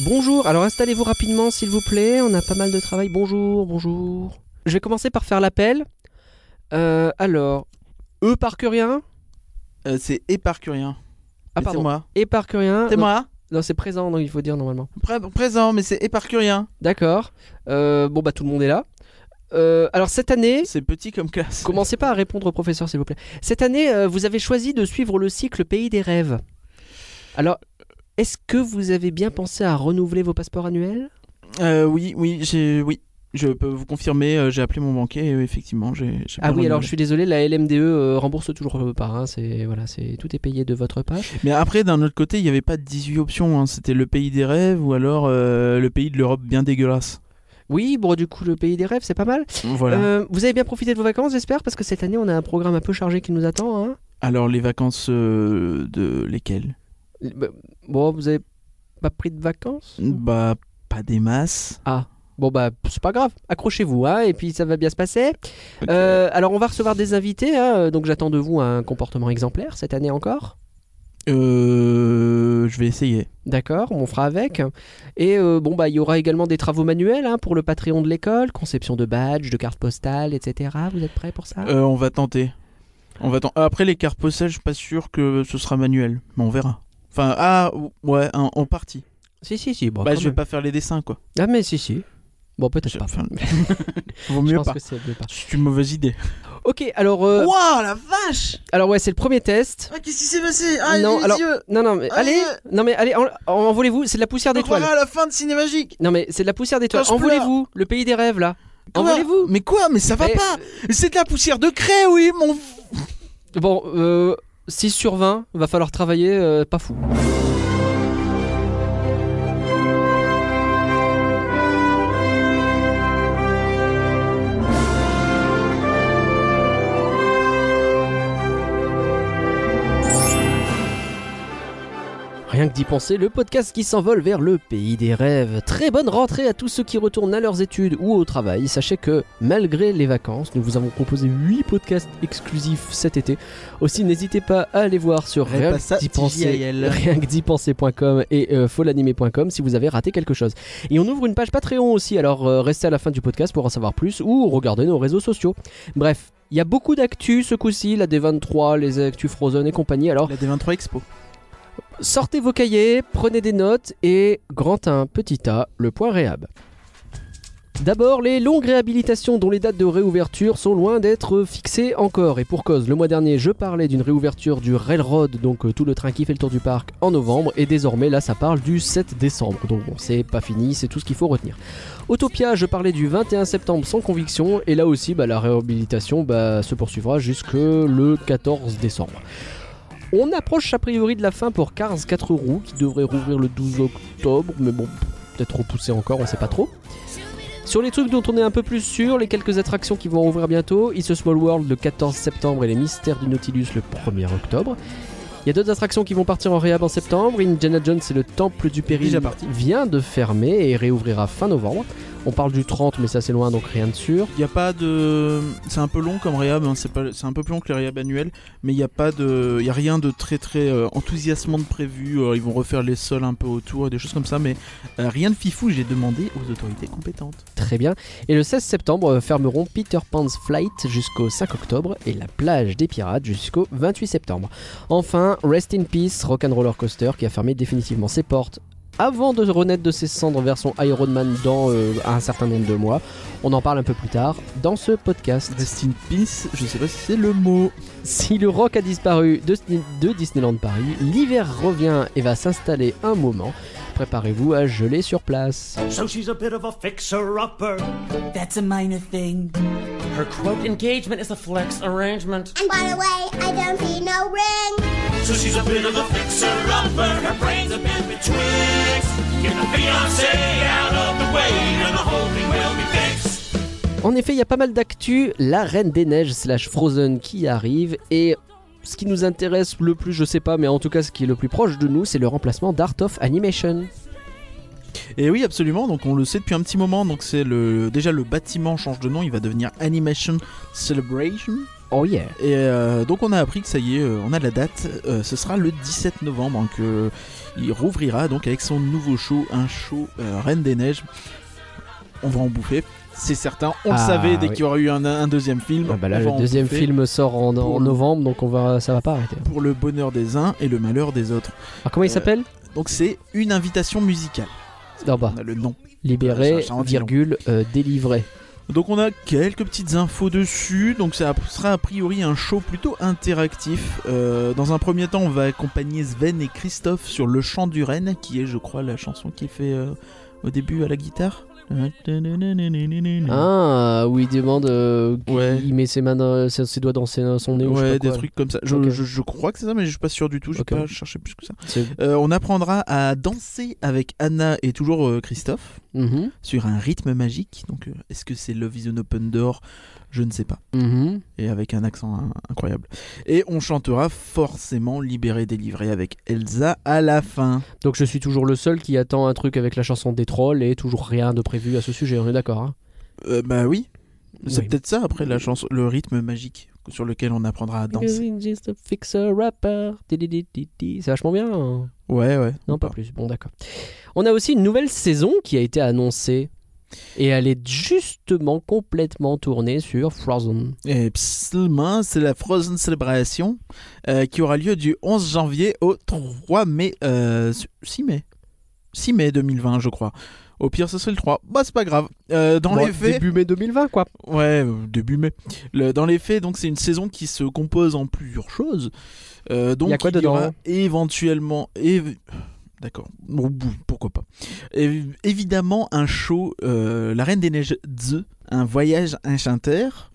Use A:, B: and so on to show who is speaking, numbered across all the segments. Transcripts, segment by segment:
A: Bonjour, alors installez-vous rapidement s'il vous plaît, on a pas mal de travail. Bonjour, bonjour. Je vais commencer par faire l'appel. Euh, alors, E parcurien
B: Euh, c'est éparcurien.
A: Ah
B: Mais C'est
A: pardon,
B: moi.
A: et parcurien.
B: C'est
A: Non,
B: moi.
A: non, c'est présent, donc il faut dire normalement.
B: Pré- présent, mais c'est éparcurien.
A: D'accord. Euh, bon bah tout le monde est là. Euh, alors cette année,
B: C'est petit comme classe.
A: Commencez pas à répondre au professeur, s'il vous plaît. Cette année, euh, vous avez choisi de suivre le cycle Pays des rêves. Alors, est-ce que vous avez bien pensé à renouveler vos passeports annuels
B: Euh, oui, oui, j'ai, oui. Je peux vous confirmer. euh, j'ai appelé mon banquier. Et, euh, effectivement, j'ai. j'ai
A: Ah
B: pas
A: oui, alors je
B: renouvelé.
A: suis désolé, la LMDE euh, rembourse toujours euh, pas. hein, c'est voilà, c'est tout est payé de votre part.
B: Mais après, d'un autre côté, il n'y avait pas 18 options. hein. C'était le pays des rêves ou alors euh, le pays de l'Europe bien dégueulasse.
A: Oui, bon, du coup, le Pays des rêves, c'est pas mal.
B: Voilà.
A: Euh, vous avez bien profité de vos vacances, j'espère, parce que cette année, on a un programme un peu chargé qui nous attend. hein.
B: Alors les vacances euh, de lesquelles
A: Bah, Bon, vous avez pas pris de vacances
B: Bah pas des masses.
A: Bon bah c'est pas grave, accrochez-vous hein, et puis ça va bien se passer. Euh, alors on va recevoir des invités, hein, euh, donc j'attends de vous un comportement exemplaire cette année encore.
B: Euh, je vais essayer.
A: D'accord, on fera avec. Et euh, bon bah il y aura également des travaux manuels hein, pour le Patreon de l'école, conception de badges, de cartes postales, etc. Vous êtes prêts pour ça
B: Euh, on va tenter. On va tenter. Après les cartes postales, je suis pas sûr que ce sera manuel, mais on verra. Enfin ah ou- ouais, en, en partie.
A: Si si si. Bon,
B: bah
A: quand
B: je vais
A: même.
B: pas faire les dessins quoi.
A: Ah mais si si. Bon peut-être
B: Je-
A: pas.
B: enfin, Vaut
A: Je
B: mieux
A: pense
B: pas.
A: que c'est mieux pas.
B: C'est une mauvaise idée.
A: Ok alors euh,
B: Waouh la vache
A: alors ouais c'est le premier test.
B: Ah, Qu'est-ce qui s'est passé
A: Non, alors, Non non mais
B: Ah,
A: allez non mais allez en- envolez-vous c'est de la poussière d'étoiles.
B: à la fin de Cinémagique.
A: Non mais c'est de la poussière d'étoiles.
B: Quand je pleure.
A: Envolez-vous le pays des rêves là.
B: Quoi
A: Envolez-vous.
B: Mais quoi Mais ça va
A: Mais-
B: pas C'est de la poussière de craie, oui, mon
A: Bon, euh, 6 sur 20, va falloir travailler, euh, pas fou. Rien que d'y penser, le podcast qui s'envole vers le pays des rêves. Très bonne rentrée à tous ceux qui retournent à leurs études ou au travail. Sachez que, malgré les vacances, nous vous avons proposé 8 podcasts exclusifs cet été. Aussi, n'hésitez pas à aller voir sur
B: Répassa-
A: rien que d'y penser.
B: TJIL.
A: Rien que d'y penser.com et euh, folanimé.com si vous avez raté quelque chose. Et on ouvre une page Patreon aussi, alors euh, restez à la fin du podcast pour en savoir plus ou regardez nos réseaux sociaux. Bref, il y a beaucoup d'actu ce coup-ci, la D23, les actus Frozen et compagnie. Alors
B: La D23 Expo.
A: Sortez vos cahiers, prenez des notes et grand 1, petit a, le point réhab. D'abord, les longues réhabilitations dont les dates de réouverture sont loin d'être fixées encore. Et pour cause, le mois dernier, je parlais d'une réouverture du Railroad, donc euh, tout le train qui fait le tour du parc, en novembre. Et désormais, là, ça parle du 7 décembre. Donc bon, c'est pas fini, c'est tout ce qu'il faut retenir. Autopia, je parlais du 21 septembre sans conviction. Et là aussi, bah, la réhabilitation bah, se poursuivra jusque le 14 décembre. On approche a priori de la fin pour Cars 4 roues qui devrait rouvrir le 12 octobre, mais bon, peut-être repoussé encore, on sait pas trop. Sur les trucs dont on est un peu plus sûr, les quelques attractions qui vont rouvrir bientôt, It's a Small World le 14 septembre et les Mystères du Nautilus le 1er octobre. Il y a d'autres attractions qui vont partir en réhab en septembre. Indiana Jones et le Temple du Péril
B: Déjà parti.
A: vient de fermer et réouvrira fin novembre. On parle du 30 mais ça c'est loin donc rien de sûr.
B: Il y a pas de. C'est un peu long comme réhab, hein, c'est pas... c'est un peu plus long que les réhab annuels, mais il n'y a pas de. Il y a rien de très très euh, enthousiasmant de prévu. euh, ils vont refaire les sols un peu autour et des choses comme ça, mais euh, rien de fifou, j'ai demandé aux autorités compétentes.
A: Très bien. Et le 16 septembre euh, fermeront Peter Pan's Flight jusqu'au 5 octobre et la plage des pirates jusqu'au 28 septembre. Enfin, Rest in Peace, Rock'n'Roller Coaster qui a fermé définitivement ses portes avant de renaître de ses cendres version Iron Man dans euh, un certain nombre de mois. On en parle un peu plus tard dans ce podcast.
B: Rest in peace, je sais pas si c'est le mot.
A: Si le rock a disparu de, Sni- de Disneyland Paris, l'hiver revient et va s'installer un moment. Préparez-vous à geler sur place.
C: So she's a bit of a fixer-upper.
D: That's a minor thing.
C: Her quote engagement is a flex arrangement.
E: And by the way, I don't see no ring.
C: So she's a bit of a fixer-upper. Her brain's a bit betwixt. Get the fiance out of the way, and the whole thing will be fixed.
A: En effet, il y a pas mal d'actu. La Reine des Neiges slash Frozen qui arrive et ce qui nous intéresse le plus, je sais pas, mais en tout cas ce qui est le plus proche de nous, c'est le remplacement d'Art of Animation.
B: Et oui, absolument. Donc on le sait depuis un petit moment. Donc c'est le déjà le bâtiment change de nom. Il va devenir Animation Celebration.
A: Oh yeah.
B: Et euh, donc on a appris que ça y est, euh, on a la date, euh, ce sera le 17 novembre hein, que il rouvrira donc avec son nouveau show, un show euh, Reine des Neiges. On va en bouffer, c'est certain. On le
A: Ah,
B: savait dès
A: oui.
B: qu'il y aura eu un, un deuxième film.
A: Ah bah là,
B: on va en
A: le deuxième
B: bouffer
A: film sort en, en
B: Pour-
A: novembre, donc on va, ça va pas arrêter.
B: pour le bonheur des uns et le malheur des autres.
A: Alors Ah, comment il
B: Euh,
A: s'appelle
B: Donc c'est une invitation musicale.
A: D'en bas.
B: On a le nom.
A: Libéré,
B: ça- ça en dit long.
A: virgule, euh, délivré.
B: Donc on a quelques petites infos dessus, donc ça sera a priori un show plutôt interactif. Euh, dans un premier temps on va accompagner Sven et Christophe sur Le Chant du Renne, qui est je crois la chanson qui est fait euh, au début à la guitare.
A: Ah, où il demande, euh,
B: Ouais.
A: il met ses mains, dans, ses, ses doigts dans ses- son nez ou je sais
B: Ouais,
A: pas
B: des
A: quoi.
B: trucs comme ça. Je,
A: Ok.
B: je- je crois que c'est ça, mais je suis pas sûr du tout. J'ai
A: Ok.
B: pas cherché plus que ça.
A: C'est-
B: Euh, on apprendra à danser avec Anna et toujours euh, Christophe
A: Mhm,
B: sur un rythme magique. Donc, euh, est-ce que c'est Love is an Open Door Je ne sais pas.
A: mhm.
B: et avec un accent in- incroyable. Et on chantera forcément Libéré, délivré avec Elsa à la fin.
A: Donc je suis toujours le seul qui attend un truc avec la chanson des trolls et toujours rien de prévu à ce sujet, on est d'accord. hein
B: Euh, bah oui, c'est
A: Oui.
B: peut-être ça après la chanson, le rythme magique sur lequel on apprendra à danser.
A: Just a fixer rapper. Di-di-di-di-di. C'est vachement bien. hein
B: Ouais, ouais.
A: non, pas plus. Bon, d'accord. On a aussi une nouvelle saison qui a été annoncée. Et elle est justement complètement tournée sur Frozen.
B: Et pseulement, c'est la Frozen Celebration euh, qui aura lieu du 11 janvier au 3 mai. euh, 6 mai 6 mai 2020, je crois. Au pire, ce serait le 3. Bah, c'est pas grave. Euh, dans les faits.
A: Début mai 2020, quoi.
B: Ouais, euh, début mai. Le- dans les faits, donc c'est une saison qui se compose en plusieurs choses. Euh, donc
A: Il y a quoi
B: y aura
A: dedans
B: éventuellement éve- D'accord, Bon, bou- pourquoi pas. Évi- évidemment, un show, euh, La Reine des Neiges 2, un voyage enchanteur.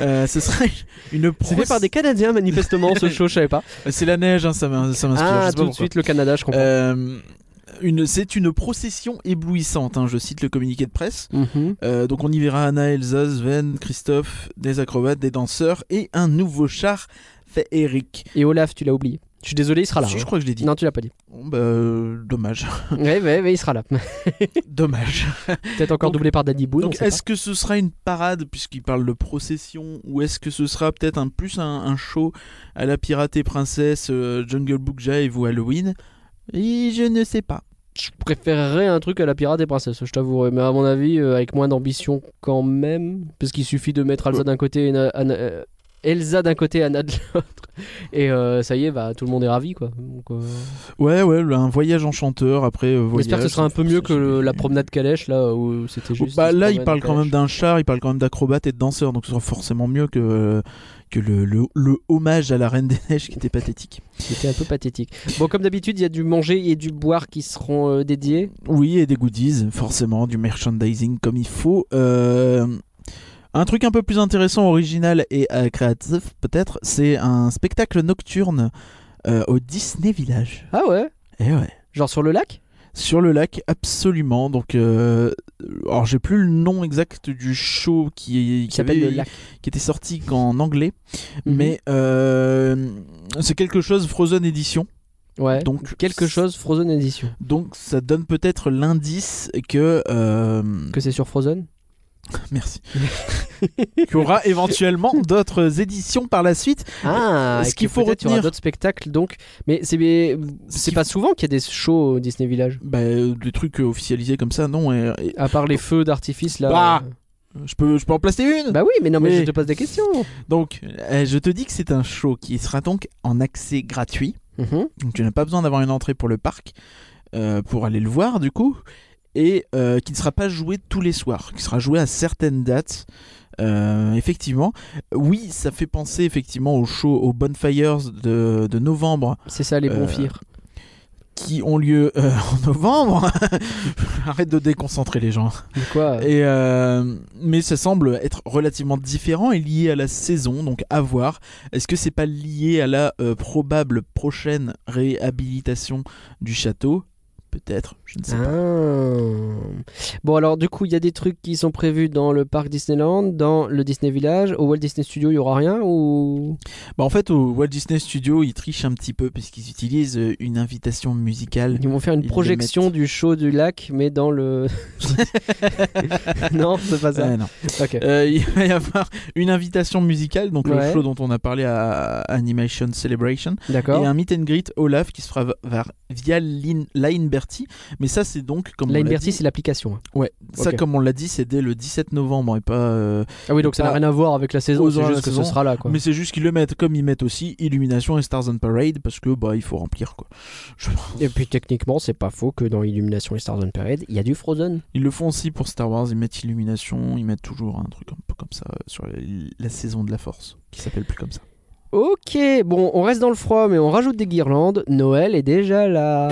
B: Euh, ce serait une
A: C'est fait
B: pro-
A: par des Canadiens, manifestement, ce show, je savais pas.
B: C'est la neige, hein, ça m'in- ça m'inspire. je
A: Ah,
B: sais pas
A: tout de
B: pourquoi.
A: suite, le Canada, je comprends.
B: Euh, une- c'est une procession éblouissante, hein, je cite le communiqué de presse.
A: Mhm.
B: Euh, donc on y verra Anna, Elsa, Sven, Christophe, des acrobates, des danseurs et un nouveau char fait Eric.
A: Et Olaf, tu l'as oublié. Je suis désolé, il sera là.
B: je, je
A: hein.
B: crois que je l'ai dit.
A: Non, tu l'as pas dit.
B: Bon, bah, euh, dommage.
A: ouais, ouais, ouais, il sera là.
B: dommage.
A: Peut-être encore
B: Donc-
A: doublé par Danny Boone. on
B: donc
A: sait
B: est-ce que ce sera une parade puisqu'il parle de procession ou est-ce que ce sera peut-être un plus un, un show à la Pirate et Princesse, euh, Jungle Book Jive ou Halloween et je ne sais pas.
A: je préférerais un truc à la Pirate et Princesse, je t'avouerai. Mais à mon avis, euh, avec moins d'ambition quand même, parce qu'il suffit de mettre Elsa d'un côté, et Na- Anna- euh, Elsa d'un côté, Anna de l'autre, et euh, ça y est, bah, tout le monde est ravi, quoi. Donc, euh,
B: Ouais, ouais, un voyage enchanteur après. euh,
A: J'espère que ce
B: voyage,
A: sera un peu mieux que le- la
B: procession.
A: promenade calèche là où c'était juste.
B: Bah,
A: ils se
B: là, il
A: promènent
B: parle
A: en
B: quand même
A: calèche.
B: d'un char, il parle quand même d'acrobates et de danseurs, donc ce sera forcément mieux que, que le, le- le hommage à la Reine des Neiges qui était pathétique.
A: C'était un peu pathétique. Bon, comme d'habitude, il y a du manger et du boire qui seront euh, dédiés.
B: Oui, et des goodies, forcément, du merchandising comme il faut. Euh, un truc un peu plus intéressant, original et euh, créatif, peut-être, c'est un spectacle nocturne euh, au Disney Village.
A: Ah ouais
B: Eh ouais.
A: Genre sur le lac
B: Sur le lac, absolument. Donc, euh, alors j'ai plus le nom exact du show qui,
A: Qui
B: qui
A: s'appelle
B: avait-
A: le lac.
B: qui était sorti qu'en anglais.
A: Mhm.
B: Mais euh, c'est quelque chose Frozen Edition.
A: Ouais.
B: donc-
A: quelque chose Frozen Edition.
B: Donc ça donne peut-être l'indice que. euh,
A: Que c'est sur Frozen
B: Merci. Qu'il y aura éventuellement d'autres éditions par la suite.
A: Ah,
B: Ce
A: et
B: qu'il
A: que
B: faut
A: peut-être il y aura
B: retenir-
A: d'autres spectacles donc, mais c'est mais c'est
B: qu'il
A: pas souvent qu'il y a des shows au Disney Village.
B: Bah, euh, des trucs euh, officialisés comme ça, non. et- et-
A: À part les feux d'artifice là.
B: Bah.
A: euh,
B: je, peux, je peux en placer une
A: bah oui, mais non mais
B: Oui.
A: je te pose des questions.
B: Donc, euh, je te dis que c'est un show qui sera donc en accès gratuit.
A: Mhm.
B: Donc tu n'as pas besoin d'avoir une entrée pour le parc, euh, pour aller le voir du coup, et euh, qui ne sera pas joué tous les soirs, qui sera joué à certaines dates. Euh, effectivement, oui, ça fait penser effectivement au show, aux Bonfires de, de novembre
A: C'est ça les
B: Euh,
A: bonfires.
B: qui ont lieu euh, en novembre. Arrête de déconcentrer les gens.
A: De Quoi euh,
B: Et euh, mais ça semble être relativement différent et lié à la saison, donc à voir. Est-ce que c'est pas lié à la euh, probable prochaine réhabilitation du château Peut- peut-être, je ne sais
A: Hein
B: pas.
A: Ah. Bon, alors du coup, il y a des trucs qui sont prévus dans le parc Disneyland, dans le Disney Village. Au Walt Disney Studio, il y aura rien ou
B: Bah en fait au Walt Disney Studio ils trichent un petit peu puisqu'ils utilisent euh, une invitation musicale.
A: Ils vont faire une
B: Ils les
A: projection
B: mettent.
A: du show du lac, mais dans le. non, c'est pas ça.
B: Ouais, non.
A: Ok.
B: Euh, il va y avoir une invitation musicale, donc
A: Ouais.
B: le show dont on a parlé à Animation Celebration,
A: D'accord.
B: et un meet and greet Olaf qui se fera va- va- via Lin- Line Bertie. Mais ça c'est donc comme on
A: Line
B: l'a
A: Bertie,
B: dit-
A: c'est l'application. hein.
B: ouais, ça
A: Ok.
B: comme on l'a dit c'est dès le 17 novembre et pas. euh,
A: Ah oui, donc ça n'a
B: Pas-
A: rien à voir avec la saison,
B: aux
A: c'est
B: heures de
A: juste
B: la
A: que
B: saison,
A: ce sera là. Quoi.
B: Mais c'est juste qu'ils le mettent comme ils mettent aussi Illumination et Stars on Parade parce que bah il faut remplir quoi. Je-
A: Et puis techniquement, c'est pas faux que dans Illumination et Stars on Parade, il y a du Frozen.
B: Ils le font aussi pour Star Wars, ils mettent Illumination, ils mettent toujours un truc un peu comme ça euh, sur la, la saison de la Force, qui s'appelle plus comme ça.
A: Ok, bon, on reste dans le froid, mais on rajoute des guirlandes. Noël est déjà là.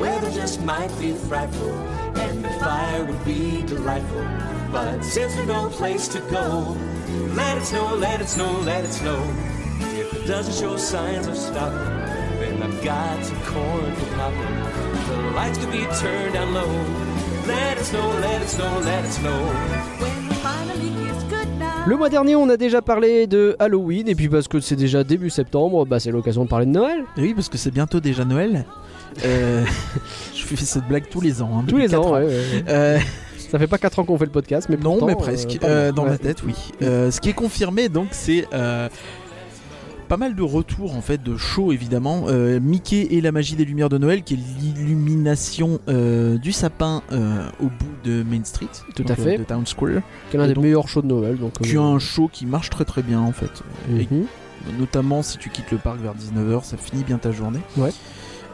F: Weather just might be frightful, and the fire would be delightful. But since we've no place to go, let it snow, let it snow, let it snow. If it doesn't show signs of stopping, then I've got some corn for popping. The lights could be turned down low. Let it snow, let it snow, let it snow.
G: When we finally kiss goodnight.
A: Le mois dernier, on a déjà parlé de Halloween, et puis parce que c'est déjà début septembre, bah c'est l'occasion de parler de Noël.
B: Et oui, parce que c'est bientôt déjà Noël. Euh, je fais cette blague tous les ans. hein,
A: Tous
B: depuis
A: les
B: quatre
A: ans, ouais, ouais, ouais.
B: Euh,
A: Ça fait pas 4 ans qu'on fait le podcast, mais
B: non,
A: pourtant,
B: mais
A: euh,
B: presque.
A: pas
B: Euh,
A: mal.
B: dans
A: Ouais.
B: ma tête, oui. Euh, ce qui est confirmé, donc, c'est euh, pas mal de retours en fait de show évidemment. Euh, Mickey et la magie des lumières de Noël, qui est l'illumination euh, du sapin euh, au bout de Main Street,
A: Tout
B: donc,
A: à fait.
B: euh, de Town Square.
A: Qui est l'un des
B: Donc-
A: meilleurs shows de Noël. Donc,
B: Tu as
A: euh,
B: un show qui marche très très bien en fait. Et
A: mhm.
B: notamment si tu quittes le parc vers 19h, ça finit bien ta journée.
A: Ouais.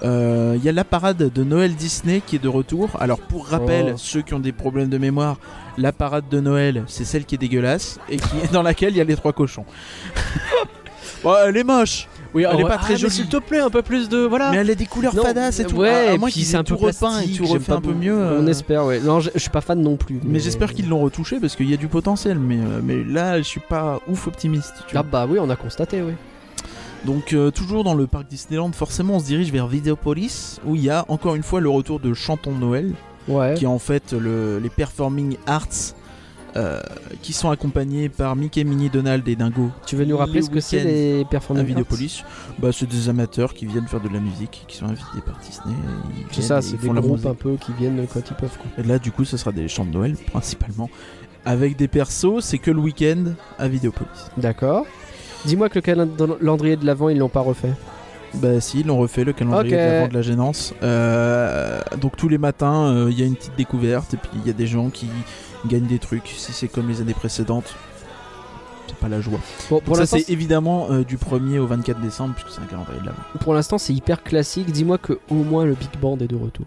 B: Euh, Il y a la parade de Noël Disney qui est de retour. Alors pour rappel,
A: Oh.
B: ceux qui ont des problèmes de mémoire, la parade de Noël, c'est celle qui est dégueulasse et qui dans laquelle il y a les trois cochons. Bon, elle est moche, Oh, ah,
A: Oui,
B: elle est pas très
A: Oh, ah, mais
B: jolie.
A: S'il te plaît, un peu plus de. Voilà.
B: mais elle a des couleurs
A: Non,
B: fadas euh, et tout. Ah,
A: Ouais,
B: à, à
A: et
B: moins
A: puis
B: qu'ils
A: c'est
B: aient
A: un
B: tout
A: peu
B: repeint et
A: plastique,
B: tout
A: j'aime
B: refait
A: pas
B: un peu
A: beaucoup.
B: mieux.
A: On
B: euh,
A: espère, ouais. Non, je, je suis pas fan non plus.
B: Mais j'espère qu'ils l'ont retouché parce qu'il y a du potentiel. Mais, euh, mais là, je suis pas ouf optimiste. tu vois.
A: Là, bah oui, on a constaté, oui.
B: Donc euh, toujours dans le parc Disneyland, forcément on se dirige vers Videopolis où il y a encore une fois le retour de Chanton Noël,
A: Ouais.
B: qui est en fait le- les performing arts euh, qui sont accompagnés par Mickey, Minnie, Donald et Dingo
A: Tu veux nous rappeler
B: les
A: ce que c'est
B: week-ends
A: les
B: à
A: performances
B: Videopolis. Bah c'est des amateurs qui viennent faire de la musique, qui sont invités par Disney. ils
A: C'est
B: viennent
A: ça,
B: et
A: c'est
B: ils
A: des
B: font la
A: groupes
B: musique.
A: un peu qui viennent quand ils peuvent. Quoi.
B: Et là du coup ce sera des chants de Noël principalement. Avec des persos, c'est que le week-end à Videopolis.
A: D'accord. Dis-moi que le calendrier de l'avant ils l'ont pas refait.
B: Bah si, ils l'ont refait le calendrier
A: Ok.
B: de l'avant de la gênance. Euh, donc tous les matins, euh, il y a une petite découverte et puis il y a des gens qui gagnent des trucs. Si c'est comme les années précédentes, c'est pas la joie.
A: Bon,
B: Pour
A: pour
B: ça
A: l'instant,
B: c'est évidemment euh, du 1er au 24 décembre puisque c'est un calendrier de l'avant.
A: c'est- pour l'instant, c'est hyper classique. Dis-moi que au moins le Big Band est de retour.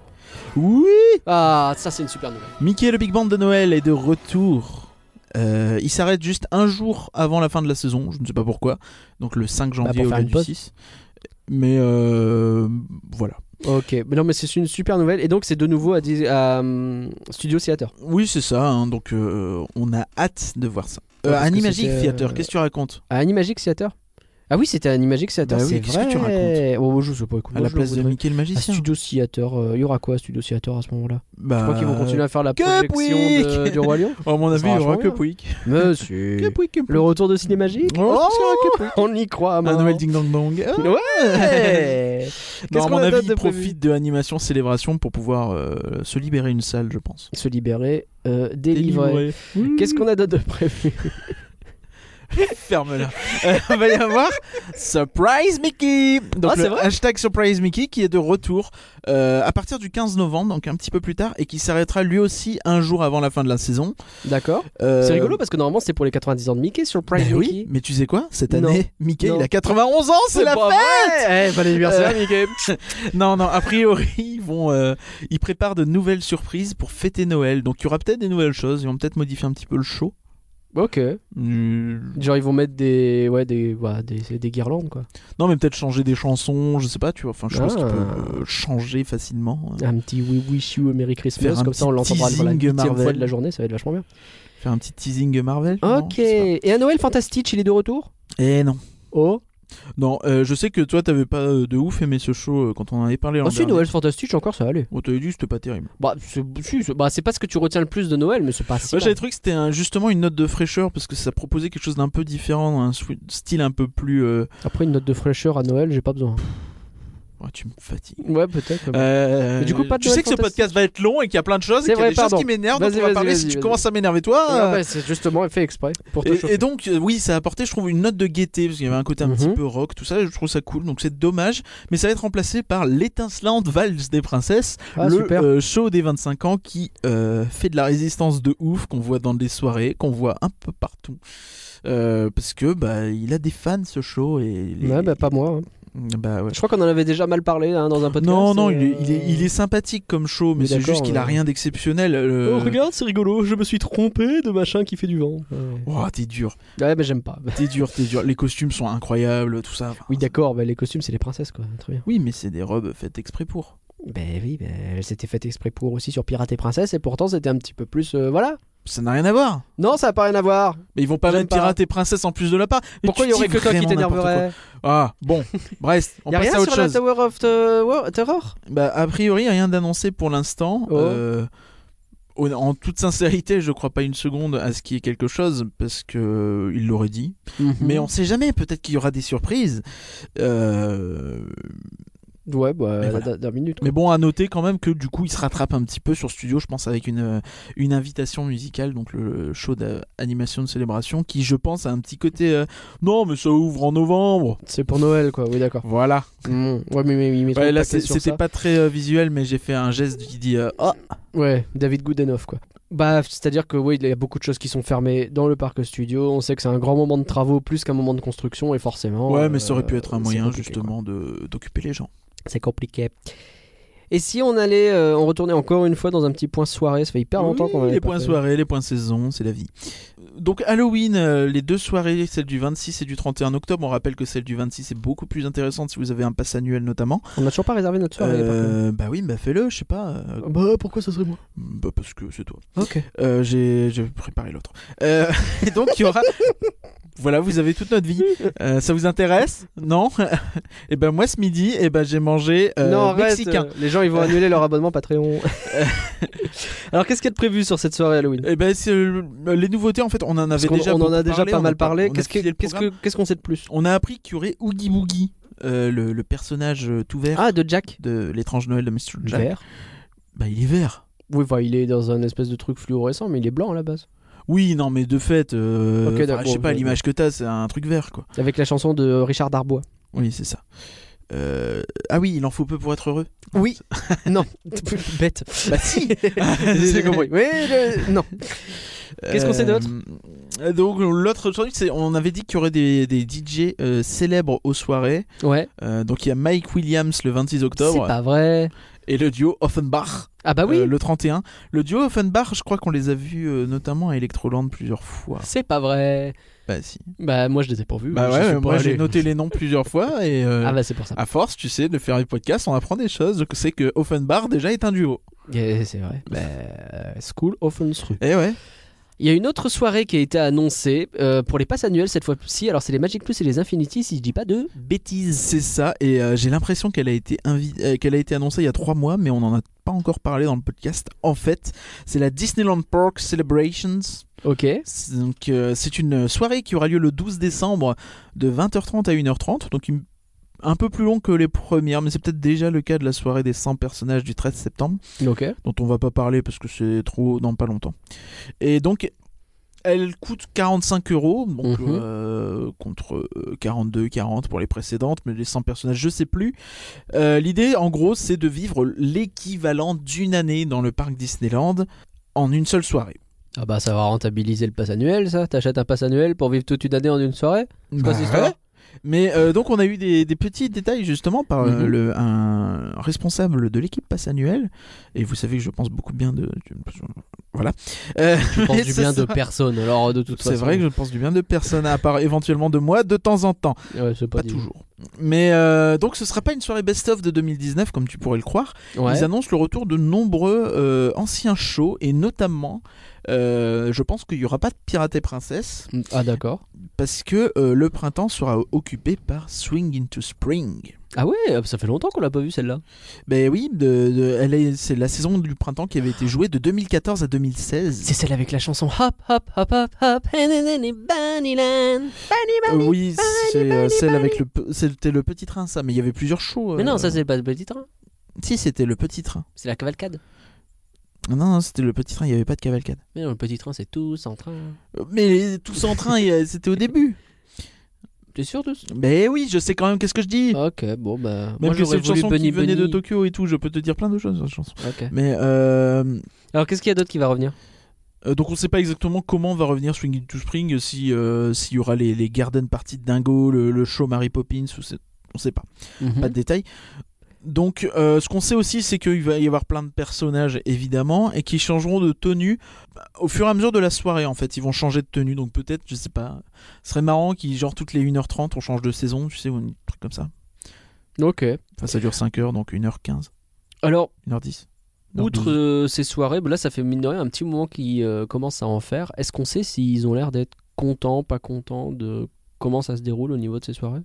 B: Oui
A: Ah, ça c'est une super nouvelle.
B: Mickey le Big Band de Noël est de retour. Euh, il s'arrête juste un jour avant la fin de la saison, je ne sais pas pourquoi. Donc le 5 janvier
A: Bah, pour
B: au
A: faire
B: lieu
A: une
B: du
A: pause.
B: 6. Mais euh, voilà.
A: Ok, mais non mais c'est une super nouvelle et donc c'est de nouveau à, Dis- à, hum, Studio Theater.
B: Oui, c'est ça, hein, donc euh, on a hâte de voir ça.
A: Ouais,
B: Euh,
A: parce que
B: Animagic
A: c'était,
B: Theater,
A: euh,
B: qu'est-ce que tu racontes
A: À Animagic Theater. Ah oui, c'était à Animagic Theater.
B: Bah oui,
A: c'est
B: qu'est-ce que
A: vrai.
B: tu racontes
A: Oh, je sais pas. écoute,
B: À
A: moi,
B: la
A: je le
B: place de
A: voudrais.
B: Mickey le
A: À
B: magicien
A: Studio Theater, euh, il y aura quoi à Studio Theater à ce moment-là
B: bah...
A: Je crois qu'ils vont continuer à faire la
B: Cup
A: projection de-
B: Week
A: du Roi Lion.
B: Oh, à mon avis,
A: sera
B: il y aura
A: vachement
B: que
A: bien.
B: Pouic.
A: Monsieur.
B: Que Pouic, que Pouic.
A: Le retour de Cinémagie
B: Oh,
A: On y croit,
B: Un
A: maman.
B: Noël Ding Dong Dong. Ah.
A: Ouais
B: Non,
A: Qu'est-ce
B: à
A: qu'on
B: mon
A: a
B: avis,
A: d'autre de
B: ils
A: prévu
B: profitent de Animation Célébration pour pouvoir euh, se libérer une salle, je pense.
A: Se libérer, euh, délivrer. Mmh. Qu'est-ce qu'on a d'autre de prévu
B: Ferme-la. Euh, Il va y avoir Surprise Mickey. Donc
A: Ah, c'est
B: le
A: vrai
B: hashtag Surprise Mickey qui est de retour euh, à partir du 15 novembre, donc un petit peu plus tard, et qui s'arrêtera lui aussi un jour avant la fin de la saison.
A: D'accord.
B: Euh,
A: C'est rigolo parce que normalement c'est pour les 90 ans de Mickey sur Prime
B: mais Eh oui,
A: Mickey.
B: mais tu sais quoi Cette
A: Non.
B: année, Mickey,
A: Non.
B: il a 91 ans, c'est la
A: pas
B: fête
A: vrai
B: Euh,
A: Eh, bon anniversaire, Mickey.
B: Non, non, a priori, ils, vont, euh, ils préparent de nouvelles surprises pour fêter Noël. Donc il y aura peut-être des nouvelles choses, ils vont peut-être modifier un petit peu le show.
A: Ok.
B: Euh,
A: Genre ils vont mettre des ouais des ouais, des, des guirlandes quoi.
B: Non, mais peut-être changer des chansons, je sais pas, tu vois. Enfin, je pense
A: Ah.
B: qu'il peut euh, changer facilement. euh.
A: Un petit We Wish You a Merry Christmas
B: Faire un
A: comme ça on
B: petit
A: l'entendra pour la
B: teasing
A: huitième
B: Marvel.
A: fois de la journée, ça va être vachement bien.
B: Faire un petit teasing Marvel. non,
A: Ok.
B: je sais
A: Et à Noël Fantastic, il est de retour
B: pas. Eh non.
A: Oh
B: Non, euh, je sais que toi, t'avais pas euh, de ouf aimé ce show euh, quand on en avait parlé l'an
A: Ensuite,
B: dernier.
A: Ah, Noël fantastique, encore ça allait.
B: On t'avait dit que c'était pas terrible.
A: Bah, c'est si, c'est- bah, c'est pas ce que tu retiens le plus de Noël, mais c'est pas si.
B: Moi,
A: mal.
B: j'avais trouvé que c'était un- justement une note de fraîcheur parce que ça proposait quelque chose d'un peu différent, un swi- style un peu plus. euh,
A: Après, une note de fraîcheur à Noël, j'ai pas besoin.
B: ouais, tu me fatigues.
A: Ouais, peut-être.
B: Euh,
A: Mais du coup, pas de
B: tu
A: Noël
B: sais que ce
A: fantastique.
B: podcast va être long et qu'il y a plein de choses, et
A: C'est
B: qu'il y a
A: vrai,
B: des
A: pardon.
B: choses qui m'énervent, donc
A: Vas-y,
B: on va
A: vas-y,
B: parler
A: vas-y,
B: si tu
A: vas-y.
B: commences à m'énerver toi.
A: Ah,
B: euh,
A: ouais, c'est justement fait exprès pour te
B: Et,
A: chauffer.
B: et donc, euh, oui, ça a apporté, je trouve, une note de gaieté, parce qu'il y avait un côté un petit
A: Mhm.
B: peu rock, tout ça, je trouve ça cool, donc c'est dommage, mais ça va être remplacé par l'étincelante valse des princesses,
A: Ah,
B: le
A: super.
B: euh, show des 25 ans qui euh, fait de la résistance de ouf, qu'on voit dans des soirées, qu'on voit un peu partout, Euh, parce que bah, il a des fans ce show, et... les-
A: Ouais, bah, pas moi. hein.
B: Bah, ouais.
A: Je crois qu'on en avait déjà mal parlé hein, dans un podcast.
B: Non, non,
A: euh,
B: il, est, il est- il est sympathique comme show, mais
A: Oui,
B: c'est
A: d'accord,
B: juste qu'il a
A: euh.
B: rien d'exceptionnel. euh,
A: Oh, regarde, c'est rigolo, je me suis trompé de machin qui fait du vent. Ouais,
B: oh, t'es dur,
A: Ouais, mais j'aime pas.
B: t'es dur, t'es dur. Les costumes sont incroyables, tout ça. Enfin,
A: Oui, d'accord, bah, les costumes, c'est les princesses, quoi. Très bien.
B: Oui, mais c'est des robes faites exprès pour.
A: Ben oui, ben, elle s'était faite exprès pour aussi sur Pirate et Princesse, et pourtant, c'était un petit peu plus. euh, voilà.
B: Ça n'a rien à voir.
A: Non, ça n'a pas rien à voir.
B: Mais ils vont pas
A: J'aime
B: mettre
A: pas.
B: pirate et princesse en plus de la part. Mais
A: Pourquoi
B: tu
A: il y aurait
B: dis
A: que toi qui
B: vraiment n'importe
A: t'énerverais
B: quoi. Ah, bon, bref, on
A: Y a
B: passe
A: rien
B: à autre
A: sur la
B: chose.
A: Tower of the War- Terror
B: Bah, a priori, rien d'annoncé pour l'instant.
A: Oh.
B: Euh, au- en toute sincérité, je crois pas une seconde à ce qu'il y ait quelque chose parce que euh, il l'aurait dit.
A: Mhm.
B: Mais on sait jamais, peut-être qu'il y aura des surprises. Euh,
A: Ouais, bah,
B: Mais
A: d'un
B: voilà.
A: d'un minute. quoi.
B: Mais bon, à noter quand même que du coup, il se rattrape un petit peu sur Studio, je pense, avec une, euh, une invitation musicale, donc le show d'animation de célébration, qui, je pense, a un petit côté. euh, non, mais ça ouvre en novembre.
A: C'est pour Noël, quoi, oui, d'accord.
B: Voilà.
A: Mm. Ouais, mais, mais, mais ils mettront
B: Ouais,
A: le
B: là,
A: paquet
B: c'est-
A: sur
B: c'était
A: ça.
B: pas très euh, visuel, mais j'ai fait un geste qui dit euh, Ah
A: Ouais, David Goodenough, quoi. Bah, c'est-à-dire que, oui, il y a beaucoup de choses qui sont fermées dans le parc studio. On sait que c'est un grand moment de travaux plus qu'un moment de construction, et forcément.
B: Ouais,
A: euh,
B: mais ça aurait pu être un
A: c'est
B: moyen,
A: compliqué, quoi.
B: justement, de- d'occuper les gens.
A: C'est compliqué. Et si on allait, euh, on retournait encore une fois dans un petit point soirée, ça fait hyper longtemps
B: Oui,
A: qu'on en avait
B: les
A: pas
B: points
A: fait.
B: soirée, les points saison, c'est la vie. Donc Halloween, euh, les deux soirées, celle du 26 et du 31 octobre, on rappelle que celle du 26 est beaucoup plus intéressante si vous avez un pass annuel notamment.
A: On n'a toujours pas réservé notre soirée. par contre.
B: Euh, bah oui, bah fais-le, je sais pas. euh,
A: Bah, pourquoi ça serait moi
B: bah parce que c'est toi.
A: Ok.
B: Euh, J'ai j'ai préparé l'autre. Euh, et donc il y aura. voilà, vous avez toute notre vie. Euh, ça vous intéresse Non Et ben moi ce midi, et ben j'ai mangé euh,
A: non, arrête,
B: mexicain.
A: euh, les gens ils vont annuler leur abonnement Patreon. Alors qu'est-ce qu'il y a de prévu sur cette soirée Halloween
B: Et ben c'est, euh, les nouveautés en fait, on en
A: Parce
B: avait
A: qu'on-
B: déjà.
A: on en
B: beaucoup
A: a déjà pas
B: on
A: mal
B: on
A: parlé.
B: a
A: Qu'est-ce que-
B: filé le
A: qu'est-ce que-
B: programme.
A: qu'est-ce qu'on sait de plus
B: On a appris qu'il y aurait Oogie Boogie, euh, le, le personnage euh, tout vert
A: Ah, de Jack.
B: de l'étrange Noël de Mr. Jack.
A: Vert.
B: Bah il est vert.
A: Oui, enfin, il est dans un espèce de truc fluorescent, mais il est blanc à la base.
B: Oui, non, mais de fait, euh,
A: Ok,
B: enfin,
A: d'accord,
B: je sais pas,
A: ok.
B: l'image que t'as, c'est un truc vert, quoi.
A: Avec la chanson de Richard Darbois.
B: Oui, c'est ça. Euh, Ah oui, il en faut peu pour être heureux.
A: Oui. non. Bête.
B: Bah si
A: J'ai compris. Oui, le- non. Qu'est-ce qu'on sait d'autre
B: Euh, Donc l'autre truc, c'est on avait dit qu'il y aurait des, des DJ euh, célèbres aux soirées.
A: Ouais.
B: Euh, donc il y a Mike Williams le 26
A: C'est
B: octobre
A: pas vrai.
B: et le duo Offenbach
A: Ah bah oui.
B: euh, le 31. Le duo Offenbach, je crois qu'on les a vus euh, notamment à Electroland plusieurs fois.
A: C'est pas vrai.
B: Bah si.
A: Bah moi je les ai pas vus.
B: Bah
A: je
B: ouais,
A: suis
B: euh,
A: pas
B: moi j'ai
A: allé.
B: noté les noms plusieurs fois et euh,
A: Ah bah c'est pour ça.
B: À force, tu sais, de faire les podcasts, on apprend des choses. Je sais que Offenbar déjà est un duo.
A: Yeah, c'est vrai. Bah, euh, School of Unstru.
B: Eh ouais.
A: Il y a une autre soirée qui a été annoncée euh, pour les passes annuelles cette fois-ci. Alors c'est les Magic Plus et les Infinity si je dis pas de.
B: Bêtise. C'est ça. Et euh, j'ai l'impression qu'elle a été invi- euh, qu'elle a été annoncée il y a trois mois, mais on n'en a pas encore parlé dans le podcast. En fait, c'est la Disneyland Park Celebrations.
A: Ok.
B: C'est- Donc, euh, c'est une soirée qui aura lieu le 12 décembre de 20h30 à 1h30. Donc, une- un peu plus long que les premières, mais c'est peut-être déjà le cas de la soirée des 100 personnages du 13 septembre.
A: Ok.
B: dont on va pas parler parce que c'est trop dans pas longtemps. Et donc, elle coûte 45 euros, donc,
A: Mhm.
B: euh, contre euh, 42, 40 pour les précédentes, mais les 100 personnages, je sais plus. Euh, L'idée, en gros, c'est de vivre l'équivalent d'une année dans le parc Disneyland en une seule soirée.
A: Ah bah ça va rentabiliser le pass annuel ça. T'achètes un pass annuel pour vivre toute une année en une soirée. quoi cette
B: Bah
A: histoire
B: ouais. Mais euh, donc on a eu des, des petits détails justement par euh,
A: Mhm.
B: le, un responsable de l'équipe passe annuelle et vous savez que je pense beaucoup bien de voilà Euh,
A: Je pense
B: mais
A: du
B: ce
A: bien de
B: soir-
A: personne. Alors de toute façon.
B: C'est vrai que je pense du bien de personne, à part éventuellement de moi, de temps en temps.
A: Ouais, c'est pas,
B: Pas
A: dit.
B: toujours. Mais euh, donc ce sera pas une soirée best-of de 2019 comme tu pourrais le croire.
A: Ouais.
B: Ils annoncent le retour de nombreux euh, anciens shows et notamment, euh, je pense qu'il n'y aura pas de Pirate et Princesse
A: Ah d'accord.
B: parce que euh, le printemps sera occupé par Swing into Spring.
A: Ah ouais, ça fait longtemps qu'on l'a pas vu celle-là.
B: Ben oui, de- de- elle est- c'est la saison du printemps qui avait été jouée de 2014 à 2016.
A: C'est celle avec la chanson Hop Hop Hop Hop Hop and then in Bunnyland. Bunny,
B: Euh,
A: bunny.
B: oui, c'est euh,
A: bunny,
B: celle
A: bunny.
B: avec le pe- c'était le petit train ça, mais il y avait plusieurs shows.
A: Mais non,
B: euh,
A: ça c'est pas le petit train,
B: si c'était le petit train.
A: c'est la cavalcade.
B: Non, non, c'était le petit train, il n'y avait pas de cavalcade.
A: Mais non, le petit train c'est tous en train.
B: Euh, Mais tous en train, et, euh, c'était au début.
A: T'es sûr de ça
B: Mais oui, je sais quand même qu'est-ce que je dis.
A: Ok, bon bah.
B: Même
A: moi
B: que
A: j'aurais
B: c'est une
A: voulu
B: chanson
A: Bunny
B: qui venait de
A: Bunny.
B: Tokyo et tout, je peux te dire plein de choses. cette chanson.
A: Ok.
B: Mais euh,
A: Alors qu'est-ce qu'il y a d'autre qui va revenir
B: euh, donc on sait pas exactement comment va revenir Swing into Spring, si euh, s'il y aura les, les garden parties de Dingo, le, le show Mary Poppins, ou c'est- on sait pas.
A: Mhm.
B: pas de détails. Donc, euh, ce qu'on sait aussi, c'est qu'il va y avoir plein de personnages, évidemment, et qui changeront de tenue bah, au fur et à mesure de la soirée, en fait. Ils vont changer de tenue, donc peut-être, je sais pas. Ce serait marrant qu'ils, genre, toutes les 1h30, on change de saison, tu sais, ou un truc comme ça.
A: Ok.
B: Enfin, ça dure 5h, donc 1h15,
A: Alors
B: 1h10.
A: Outre euh, ces soirées, bah là ça fait mine de rien un petit moment qu'ils euh, commencent à en faire. Est-ce qu'on sait s'ils ont l'air d'être contents, pas contents de comment ça se déroule au niveau de ces soirées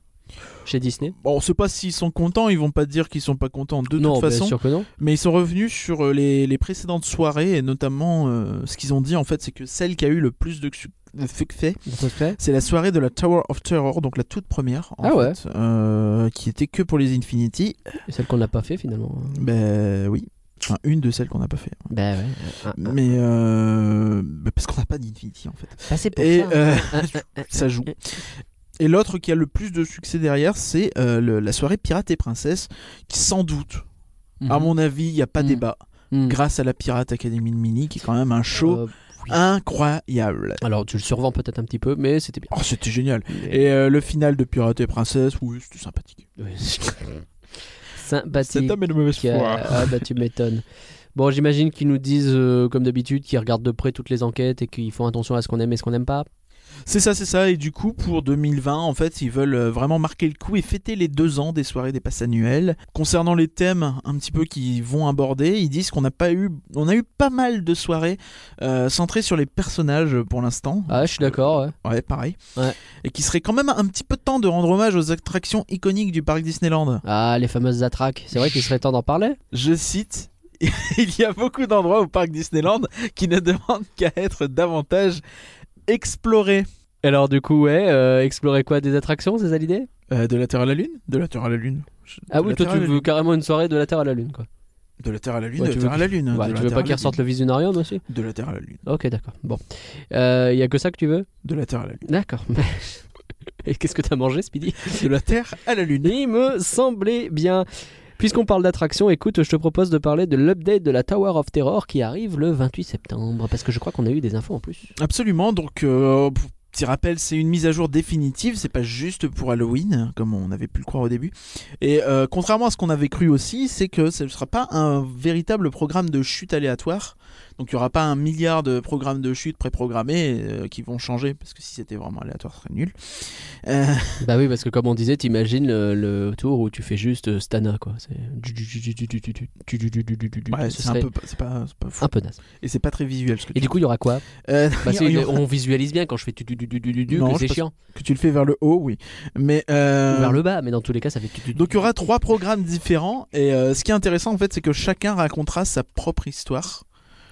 A: Chez Disney
B: Bon, on sait pas s'ils sont contents, ils vont pas dire qu'ils sont pas contents de
A: Non,
B: toute
A: bien
B: façon.
A: sûr que non.
B: Mais ils sont revenus sur euh, les, les précédentes soirées, et notamment, euh, ce qu'ils ont dit, en fait, c'est que celle qui a eu le plus de suc- de succès, C'est la soirée de la Tower of Terror, donc la toute première, en
A: Ah ouais.
B: fait, euh, qui était que pour les Infinity.
A: Et celle qu'on n'a pas fait finalement.
B: Ben oui, Enfin, une de celles qu'on n'a pas fait.
A: Bah ouais.
B: Mais euh, ben, parce qu'on n'a pas d'Infinity en fait.
A: Bah, c'est pour
B: Et
A: ça.
B: euh, ça joue. Et l'autre qui a le plus de succès derrière, c'est euh, le- la soirée Pirate et Princesse, qui sans doute, à mon avis, il n'y a pas
A: Mhm.
B: débat,
A: Mhm.
B: grâce à la Pirate Academy de Mini, qui est quand même un show
A: Euh, oui.
B: incroyable.
A: Alors tu le survends peut-être un petit peu, mais c'était bien.
B: Oh, c'était génial.
A: Mais-
B: Et euh, le final de Pirate et Princesse, oui, c'était sympathique.
A: Sympathique.
B: est de mauvaise
A: euh, ah bah tu m'étonnes. Bon, j'imagine qu'ils nous disent, euh, comme d'habitude, qu'ils regardent de près toutes les enquêtes et qu'ils font attention à ce qu'on aime et ce qu'on n'aime pas.
B: C'est ça, c'est ça. Et du coup, pour 2020, en fait, ils veulent euh, vraiment marquer le coup et fêter les deux ans des soirées des passes annuelles. Concernant les thèmes un petit peu qu'ils vont aborder, ils disent qu'on n'a pas eu, on a eu pas mal de soirées euh, centrées sur les personnages euh, pour l'instant.
A: Ah, je suis d'accord, ouais.
B: Ouais, pareil.
A: Ouais.
B: Et qu'il serait quand même un petit peu temps de rendre hommage aux attractions iconiques du parc Disneyland.
A: Ah, les fameuses attraques. C'est vrai qu'il serait temps d'en parler.
B: Je cite. Il y a beaucoup d'endroits au parc Disneyland qui ne demandent qu'à être davantage explorés.
A: Alors, du coup, ouais, euh, explorer quoi Des attractions, c'est ça l'idée
B: Euh, de la Terre à la Lune De la Terre à la Lune. Je-
A: Ah
B: de
A: oui,
B: la
A: toi,
B: Terre à
A: tu
B: la
A: veux
B: Lune.
A: carrément une soirée de la Terre à la Lune, quoi.
B: De la Terre à la Lune,
A: Ouais,
B: de
A: tu veux
B: la Terre à la Lune.
A: Ouais,
B: de
A: tu
B: la
A: veux
B: Terre
A: pas
B: à la
A: qu'ils ressortent
B: Lune.
A: le visionarium aussi
B: De la Terre à la Lune.
A: Ok, d'accord. Bon. Euh, y a que ça que tu veux
B: De la Terre à la Lune.
A: D'accord. Et qu'est-ce que t'as mangé, Speedy
B: De la Terre à la Lune.
A: Il me semblait bien. Puisqu'on parle d'attraction, écoute, je te propose de parler de l'update de la Tower of Terror qui arrive le 28 septembre. Parce que je crois qu'on a eu des infos en plus.
B: Absolument, donc... euh, pour- Petit rappel, c'est une mise à jour définitive, c'est pas juste pour Halloween, comme on avait pu le croire au début. Et euh, contrairement à ce qu'on avait cru aussi, c'est que ce ne sera pas un véritable programme de chute aléatoire. Donc il n'y aura pas un milliard de programmes de chute préprogrammés euh, qui vont changer, parce que si c'était vraiment aléatoire, ce serait nul. Euh,
A: Bah oui, parce que comme on disait, t'imagines le, le tour où tu fais juste euh, Stana, quoi. C'est
B: ouais,
A: ouais,
B: c'est un peu pas- c'est pas, c'est pas fou.
A: un peu naze.
B: Et c'est pas très visuel ce que
A: Et
B: tu
A: du coup, il y aura quoi
B: Euh,
A: Bah, c'est-
B: il y aura-
A: On visualise bien quand je fais tu tu tu tu tu tu tu,
B: Non,
A: que
B: je
A: c'est
B: pense-
A: chiant.
B: Que tu le fais vers le haut, oui. Mais euh,
A: Vers le bas, mais dans tous les cas, ça fait tu tu tu
B: Donc il y
A: tu.
B: aura trois programmes différents et euh, ce qui est intéressant en fait c'est que chacun racontera sa propre histoire.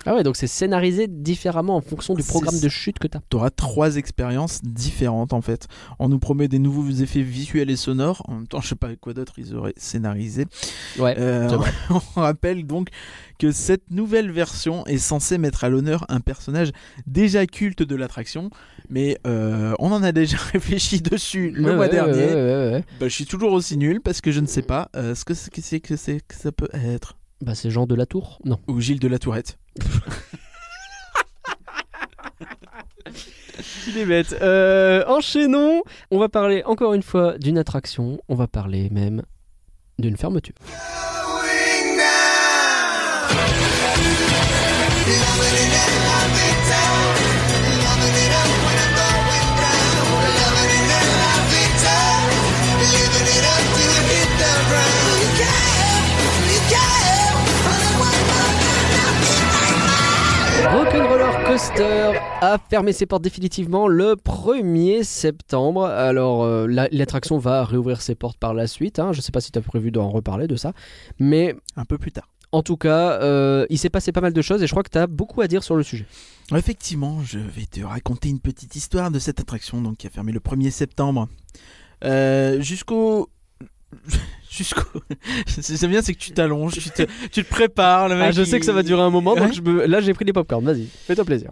A: Ah ouais, donc c'est scénarisé différemment en fonction du
B: C'est
A: programme
B: ça.
A: de chute que t'as.
B: Tu auras trois expériences différentes en fait. On nous promet des nouveaux effets visuels et sonores. En même temps je sais pas quoi d'autre ils auraient scénarisé.
A: Ouais.
B: Euh,
A: c'est vrai.
B: on rappelle donc que cette nouvelle version est censée mettre à l'honneur un personnage déjà culte de l'attraction mais euh, on en a déjà réfléchi dessus le
A: Ouais,
B: mois
A: ouais,
B: dernier.
A: ouais, ouais, ouais, ouais.
B: Bah, je suis toujours aussi nul parce que je ne sais pas euh, ce que c'est que, c'est- que c'est que ça peut être.
A: Bah c'est Jean de la Tour Non.
B: Ou Gilles de la Tourette.
A: Il est bête. Euh, enchaînons. On va parler encore une fois d'une attraction. On va parler même d'une fermeture. Coaster a fermé ses portes définitivement le 1er septembre. Alors, euh, la- l'attraction va réouvrir ses portes par la suite. hein. Je ne sais pas si tu as prévu d'en reparler de ça. Mais
B: un peu plus tard.
A: en tout cas, euh, il s'est passé pas mal de choses et je crois que tu as beaucoup à dire sur le sujet.
B: Effectivement, je vais te raconter une petite histoire de cette attraction donc, qui a fermé le 1er septembre. Euh, jusqu'au. Jusqu'au. J'aime bien, c'est que tu t'allonges, tu te, tu te prépares. Le mec,
A: Ah, je sais
B: il-
A: que ça va durer un moment,
B: Ouais.
A: donc je me- là j'ai pris des popcorns. Vas-y, fais-toi plaisir.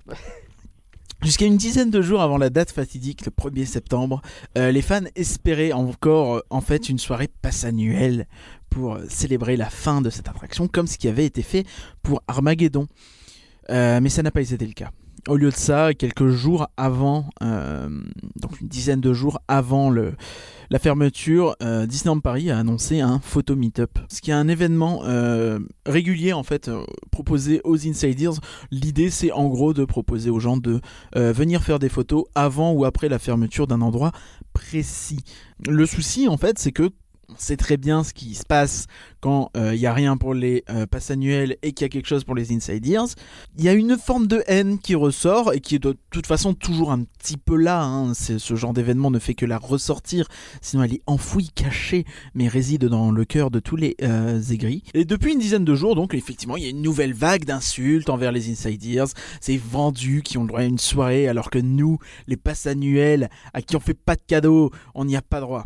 B: Jusqu'à une dizaine de jours avant la date fatidique, le 1er septembre, euh, les fans espéraient encore euh, en fait une soirée passe annuelle pour euh, célébrer la fin de cette attraction, comme ce qui avait été fait pour Armageddon. Euh, mais ça n'a pas été le cas. Au lieu de ça, quelques jours avant, euh, donc une dizaine de jours avant le, la fermeture, euh, Disneyland Paris a annoncé un photo meet-up, ce qui est un événement euh, régulier en fait euh, proposé aux insiders. L'idée, c'est en gros de proposer aux gens de euh, venir faire des photos avant ou après la fermeture d'un endroit précis. Le souci, en fait, c'est que on sait très bien ce qui se passe quand il n'y a rien pour les euh, passes annuelles et qu'il y a quelque chose pour les insiders. Il y a une forme de haine qui ressort et qui est de toute façon toujours un petit peu là. hein. C'est- Ce genre d'événement ne fait que la ressortir, sinon elle est enfouie, cachée, mais réside dans le cœur de tous les euh, aigris. Et depuis une dizaine de jours, donc, effectivement, il y a une nouvelle vague d'insultes envers les insiders ces vendus qui ont le droit à une soirée alors que nous, les passes annuelles, à qui on fait pas de cadeaux, on n'y a pas droit.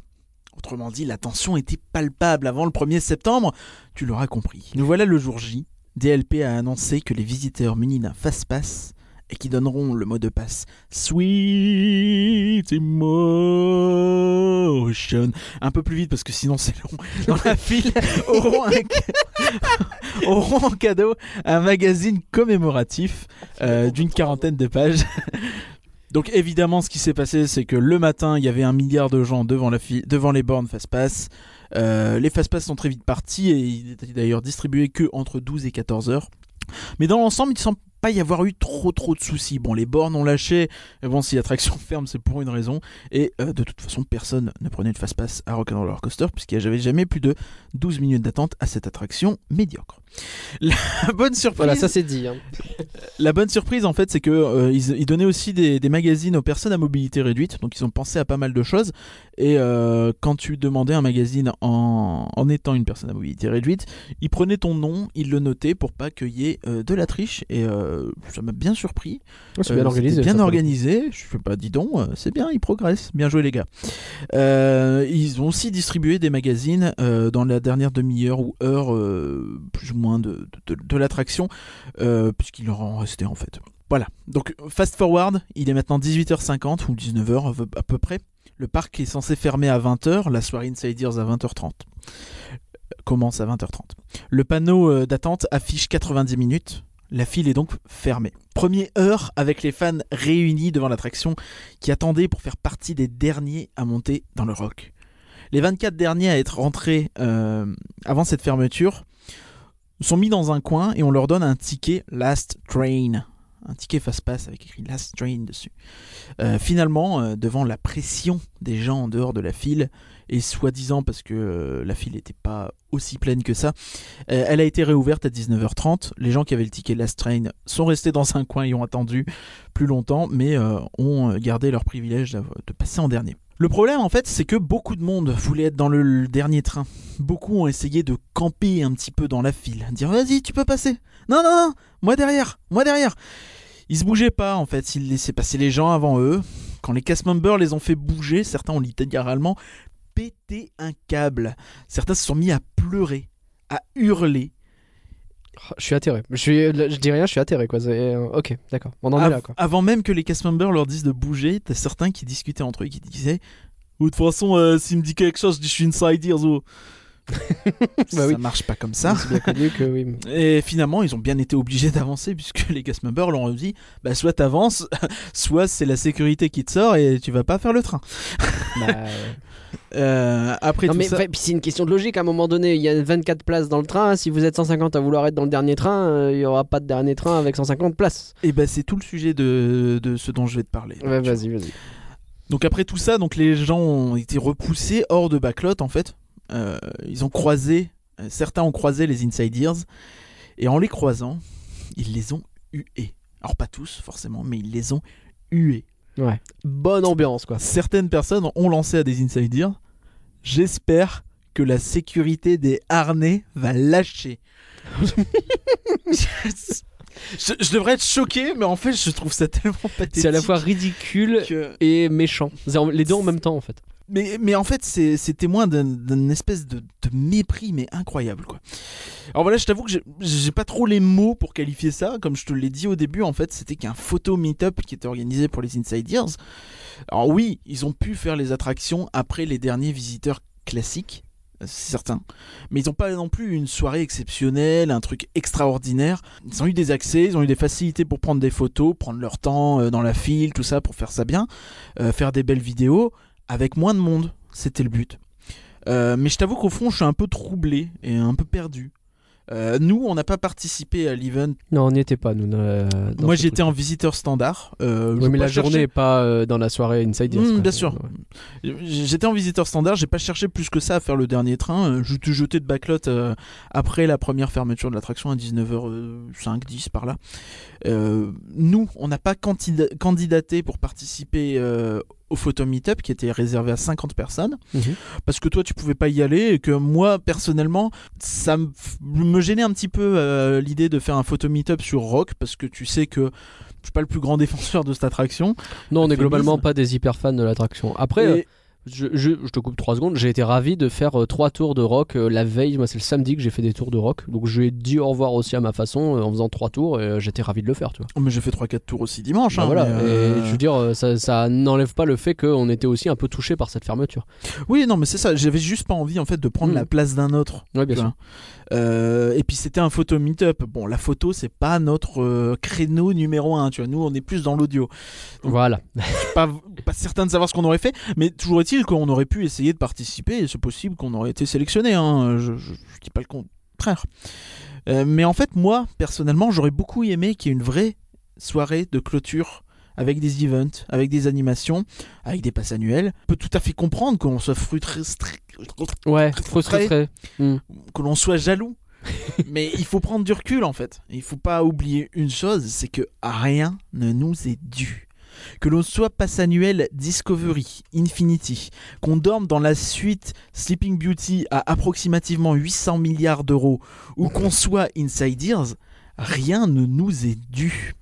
B: Autrement dit, la tension était palpable avant le 1er septembre, tu l'auras compris. Nous voilà le jour J. DLP a annoncé que les visiteurs munis d'un fast-pass et qui donneront le mot de passe Sweet Emotion un peu plus vite parce que sinon c'est long dans la file auront, un- auront en cadeau un magazine commémoratif euh, d'une quarantaine de pages. Donc évidemment, ce qui s'est passé, c'est que le matin, il y avait un milliard de gens devant, la fi- devant les bornes fast-pass. Euh, les fast-pass sont très vite partis et ils étaient d'ailleurs distribués que entre 12 et 14 heures. Mais dans l'ensemble, il ne semble pas y avoir eu trop trop de soucis. Bon, les bornes ont lâché. Mais bon, si l'attraction ferme, c'est pour une raison. Et euh, de toute façon, personne ne prenait le fast-pass à Rock'n'Roller Coaster puisqu'il n'y avait jamais plus de 12 minutes d'attente à cette attraction médiocre. La bonne surprise.
A: Voilà, ça c'est dit. hein.
B: La bonne surprise, en fait, c'est que euh, ils, ils donnaient aussi des, des magazines aux personnes à mobilité réduite, donc ils ont pensé à pas mal de choses. Et euh, quand tu demandais un magazine en, en étant une personne à mobilité réduite, ils prenaient ton nom, ils le notaient pour pas qu'il y ait euh, de la triche. Et euh, ça m'a bien surpris.
A: Ah, c'est
B: Euh,
A: bien
B: c'était
A: organisé.
B: Bien
A: ça,
B: organisé. Je fais pas, dis donc, euh, c'est bien, ils progressent. Bien joué, les gars. Euh, ils ont aussi distribué des magazines euh, dans la dernière demi-heure ou heure, euh, plus ou moins, de, de- de- de l'attraction, euh, puisqu'il leur en restait en fait. Voilà. Donc, fast forward, il est maintenant 18h50 ou 19h à peu- à peu près. Le parc est censé fermer à 20h, la soirée Insiders à 20h30. Euh, Commence à 20h30. Le panneau euh, d'attente affiche 90 minutes. La file est donc fermée. Premier heure avec les fans réunis devant l'attraction qui attendaient pour faire partie des derniers à monter dans le rock. Les 24 derniers à être rentrés euh, avant cette fermeture sont mis dans un coin et on leur donne un ticket Last Train. Un ticket fast-pass avec écrit Last Train dessus. Euh, finalement, euh, devant la pression des gens en dehors de la file, et soi-disant parce que euh, la file n'était pas aussi pleine que ça, euh, elle a été réouverte à 19h30. Les gens qui avaient le ticket Last Train sont restés dans un coin et ont attendu plus longtemps, mais euh, ont euh, gardé leur privilège d'av- de passer en dernier. Le problème, en fait, c'est que beaucoup de monde voulait être dans le, le dernier train. Beaucoup ont essayé de camper un petit peu dans la file, dire vas-y, tu peux passer. Non, non, non, moi derrière, moi derrière. Ils se bougeaient pas, en fait. Ils laissaient passer les gens avant eux. Quand les cast members les ont fait bouger, certains ont littéralement pété un câble. Certains se sont mis à pleurer à hurler
A: Oh, Je suis atterré. Je, suis... là, je dis rien, je suis atterré. Quoi. C'est- euh, Ok, d'accord. On en est
B: av-
A: là. Quoi.
B: avant même que les cast members leur disent de bouger. T'as certains qui discutaient entre eux qui disaient Ou de toute façon, euh, s'il me dit quelque chose, je dis, je suis insider. Zo. ça
A: Bah oui. Mm.
B: marche pas comme ça.
A: C'est bien connu que oui.
B: Et finalement, ils ont bien été obligés d'avancer puisque les cast members leur ont dit bah, soit t'avances, soit c'est la sécurité qui te sort et tu vas pas faire le train.
A: Bah, ouais.
B: Euh, après
A: non,
B: tout
A: mais
B: ça.
A: ouais, puis c'est une question de logique. À un moment donné, il y a 24 places dans le train. Si vous êtes 150 à vouloir être dans le dernier train, euh, il y aura pas de dernier train avec 150 places.
B: Et bah, c'est tout le sujet de, de ce dont je vais te parler.
A: Ouais, vas-y, vas-y.
B: Donc après tout ça, donc les gens ont été repoussés hors de Backlot en fait. Euh, ils ont croisé, euh, certains ont croisé les Insiders et en les croisant, ils les ont hués. Alors pas tous forcément, mais ils les ont hués.
A: Ouais. Bonne ambiance, quoi.
B: Certaines personnes ont lancé à des insiders. J'espère que la sécurité des harnais va lâcher. je, je devrais être choqué, mais en fait, je trouve ça tellement pathétique.
A: C'est à la fois ridicule
B: que-
A: et méchant. C'est en- Les deux en même temps, en fait.
B: Mais, mais en fait, c'est c'est témoin d'un- d'un espèce de, de mépris, mais incroyable, quoi. Alors voilà, je t'avoue que j'ai- j'ai pas trop les mots pour qualifier ça. Comme je te l'ai dit au début, en fait, c'était qu'un photo meet-up qui était organisé pour les Insiders. Alors oui, ils ont pu faire les attractions après les derniers visiteurs classiques, euh, c'est certain. Mais ils n'ont pas non plus eu une soirée exceptionnelle, un truc extraordinaire. Ils ont eu des accès, ils ont eu des facilités pour prendre des photos, prendre leur temps euh, dans la file, tout ça, pour faire ça bien, euh, faire des belles vidéos avec moins de monde. C'était le but. Euh, mais je t'avoue qu'au fond, je suis un peu troublé et un peu perdu. Euh, nous, on n'a pas participé à l'event.
A: Non, on n'y était pas, nous. euh, dans
B: Moi,
A: ce
B: j'étais
A: truc.
B: en visiteur standard. Euh, je
A: Ouais, mais
B: vais
A: la
B: pas chercher-
A: journée, pas euh, dans la soirée Inside. Ears,
B: Mm,
A: quoi.
B: bien sûr.
A: Ouais.
B: J'étais en visiteur standard, j'ai pas cherché plus que ça à faire le dernier train. Euh, Je te jetais de backlot euh, après la première fermeture de l'attraction à 19h05, 10 par là. Euh, nous, on n'a pas candida- candidaté pour participer euh, au photo meetup qui était réservé à 50 personnes
A: Mhm.
B: parce que toi tu pouvais pas y aller et que moi personnellement ça me f- me gênait un petit peu euh, l'idée de faire un photo meetup sur Rock parce que tu sais que je suis pas le plus grand défenseur de cette attraction.
A: Non, on n'est
B: Euphémisme.
A: globalement pas des hyper fans de l'attraction. Après,
B: Et-
A: euh, je, je- je te coupe 3 secondes. J'ai été ravi de faire 3 tours de rock euh, la veille. Moi, c'est le samedi que j'ai fait des tours de rock. Donc, j'ai dit au revoir aussi à ma façon euh, en faisant 3 tours. Et euh, j'étais ravi de le faire, tu vois.
B: Oh, Mais j'ai fait 3-4 tours aussi dimanche.
A: Bah
B: hein,
A: voilà.
B: mais,
A: Et
B: euh,
A: je veux dire, euh, ça, ça n'enlève pas le fait qu'on était aussi un peu touché par cette fermeture.
B: Oui, non, mais c'est ça. J'avais juste pas envie en fait de prendre
A: Mm.
B: la place d'un autre.
A: Ouais, bien
B: tu
A: sûr.
B: vois. Euh, et puis c'était un photo meet-up. Bon, la photo c'est pas notre euh, créneau numéro un. Tu vois, nous on est plus dans l'audio.
A: Voilà.
B: Pas, pas certain de savoir ce qu'on aurait fait, mais toujours est-il qu'on aurait pu essayer de participer. Et c'est possible qu'on aurait été sélectionné. hein. Je, je- je dis pas le contraire. Euh, mais en fait, moi personnellement, j'aurais beaucoup aimé qu'il y ait une vraie soirée de clôture avec des events, avec des animations, avec des passes annuelles. On peut tout à fait comprendre qu'on soit frustré,
A: Ouais, frustré.
B: Frustré. que l'on soit jaloux. Mais il faut prendre du recul en fait. Il faut pas oublier une chose, c'est que rien ne nous est dû. Que l'on soit passe annuel Discovery, Infinity, qu'on dorme dans la suite Sleeping Beauty à approximativement 800 milliards d'euros, ou qu'on soit Inside Ears, rien ne nous est dû.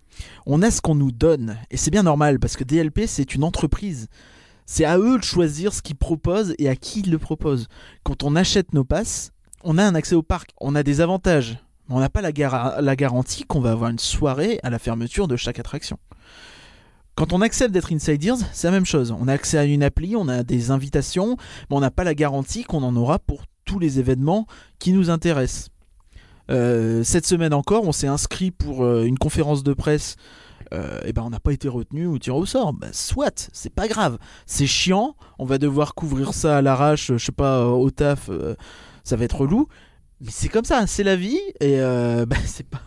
B: On a ce qu'on nous donne, et c'est bien normal parce que DLP c'est une entreprise. C'est à eux de choisir ce qu'ils proposent et à qui ils le proposent. Quand on achète nos passes, on a un accès au parc, on a des avantages, mais on n'a pas la, gar- la garantie qu'on va avoir une soirée à la fermeture de chaque attraction. Quand on accepte d'être Insiders, c'est la même chose. On a accès à une appli, on a des invitations, mais on n'a pas la garantie qu'on en aura pour tous les événements qui nous intéressent. Euh, cette semaine encore, on s'est inscrit pour euh, une conférence de presse. euh, et ben on n'a pas été retenu ou tiré au sort. Bah, soit, c'est pas grave. C'est chiant. On va devoir couvrir ça à l'arrache, euh, je sais pas, euh, au taf. euh, ça va être relou. Mais c'est comme ça, c'est la vie. Et euh, bah, c'est pas.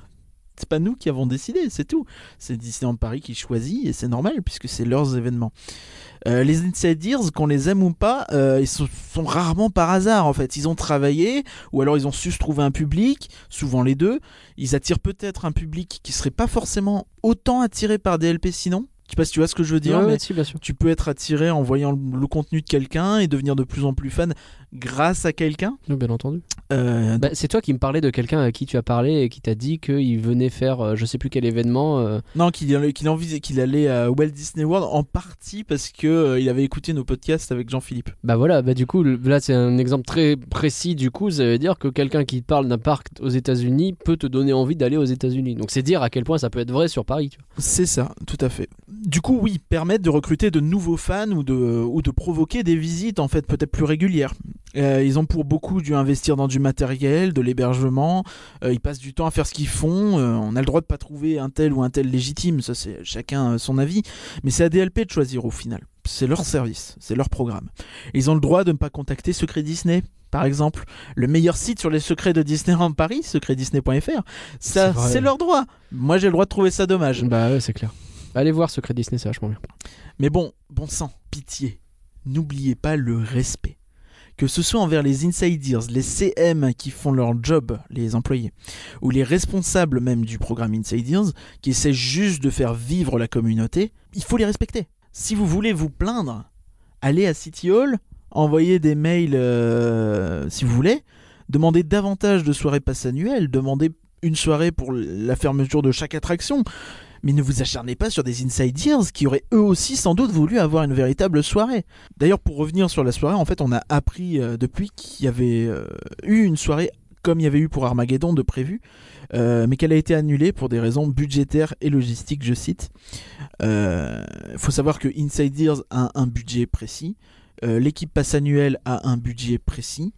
B: C'est pas nous qui avons décidé, c'est tout. C'est Disneyland Paris qui choisit et c'est normal puisque c'est leurs événements. Euh, les Insiders, qu'on les aime ou pas, euh, ils sont, sont rarement par hasard en fait. Ils ont travaillé ou alors ils ont su se trouver un public, souvent les deux. Ils attirent peut-être un public qui serait pas forcément autant attiré par DLP sinon. Je sais pas si tu vois ce que je veux dire, mais
A: si, bien sûr.
B: tu peux être attiré en voyant le le contenu de quelqu'un et devenir de plus en plus fan grâce à quelqu'un.
A: Oui, Bien entendu.
B: Euh,
A: Bah, c'est toi qui me parlais de quelqu'un à qui tu as parlé et qui t'a dit qu'il venait faire euh, je sais plus quel événement. euh,
B: Non, qu'il allait- qu'il envis- qu'il allait à Walt Disney World en partie parce que euh, il avait écouté nos podcasts avec Jean-Philippe.
A: Bah voilà, bah du coup, le- là c'est un exemple très précis. Du coup, ça veut dire que quelqu'un qui parle d'un parc aux États-Unis peut te donner envie d'aller aux États-Unis. Donc c'est dire à quel point ça peut être vrai sur Paris. Tu vois.
B: C'est ça, tout à fait. Du coup, oui, permettre de recruter de nouveaux fans ou de, ou de provoquer des visites en fait peut-être plus régulières. Euh, ils ont pour beaucoup dû investir dans du matériel, de l'hébergement. euh, ils passent du temps à faire ce qu'ils font. euh, on a le droit de pas trouver un tel ou un tel légitime. Ça, c'est chacun euh, son avis. Mais c'est à DLP de choisir au final. C'est leur service, c'est leur programme. Ils ont le droit de ne pas contacter Secret Disney. Par exemple, le meilleur site sur les secrets de Disney en Paris, secretdisney.fr,
A: C'est
B: ça,
A: vrai.
B: c'est leur droit. Moi, j'ai le droit de trouver ça dommage.
A: Bah ouais, c'est clair. Allez voir Secret Disney, c'est vachement bien.
B: Mais bon, bon sang, pitié, n'oubliez pas le respect. que ce soit envers les insiders, les CM qui font leur job, les employés, ou les responsables même du programme insiders, qui essaient juste de faire vivre la communauté, il faut les respecter. Si vous voulez vous plaindre, allez à City Hall, envoyez des mails euh, si vous voulez, demandez davantage de soirées passes annuelles, demandez une soirée pour la fermeture de chaque attraction. Mais ne vous acharnez pas sur des insiders qui auraient eux aussi sans doute voulu avoir une véritable soirée. D'ailleurs, pour revenir sur la soirée, en fait, on a appris euh, depuis qu'il y avait euh, eu une soirée comme il y avait eu pour Armageddon de prévu, euh, mais qu'elle a été annulée pour des raisons budgétaires et logistiques, je cite. Il faut savoir que Insiders a un budget précis, euh, l'équipe passe annuelle a un budget précis.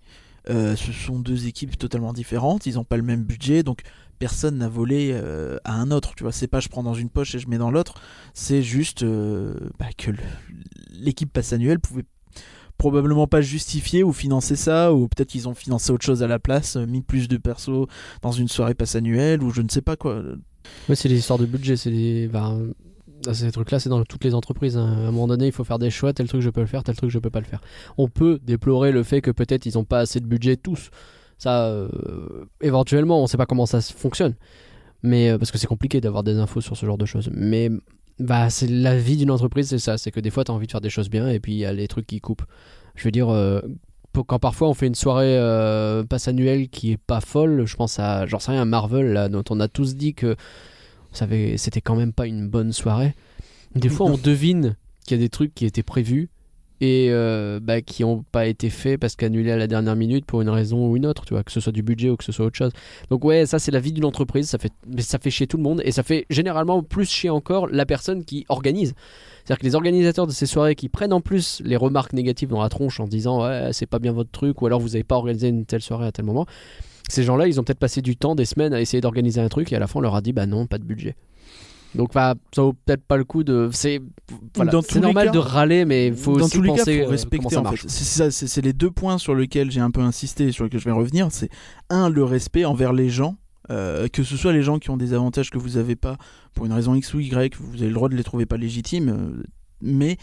B: Euh, ce sont deux équipes totalement différentes, ils n'ont pas le même budget, donc personne n'a volé euh, à un autre. Tu vois, c'est pas je prends dans une poche et je mets dans l'autre. C'est juste euh, bah, que le- l'équipe passe annuelle pouvait probablement pas justifier ou financer ça, ou peut-être qu'ils ont financé autre chose à la place, euh, mis plus de persos dans une soirée passe annuelle, ou je ne sais pas quoi.
A: Oui, c'est des histoires de budget, c'est des. bah, euh, ces trucs-là, c'est dans toutes les entreprises. hein. À un moment donné, il faut faire des choix. Tel truc, je peux le faire. Tel truc, je peux pas le faire. On peut déplorer le fait que peut-être ils n'ont pas assez de budget tous. Ça, euh, éventuellement, on sait pas comment ça se fonctionne, mais euh, parce que c'est compliqué d'avoir des infos sur ce genre de choses. Mais bah, c'est la vie d'une entreprise, c'est ça. C'est que des fois, tu as envie de faire des choses bien, et puis il y a les trucs qui coupent. Je veux dire. euh, pour- quand parfois on fait une soirée euh, passe annuelle qui est pas folle, je pense à, j'en sais rien, Marvel, là, dont on a tous dit que vous savez, c'était quand même pas une bonne soirée. Des fois, on devine qu'il y a des trucs qui étaient prévus et euh, bah, qui n'ont pas été faits parce qu'annulés à la dernière minute pour une raison ou une autre, tu vois, que ce soit du budget ou que ce soit autre chose. Donc ouais, ça c'est la vie d'une entreprise, ça fait, mais ça fait chier tout le monde et ça fait généralement plus chier encore la personne qui organise. C'est-à-dire que les organisateurs de ces soirées qui prennent en plus les remarques négatives dans la tronche en disant ouais c'est pas bien votre truc ou alors vous n'avez pas organisé une telle soirée à tel moment. Ces gens-là, ils ont peut-être passé du temps, des semaines à essayer d'organiser un truc et à la fin on leur a dit bah non, pas de budget. Donc bah, ça vaut peut-être pas le coup de c'est voilà,
B: Dans tous
A: c'est
B: les
A: normal
B: cas-
A: de râler mais il faut
B: dans
A: aussi
B: tous les cas,
A: penser
B: faut
A: euh, comment
B: respecter
A: ça
B: en
A: marche.
B: fait. C'est ça, c'est c'est les deux points sur lesquels j'ai un peu insisté, et sur lesquels je vais revenir. C'est un le respect envers les gens. euh, que ce soit les gens qui ont des avantages que vous n'avez pas pour une raison X ou Y, vous avez le droit de les trouver pas légitimes, euh, mais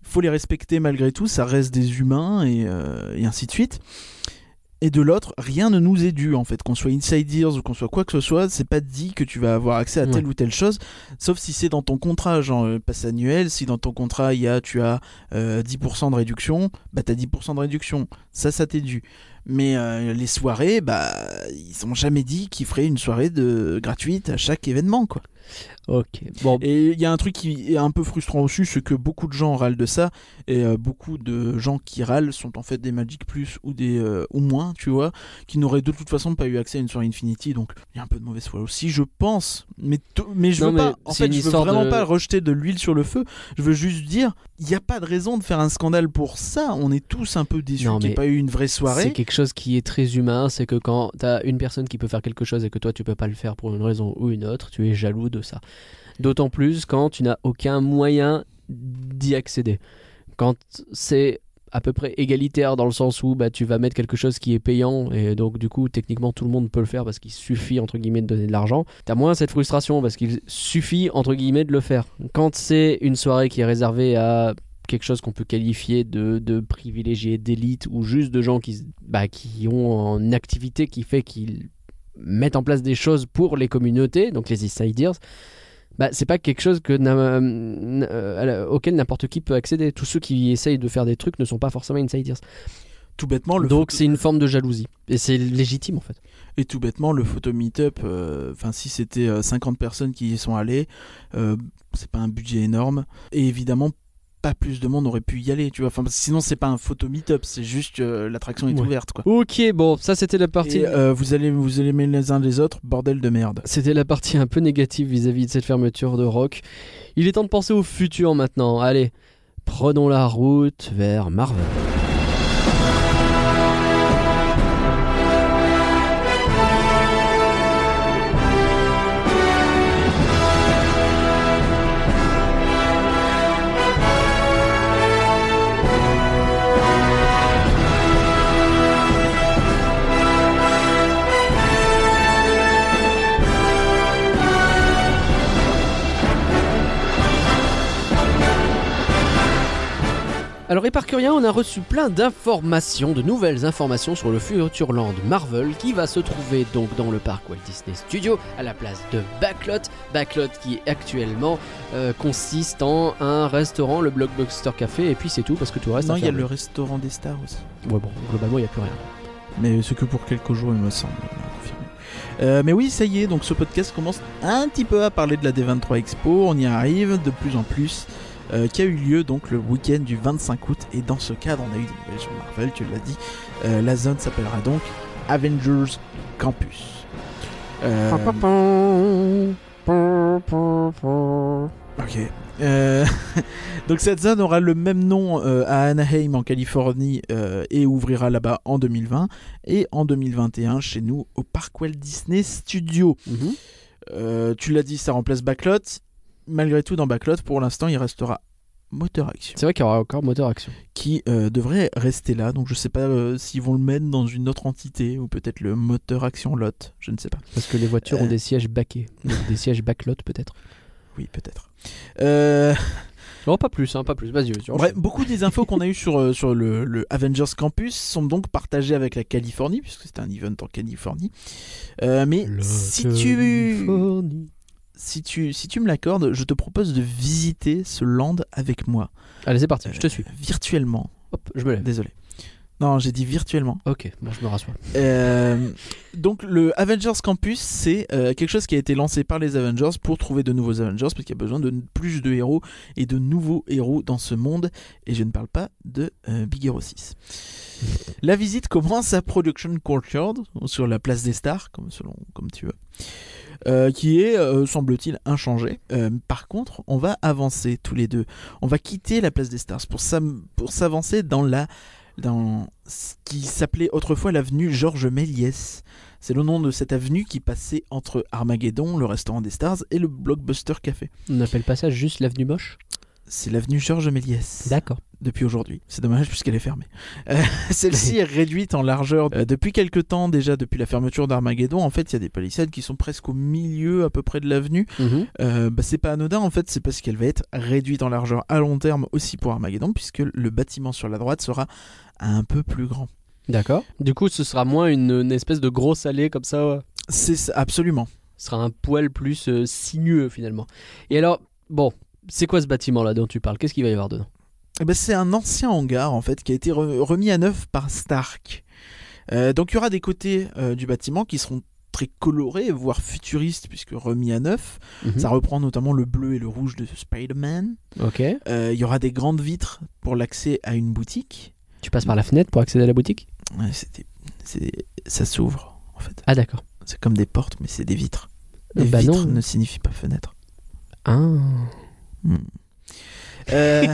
B: il faut les respecter malgré tout, ça reste des humains et, euh, et ainsi de suite. Et de l'autre, rien ne nous est dû en fait, qu'on soit insiders ou qu'on soit quoi que ce soit, c'est pas dit que tu vas avoir accès à
A: Ouais.
B: telle ou telle chose, sauf si c'est dans ton contrat, genre euh, passe annuel, si dans ton contrat il y a, tu as euh, 10% de réduction, bah t'as 10% de réduction. Ça, ça t'est dû. Mais euh, les soirées, bah ils ont jamais dit qu'ils feraient une soirée de gratuite à chaque événement, quoi.
A: OK. Bon,
B: Et il y a un truc qui est un peu frustrant aussi, c'est que beaucoup de gens râlent de ça, et euh, beaucoup de gens qui râlent sont en fait des Magic Plus ou des euh, ou moins, tu vois, qui n'auraient de toute façon pas eu accès à une soirée Infinity, donc il y a un peu de mauvaise foi aussi, je pense. Mais t- mais je
A: Non,
B: veux
A: mais
B: pas, en
A: c'est
B: fait,
A: une
B: je veux
A: histoire
B: vraiment
A: de-
B: pas rejeter de l'huile sur le feu. Je veux juste dire, il n'y a pas de raison de faire un scandale pour ça. On est tous un peu déçus
A: Non,
B: qu'il n'y
A: mais
B: ait pas eu une vraie
A: C'est
B: soirée.
A: quelque chose qui est très humain, c'est que quand t'as une personne qui peut faire quelque chose et que toi tu peux pas le faire pour une raison ou une autre, tu es jaloux de ça. D'autant plus quand tu n'as aucun moyen d'y accéder. Quand c'est à peu près égalitaire dans le sens où bah, tu vas mettre quelque chose qui est payant et donc du coup techniquement tout le monde peut le faire parce qu'il suffit entre guillemets de donner de l'argent, t'as moins cette frustration parce qu'il suffit entre guillemets de le faire. Quand c'est une soirée qui est réservée à quelque chose qu'on peut qualifier de, de privilégié, d'élite ou juste de gens qui, se- bah, qui ont une activité qui fait qu'ils mettent en place des choses pour les communautés, donc les insiders, bah, c'est pas quelque chose que n'a- n'a- euh, à la- auquel n'importe qui peut accéder. Tous ceux qui essayent de faire des trucs ne sont pas forcément insiders.
B: Tout bêtement, Oh, le
A: donc
B: photo-
A: c'est une forme de jalousie. Et c'est légitime en fait.
B: Et tout bêtement, le photo meet-up, euh, enfin, si c'était euh, 50 personnes qui y sont allées, euh, c'est pas un budget énorme. Et évidemment, pas plus de monde aurait pu y aller, tu vois. Enfin, parce que sinon, c'est pas un photo meet-up, c'est juste euh, l'attraction est
A: Ouais.
B: ouverte, quoi.
A: Ok, bon, ça c'était la partie...
B: Et, euh, vous allez vous aimer les uns les autres, bordel de merde.
A: C'était la partie un peu négative vis-à-vis de cette fermeture de rock. Il est temps de penser au futur maintenant. Allez, prenons la route vers Marvel. Alors, Éparcurien, on a reçu plein d'informations, de nouvelles informations sur le Futurland Marvel qui va se trouver donc dans le parc Walt Disney Studios à la place de Backlot. Backlot qui actuellement euh, consiste en un restaurant, le Blockbuster Café, et puis c'est tout parce que tout le reste.
B: Non,
A: a
B: il y a
A: fermé.
B: le restaurant des stars aussi.
A: Ouais, bon, globalement, il n'y a plus rien.
B: Mais c'est que pour quelques jours, il me semble. on a confirmé. Euh, mais oui, ça y est, donc ce podcast commence un petit peu à parler de la D23 Expo. On y arrive de plus en plus. euh, qui a eu lieu donc le week-end du 25 août. Et dans ce cadre, on a eu des nouvelles sur Marvel, tu l'as dit. Euh, la zone s'appellera donc Avengers Campus. Euh, Ok. Euh, donc cette zone aura le même nom euh, à Anaheim en Californie euh, et ouvrira là-bas en 2020 et en 2021 chez nous au parc Walt Disney Studio.
A: Mhm.
B: Euh, tu l'as dit, ça remplace Backlot. Malgré tout, dans Backlot, pour l'instant, il restera Motor Action
A: C'est vrai qu'il y aura encore moteur action.
B: qui euh, devrait rester là. Donc je sais pas euh, s'ils vont le mettre dans une autre entité ou peut-être le Motor Action Lot, je ne sais pas.
A: Parce que les voitures ont
B: Euh.
A: des sièges baquets, Donc, des sièges backlot peut-être.
B: Oui, peut-être. Euh,
A: Non, pas plus, hein, pas plus. Vas-y, vas-y,
B: Bref, beaucoup des infos qu'on a eues sur, euh, sur le, le Avengers Campus sont donc partagées avec la Californie, puisque c'est un event en Californie. Euh, mais si tu, si, tu, si tu me l'accordes, je te propose de visiter ce land avec moi,
A: Allez, c'est parti,
B: Euh.
A: je te suis.
B: virtuellement.
A: Hop, je me lève.
B: Désolé. Non, j'ai dit virtuellement.
A: Ok, bon, je me rassois.
B: Euh, donc le Avengers Campus, c'est euh, quelque chose qui a été lancé par les Avengers pour trouver de nouveaux Avengers, parce qu'il y a besoin de n- plus de héros et de nouveaux héros dans ce monde. Et je ne parle pas de euh, Big Hero 6. La visite commence à Production Courtyard, sur la place des stars, comme, selon, comme tu veux, euh, qui est, euh, semble-t-il, inchangée. Euh, par contre, on va avancer tous les deux. On va quitter la place des stars pour s'am- pour s'avancer dans la dans ce qui s'appelait autrefois l'avenue Georges Méliès. C'est le nom de cette avenue qui passait entre Armageddon, le restaurant des stars, et le Blockbuster Café.
A: On appelle pas ça juste l'avenue moche
B: C'est l'avenue Georges Méliès
A: D'accord.
B: depuis aujourd'hui. C'est dommage puisqu'elle est fermée. Euh, Celle-ci est réduite en largeur euh, depuis quelque temps déjà, depuis la fermeture d'Armageddon. En fait, il y a des palissades qui sont presque au milieu à peu près de l'avenue. Euh, bah, c'est pas anodin en fait, c'est parce qu'elle va être réduite en largeur à long terme aussi pour Armageddon, puisque le bâtiment sur la droite sera un peu plus grand.
A: D'accord. Du coup, ce sera moins une, une espèce de grosse allée comme ça. ouais.
B: C'est ça, absolument.
A: Ce sera un poil plus euh, sinueux finalement. Et alors, bon, c'est quoi ce bâtiment-là dont tu parles Qu'est-ce qu'il va y avoir dedans
B: Eh ben, c'est un ancien hangar en fait qui a été re- remis à neuf par Stark. Euh, donc il y aura des côtés euh, du bâtiment qui seront très colorés, voire futuristes, puisque remis à neuf.
A: Mhm.
B: Ça reprend notamment le bleu et le rouge de Spider-Man.
A: Ok.
B: Euh, il y aura des grandes vitres pour l'accès à une boutique.
A: Tu passes par la fenêtre pour accéder à la boutique
B: Ouais, c'était- c'est- ça s'ouvre en fait.
A: Ah, d'accord.
B: C'est comme des portes, mais c'est des vitres. Les
A: Bah
B: vitres
A: non.
B: ne signifient pas fenêtre.
A: Ah.
B: Euh,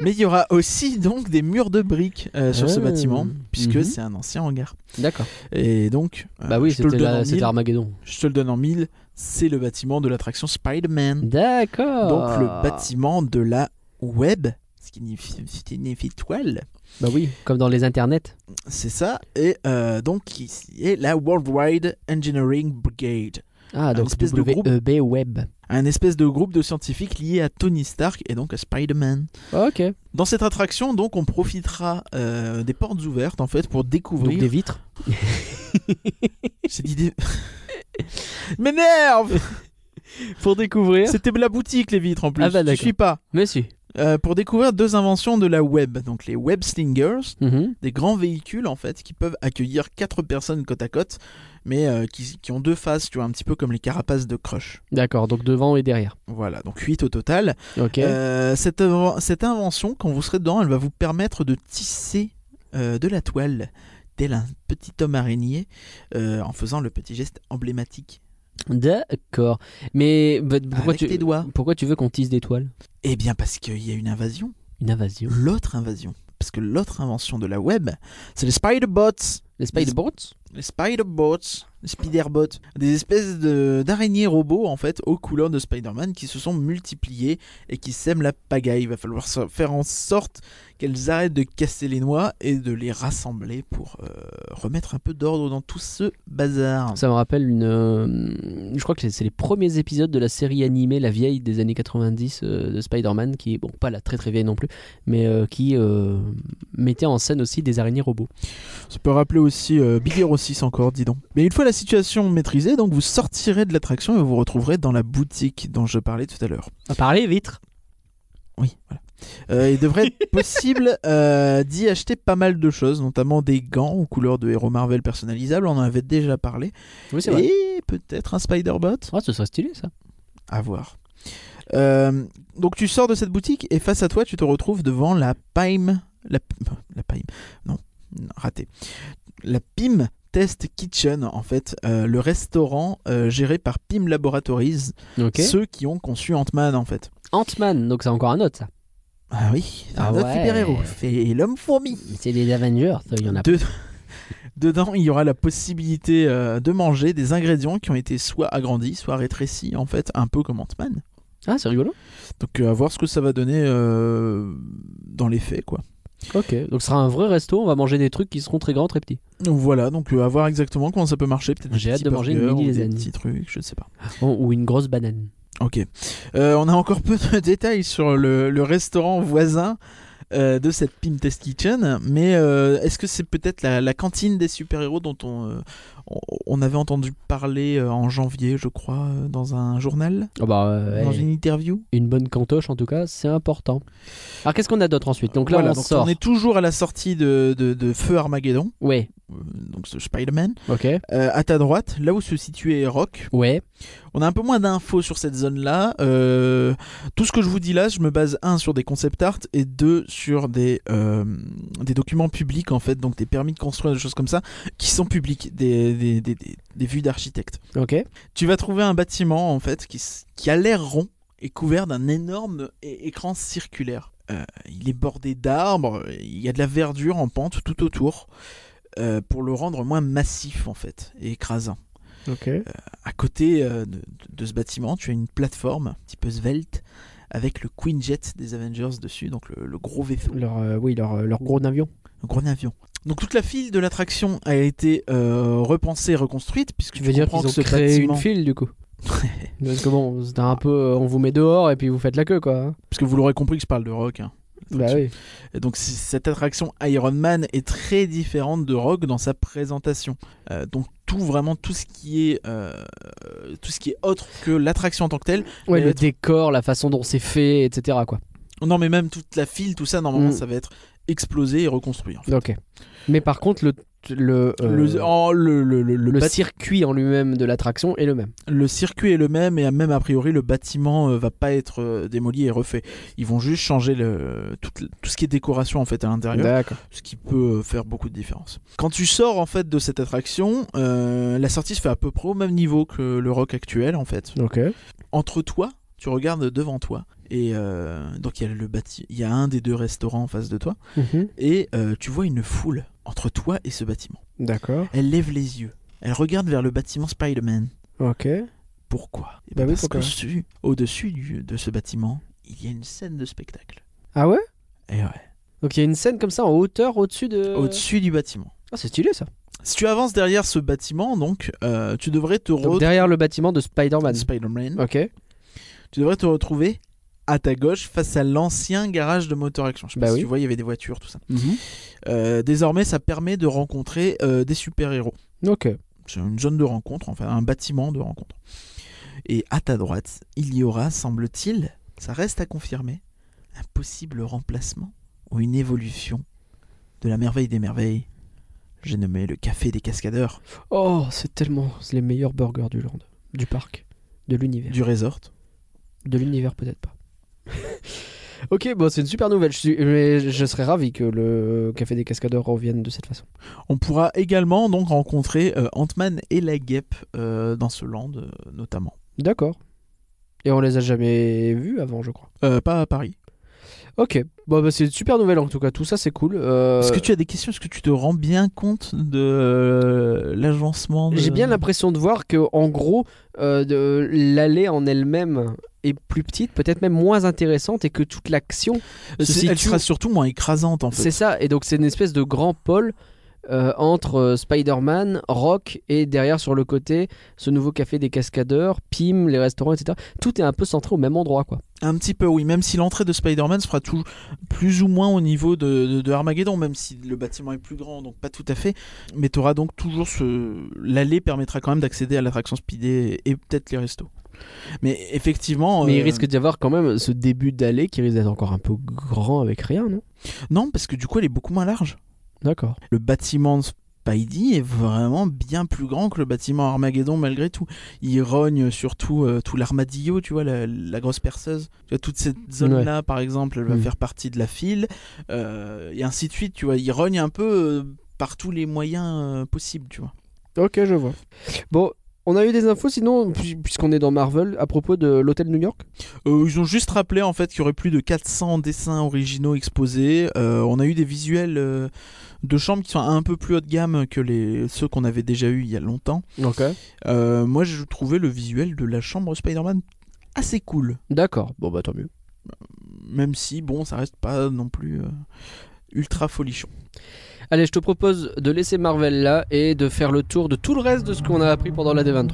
B: mais il y aura aussi donc des murs de briques euh, sur ce
A: Ah.
B: bâtiment, puisque
A: Mhm.
B: c'est un ancien hangar.
A: D'accord.
B: Et donc, euh,
A: Bah oui,
B: je, te le
A: c'était
B: donne en
A: la- c'était
B: mille,
A: Armageddon.
B: je te le donne en mille, c'est le bâtiment de l'attraction Spider-Man.
A: D'accord.
B: Donc le bâtiment de la web, ce qui signifie- signifie toile,
A: Bah oui, comme dans les internets.
B: c'est ça. Et euh, donc ici est la Worldwide Engineering Brigade.
A: Ah, donc
B: espèce de groupe.
A: WEB Web.
B: Un espèce de groupe de scientifiques lié à Tony Stark et donc à Spider-Man.
A: Ok.
B: Dans cette attraction, donc, on profitera euh, des portes ouvertes en fait pour découvrir.
A: Donc des vitres.
B: J'ai dit des. M'énerve
A: Pour découvrir.
B: C'était la boutique les vitres en plus.
A: Ah bah
B: Je
A: d'accord.
B: suis pas.
A: Mais si.
B: Euh, pour découvrir deux inventions de la web, donc les web slingers,
A: Mhm.
B: des grands véhicules en fait qui peuvent accueillir quatre personnes côte à côte, mais euh, qui, qui ont deux faces, tu vois, un petit peu comme les carapaces de Crush.
A: D'accord, donc devant et derrière.
B: Voilà, donc 8 au total.
A: Ok.
B: Euh, cette, inven- cette invention, quand vous serez dedans, elle va vous permettre de tisser euh, de la toile, tel un petit homme araignée, euh, en faisant le petit geste emblématique
A: D'accord. Mais bah, pourquoi,
B: avec
A: tu...
B: tes doigts.
A: pourquoi tu veux qu'on tisse des toiles
B: Eh bien parce qu'il y a une invasion,
A: Une invasion.
B: l'autre invasion, parce que l'autre invention de la web, c'est les spider bots.
A: Les Spider-Bots
B: les Spider-Bots Spiderbot, des espèces de- d'araignées robots en fait aux couleurs de Spider-Man qui se sont multipliées et qui sèment la pagaille. Il va falloir so- faire en sorte qu'elles arrêtent de casser les noix et de les rassembler pour euh, remettre un peu d'ordre dans tout ce bazar.
A: Ça me rappelle une. euh, je crois que c'est- c'est les premiers épisodes de la série animée, la vieille des années 90 euh, de Spider-Man, qui est, bon, pas la très très vieille non plus, mais euh, qui euh, mettait en scène aussi des araignées robots.
B: Ça peut rappeler aussi euh, Big Hero 6 encore, dis donc. Mais une fois la situation maîtrisée, donc vous sortirez de l'attraction et vous vous retrouverez dans la boutique dont je parlais tout à l'heure.
H: À parler vitre.
B: Oui, voilà. Euh, il devrait être possible euh, d'y acheter pas mal de choses, notamment des gants aux couleurs de héros Marvel personnalisables, on en avait déjà parlé.
A: Oui, c'est vrai.
B: Et peut-être un Spider-Bot
A: Ah, ce serait stylé ça.
B: À voir. Euh, donc tu sors de cette boutique et face à toi, tu te retrouves devant la Pime. La, la Pime. Non, non, raté. La Pim Test Kitchen, en fait, euh, le restaurant euh, géré par Pim Laboratories,
A: Ok.
B: ceux qui ont conçu Ant-Man, en fait.
A: Ant-Man, donc c'est encore un autre ça.
B: Ah oui,
A: Ah
B: un autre
A: ouais.
B: super-héros. Et l'homme fourmi.
A: C'est les Avengers, il y en a
B: De- Dedans, il y aura la possibilité euh, de manger des ingrédients qui ont été soit agrandis, soit rétrécis, en fait, un peu comme Ant-Man.
A: Ah, c'est rigolo.
B: Donc, euh, à voir ce que ça va donner euh, dans les faits, quoi.
A: Ok, donc ce sera un vrai resto, on va manger des trucs qui seront très grands, très petits.
B: Donc voilà, donc euh, à voir exactement comment ça peut marcher. Peut-être des
A: J'ai hâte
B: petits
A: de manger une
B: burgers
A: mini
B: ou des
A: lasagne.
B: petits trucs, je sais pas.
A: Bon, ou une grosse banane.
B: Ok. Euh, on a encore peu de détails sur le, le restaurant voisin euh, de cette Pim Test Kitchen, mais euh, est-ce que c'est peut-être la, la cantine des super-héros dont on, euh, on, on avait entendu parler euh, en janvier, je crois, euh, dans un journal,
A: Ah bah, euh,
B: dans
A: ouais.
B: une interview
A: une bonne cantoche en tout cas, c'est important. Alors qu'est-ce qu'on a d'autre ensuite Donc là
B: Voilà,
A: on sort.
B: on est toujours à la sortie de, de- de Feu Armageddon,
A: Ouais,
B: euh, donc ce Spider-Man.
A: ok.
B: Euh, à ta droite, là où se situait Rock,
A: Ouais,
B: On a un peu moins d'infos sur cette zone-là. Euh, tout ce que je vous dis là, je me base un sur des concept art et deux sur des, euh, des documents publics en fait, donc des permis de construire, des choses comme ça, qui sont publics, des, des, des- des- des vues d'architectes.
A: ok.
B: Tu vas trouver un bâtiment en fait qui, s- qui a l'air rond et couvert d'un énorme é- écran circulaire. Euh, il est bordé d'arbres, il y a de la verdure en pente tout autour euh, pour le rendre moins massif en fait et écrasant.
A: Ok.
B: À côté euh, de, de ce bâtiment, tu as une plateforme un petit peu svelte avec le Queen Jet des Avengers dessus, donc le, le gros vaisseau, le
A: Leur, euh, oui, leur, euh, leur gros avion.
B: gros avion. Donc toute la file de l'attraction a été euh, repensée, reconstruite, puisque
A: Tu
B: tu
A: veux dire
B: comprends
A: qu'ils ont
B: que ce
A: créé
B: bâtiment,
A: une file du coup Parce que bon, c'était un peu euh, on vous met dehors et puis vous faites la queue quoi. hein.
B: parce que vous l'aurez compris que je parle de Rock. hein.
A: Bah oui.
B: Et donc c- cette attraction Iron Man est très différente de Rock dans sa présentation. Euh, donc tout vraiment tout ce qui est euh, tout ce qui est autre que l'attraction en tant que telle.
A: Ouais,
B: Mais
A: le
B: être-
A: décor, la façon dont c'est fait, etc. quoi.
B: Non mais même toute la file, tout ça normalement
A: Mm.
B: ça va être explosé et reconstruit. en fait.
A: Ok. Mais par contre, le, le, euh,
B: le, en- le, le, le, le
A: le
B: bâti-
A: circuit en lui-même de l'attraction est le même.
B: le circuit est le même et même a priori le bâtiment euh, va pas être euh, démoli et refait. Ils vont juste changer le, tout, tout ce qui est décoration en fait à l'intérieur,
A: D'accord.
B: ce qui peut euh, faire beaucoup de différence. Quand tu sors en fait de cette attraction, euh, la sortie se fait à peu près au même niveau que le rock actuel en fait.
A: Ok.
B: Entre toi, tu regardes devant toi et euh, donc il y a le bâti- il y a un des deux restaurants en face de toi
A: Mhm.
B: et euh, tu vois une foule entre toi et ce bâtiment.
A: D'accord.
B: Elle lève les yeux, elle regarde vers le bâtiment Spider-Man.
A: Ok.
B: Pourquoi Eh
A: Bah
B: ben
A: oui,
B: Parce
A: pourquoi
B: qu'au-dessus, au-dessus du- de ce bâtiment, il y a une scène de spectacle.
A: Ah ouais
B: Et ouais.
A: Donc il y a une scène comme ça en hauteur au-dessus de.
B: Au-dessus du bâtiment.
A: Ah, c'est stylé ça.
B: Si tu avances derrière ce bâtiment, donc, euh, tu devrais te
A: Donc,
B: retrouver.
A: derrière le bâtiment de Spider-Man.
B: Spider-Man.
A: Ok.
B: Tu devrais te retrouver à ta gauche face à l'ancien garage de Motor Action. Je sais pas
A: Bah
B: si
A: oui.
B: tu vois, il y avait des voitures, tout ça. Euh, désormais, ça permet de rencontrer euh, des super-héros.
A: Ok.
B: C'est une zone de rencontre, enfin un bâtiment de rencontre. Et à ta droite, il y aura, semble-t-il, ça reste à confirmer, un possible remplacement ou une évolution de la merveille des merveilles. J'ai nommé le café des cascadeurs
A: Oh, c'est tellement c'est les meilleurs burgers du land, du parc, de l'univers.
B: du resort.
A: De l'univers peut-être pas. ok, bon, c'est une super nouvelle. Je, suis... mais je serais ravi que le café des cascadeurs revienne de cette façon.
B: On pourra également donc rencontrer euh, Ant-Man et la guêpe euh, dans ce land euh, notamment.
A: D'accord. Et on les a jamais vus avant, je crois.
B: Euh, pas à Paris.
A: Ok, bah, bah, c'est une super nouvelle en tout cas, tout ça c'est cool. Euh,
B: Est-ce que tu as des questions Est-ce que tu te rends bien compte de euh, l'agencement de-
A: J'ai bien l'impression de voir que en gros, euh, de- l'allée en elle-même est plus petite, peut-être même moins intéressante et que toute l'action se
B: Euh, C'est- Elle
A: situe
B: sera surtout moins écrasante en
A: C'est
B: fait.
A: ça, et donc c'est une espèce de grand pôle euh, entre euh, Spider-Man, Rock, et derrière sur le côté, ce nouveau café des cascadeurs, Pim, les restaurants, etc. Tout est un peu centré au même endroit, quoi.
B: Un petit peu, oui. Même si l'entrée de Spider-Man sera tout, plus ou moins au niveau de, de- de Armageddon, même si le bâtiment est plus grand, donc pas tout à fait. Mais tu auras donc toujours ce. L'allée permettra quand même d'accéder à l'attraction Speedy et, et peut-être les restos. Mais effectivement.
A: Mais il
B: euh,
A: risque d'y avoir quand même ce début d'allée qui risque d'être encore un peu grand avec rien, non
B: Non, parce que du coup, elle est beaucoup moins large.
A: D'accord.
B: le bâtiment de Spidey est vraiment bien plus grand que le bâtiment Armageddon malgré tout. Il rogne surtout euh, tout l'armadillo, tu vois, la, la grosse perceuse. Tu vois, toute cette zone-là, par exemple, elle va
A: Mm.
B: faire partie de la file, euh, et ainsi de suite, tu vois. Il rogne un peu euh, par tous les moyens euh, possibles, tu vois.
A: Ok, je vois. Bon, on a eu des infos sinon, puis- puisqu'on est dans Marvel, à propos de l'hôtel New York
B: Euh, ils ont juste rappelé en fait qu'il y aurait plus de 400 dessins originaux exposés. Euh, on a eu des visuels euh, de chambres qui sont un peu plus haut de gamme que les ceux qu'on avait déjà eu il y a longtemps.
A: Ok.
B: Euh, moi, je trouvais le visuel de la chambre Spider-Man assez cool.
A: D'accord, bon bah tant mieux.
B: Même si, bon, ça reste pas non plus euh, ultra folichon.
A: Allez, je te propose de laisser Marvel là et de faire le tour de tout le reste de ce qu'on a appris pendant la D23.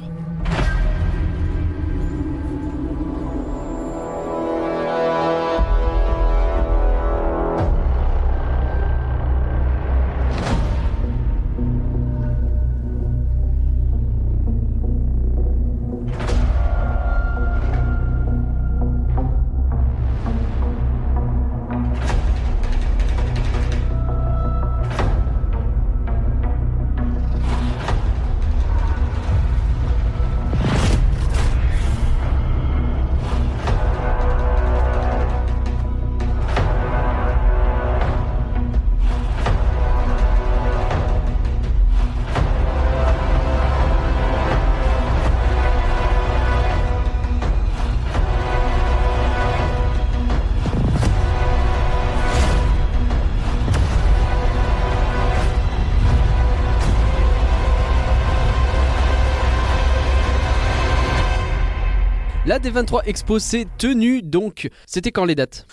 A: La D23 Expo s'est tenue donc. C'était quand les dates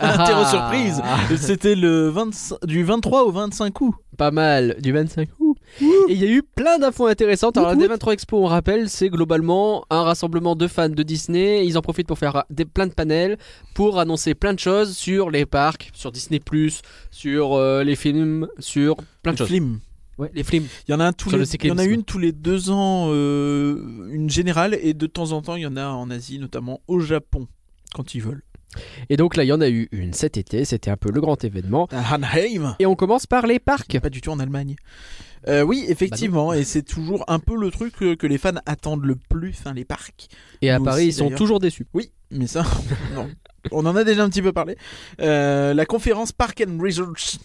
B: Interro
A: Ah.
B: surprise C'était le 25 du 23 au 25 août.
A: Pas mal, du 25 août. Et il y a eu plein d'infos intéressantes. Alors, la D23 Expo, on rappelle, c'est globalement un rassemblement de fans de Disney. Ils en profitent pour faire euh, des, plein de panels, pour annoncer plein de choses sur les parcs, sur Disney, sur euh, les films, sur plein de choses.
B: Film.
A: Ouais, les films.
B: Il y en a, un tous
A: Sur
B: les-
A: le
B: il y en a
A: cyclisme.
B: une tous les deux ans, euh, une générale, et de temps en temps, il y en a en Asie, notamment au Japon, quand ils veulent.
A: Et donc, là, il y en a eu une cet été. C'était un peu le grand événement.
B: À Hanheim
A: Et on commence par les parcs.
B: Pas du tout en Allemagne. Euh, oui,
A: Bah
B: effectivement, et c'est toujours un peu le truc euh, que les fans attendent le plus, hein, les parcs.
A: Et à
B: Nous
A: Paris,
B: aussi,
A: ils sont
B: d'ailleurs.
A: toujours déçus.
B: Oui, mais ça, non. On en a déjà un petit peu parlé. Euh, la conférence Park and Research.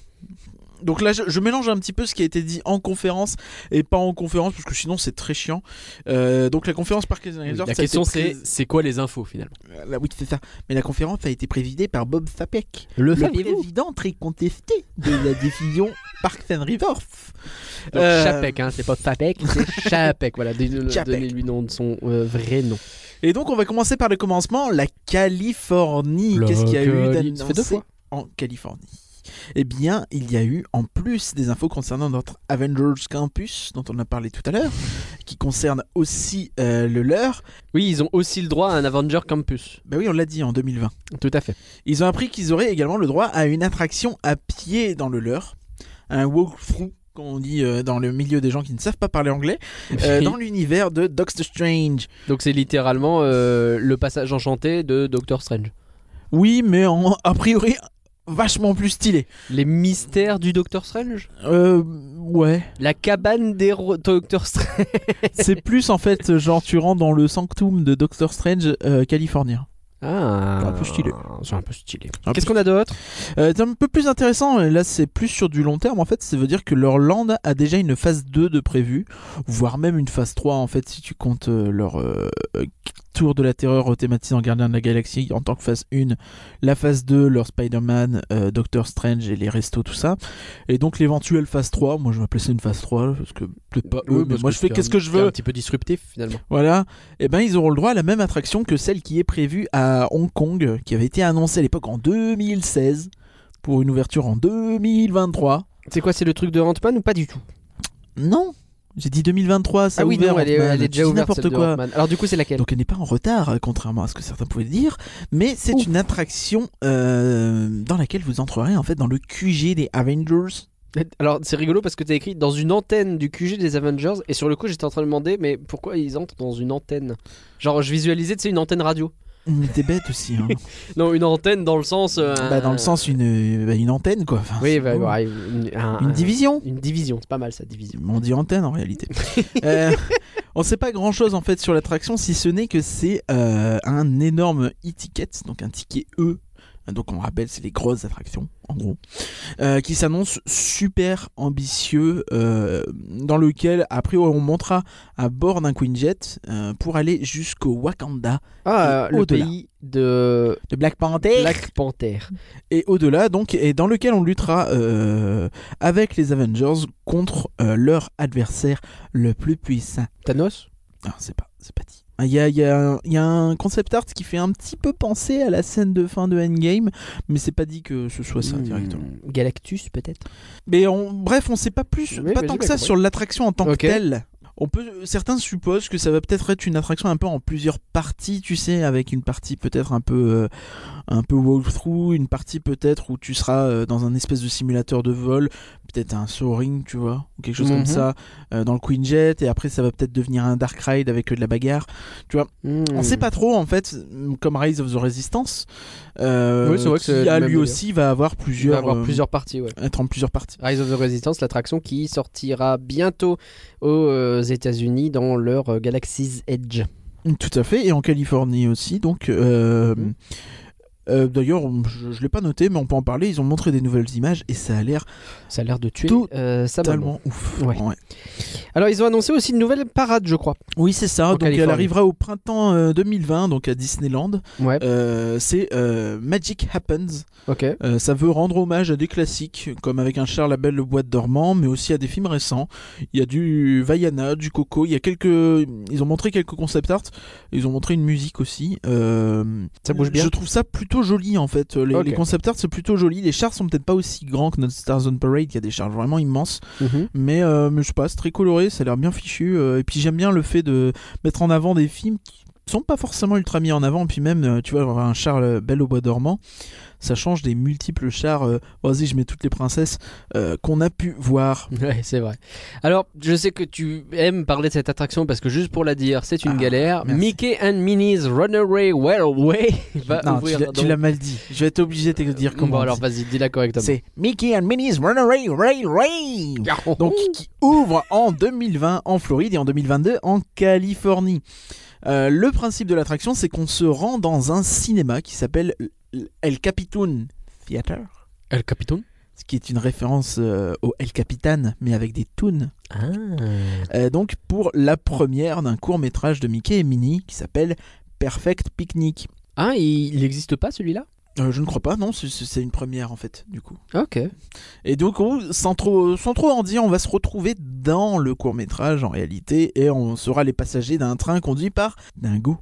B: Donc là, je, je mélange un petit peu ce qui a été dit en conférence et pas en conférence, parce que sinon c'est très chiant. Euh, donc la conférence Park and
A: La
B: Research. ça a été
A: question,
B: pré-
A: c'est c'est quoi les infos finalement
B: Euh, là, oui, c'est ça. Mais la conférence a été présidée par Bob Sapek,
A: Le
B: le président très contesté de la division Parks and Resorts.
A: Donc
B: Euh,
A: Chapek, hein, c'est pas Fapek, c'est Chapek. Voilà, donnez-
B: Chapek.
A: donnez-lui nom de son euh, vrai nom.
B: Et donc on va commencer par le commencement, la Californie.
A: La
B: Qu'est-ce qu'il y a eu
A: Cali- Ça fait deux
B: d'annoncé
A: fois.
B: en Californie Eh bien, il y a eu en plus des infos concernant notre Avengers Campus dont on a parlé tout à l'heure, qui concerne aussi euh, le leur.
A: Oui, ils ont aussi le droit à un Avenger Campus.
B: Bah oui, on l'a dit en 2020.
A: Tout à fait.
B: Ils ont appris qu'ils auraient également le droit à une attraction à pied dans le leur, un walkthrough comme on dit euh, dans le milieu des gens qui ne savent pas parler anglais, euh, dans l'univers de Doctor Strange.
A: Donc c'est littéralement euh, le passage enchanté de Doctor Strange.
B: Oui, mais en- a priori vachement plus stylé.
A: Les mystères du Doctor Strange
B: Euh, ouais.
A: La cabane des ro- Doctor Strange.
B: C'est plus en fait genre tu rentres dans le sanctum de Doctor Strange euh, californien.
A: Ah,
B: C'est un peu stylé.
A: C'est un peu stylé.
B: Un
A: Qu'est-ce
B: peu-
A: qu'on a d'autre
B: Euh, c'est un peu plus intéressant, et là c'est plus sur du long terme en fait, ça veut dire que leur land a déjà une phase 2 de prévu, voire même une phase 3 en fait si tu comptes euh, leur euh, Tour de la Terreur thématisant Gardien de la Galaxie en tant que phase 1, la phase 2, leur Spider-Man, euh, Doctor Strange et les restos, tout ça. Et donc l'éventuelle phase 3, moi je vais appeler ça une phase 3, parce que peut-être pas eux, mais Bah, moi je fais qu'est-ce que je veux.
A: un petit peu disruptif finalement.
B: Voilà, et ben ils auront le droit à la même attraction que celle qui est prévue à Hong Kong, qui avait été annoncée à l'époque en 2016 pour une ouverture en 2023.
A: C'est quoi, c'est le truc de Ant-Man ou pas du tout
B: Non, j'ai dit 2023, ça
A: Ah
B: a
A: oui,
B: ouvert
A: non, elle est,
B: Ant-Man.
A: elle est
B: Je
A: déjà
B: dis
A: ouverte.
B: n'importe
A: celle de
B: quoi.
A: Ant-Man. Alors du coup, c'est laquelle
B: Donc elle n'est pas en retard, euh, contrairement à ce que certains pouvaient dire, mais c'est
A: Ouf.
B: une attraction euh, dans laquelle vous entrerez en fait dans le QG des Avengers.
A: Alors c'est rigolo parce que t'as écrit dans une antenne du QG des Avengers et sur le coup j'étais en train de demander mais pourquoi ils entrent dans une antenne Genre je visualisais tu sais une antenne radio.
B: Hum, T'es bête aussi, hein.
A: Non une antenne dans le sens. euh,
B: bah, dans le sens une, bah, une antenne quoi. Enfin,
A: Oui
B: c'est
A: bah,
B: beau.
A: ouais, une, un-
B: une
A: un-
B: division.
A: Une division c'est pas mal ça division.
B: On dit antenne en réalité. Euh, on sait pas grand chose en fait sur l'attraction si ce n'est que c'est euh, un énorme e-ticket, donc un ticket E. Donc on rappelle, c'est les grosses attractions en gros, euh, qui s'annonce super ambitieux, euh, dans lequel a priori on montera à bord d'un Quinjet euh, pour aller jusqu'au Wakanda
A: Ah euh,
B: Et
A: le
B: au-delà.
A: pays de
B: de Black Panther
A: Black Panther.
B: et au-delà donc, et dans lequel on luttera euh, avec les Avengers contre euh, leur adversaire le plus puissant.
A: Thanos
B: Ah, c'est pas, c'est pas dit. Il y a, il y a un- il y a un concept art qui fait un petit peu penser à la scène de fin de Endgame, mais c'est pas dit que ce soit ça directement.
A: Hmm, Galactus peut-être.
B: Mais on, bref, on sait pas plus,
A: Oui,
B: pas
A: mais
B: tant
A: j'ai
B: que
A: bien
B: ça
A: compris.
B: sur l'attraction en tant
A: Ok.
B: que telle. On peut, certains supposent que ça va peut-être être une attraction un peu en plusieurs parties, tu sais, avec une partie peut-être un peu, euh, un peu walkthrough, une partie peut-être où tu seras euh, dans un espèce de simulateur de vol, peut-être un soaring, tu vois, ou quelque chose
A: Mhm.
B: comme ça, euh, dans le Quinjet, et après ça va peut-être devenir un dark ride avec euh, de la bagarre.
A: Hmm.
B: On sait pas trop en fait, comme Rise of the Resistance, euh,
A: Oui, c'est vrai que
B: qui
A: c'est le
B: a
A: même
B: lui
A: délire.
B: aussi va avoir
A: Il
B: plusieurs,
A: va avoir
B: euh,
A: plusieurs parties ouais.
B: être en plusieurs parties.
A: Rise of the Resistance, l'attraction qui sortira bientôt aux euh, États-Unis dans leur euh, Galaxy's Edge.
B: Tout à fait, et en Californie aussi. Donc, euh,
A: Mhm.
B: euh, d'ailleurs, je, je l'ai pas noté, mais on peut en parler. Ils ont montré des nouvelles images et ça a l'air
A: Ça a l'air de tuer
B: Tout-
A: euh, sa maman.
B: totalement ouf.
A: Ouais. Alors ils ont annoncé aussi une nouvelle parade, je crois.
B: Oui, c'est ça.
A: En
B: donc, elle
A: Californie.
B: arrivera au printemps euh, 2020, donc à Disneyland.
A: Ouais.
B: Euh, c'est euh, Magic Happens.
A: Ok.
B: Euh, ça veut rendre hommage à des classiques, comme avec un char label Le Boîte Dormant, mais aussi à des films récents. Il y a du Vaiana, du Coco, il y a quelques. Ils ont montré quelques concept art, ils ont montré une musique aussi. euh,
A: Ça bouge bien
B: Je trouve ça plutôt joli en fait. Les,
A: Ok.
B: les concept art, c'est plutôt joli. Les chars sont peut-être pas aussi grands que notre Stars on Parade, il y a des chars vraiment immenses.
A: Mhm.
B: Mais, euh, mais je sais pas, c'est très coloré, ça a l'air bien fichu. euh, et puis j'aime bien le fait de mettre en avant des films qui sont pas forcément ultra mis en avant. Puis même, euh, tu vois, avoir un char euh, bel au bois dormant, ça change des multiples chars. euh, Vas-y, je mets toutes les princesses euh, qu'on a pu voir.
A: Ouais, c'est vrai. Alors, je sais que tu aimes parler de cette attraction parce que juste pour la dire, c'est une
B: Ah,
A: galère.
B: merci.
A: Mickey and Minnie's Runaway Railway va
B: non, tu
A: ouvrir.
B: l'as- tu
A: donc- Euh,
B: l'as mal dit. Je vais être obligé de te dire comment.
A: Bon
B: on
A: alors bah,
B: dit.
A: vas-y, dis-la correctement.
B: c'est Mickey and Minnie's Runaway Railway. donc qui ouvre en 2020 en Floride et en 2022 en Californie. Euh, le principe de l'attraction, c'est qu'on se rend dans un cinéma qui s'appelle l- El Capitan Theater,
A: El Capitan.
B: ce qui est une référence euh, au El Capitan, mais avec des toons.
A: Ah.
B: Euh, donc pour la première d'un court métrage de Mickey et Minnie qui s'appelle Perfect Picnic.
A: Ah, il n'existe pas celui-là
B: Euh, je ne crois pas, non, c'est- c'est c'est une première en fait, du coup.
A: Ok.
B: Et donc, on- sans trop, sans trop en dire, on va se retrouver dans le court métrage en réalité, et on sera les passagers d'un train conduit par Dingo.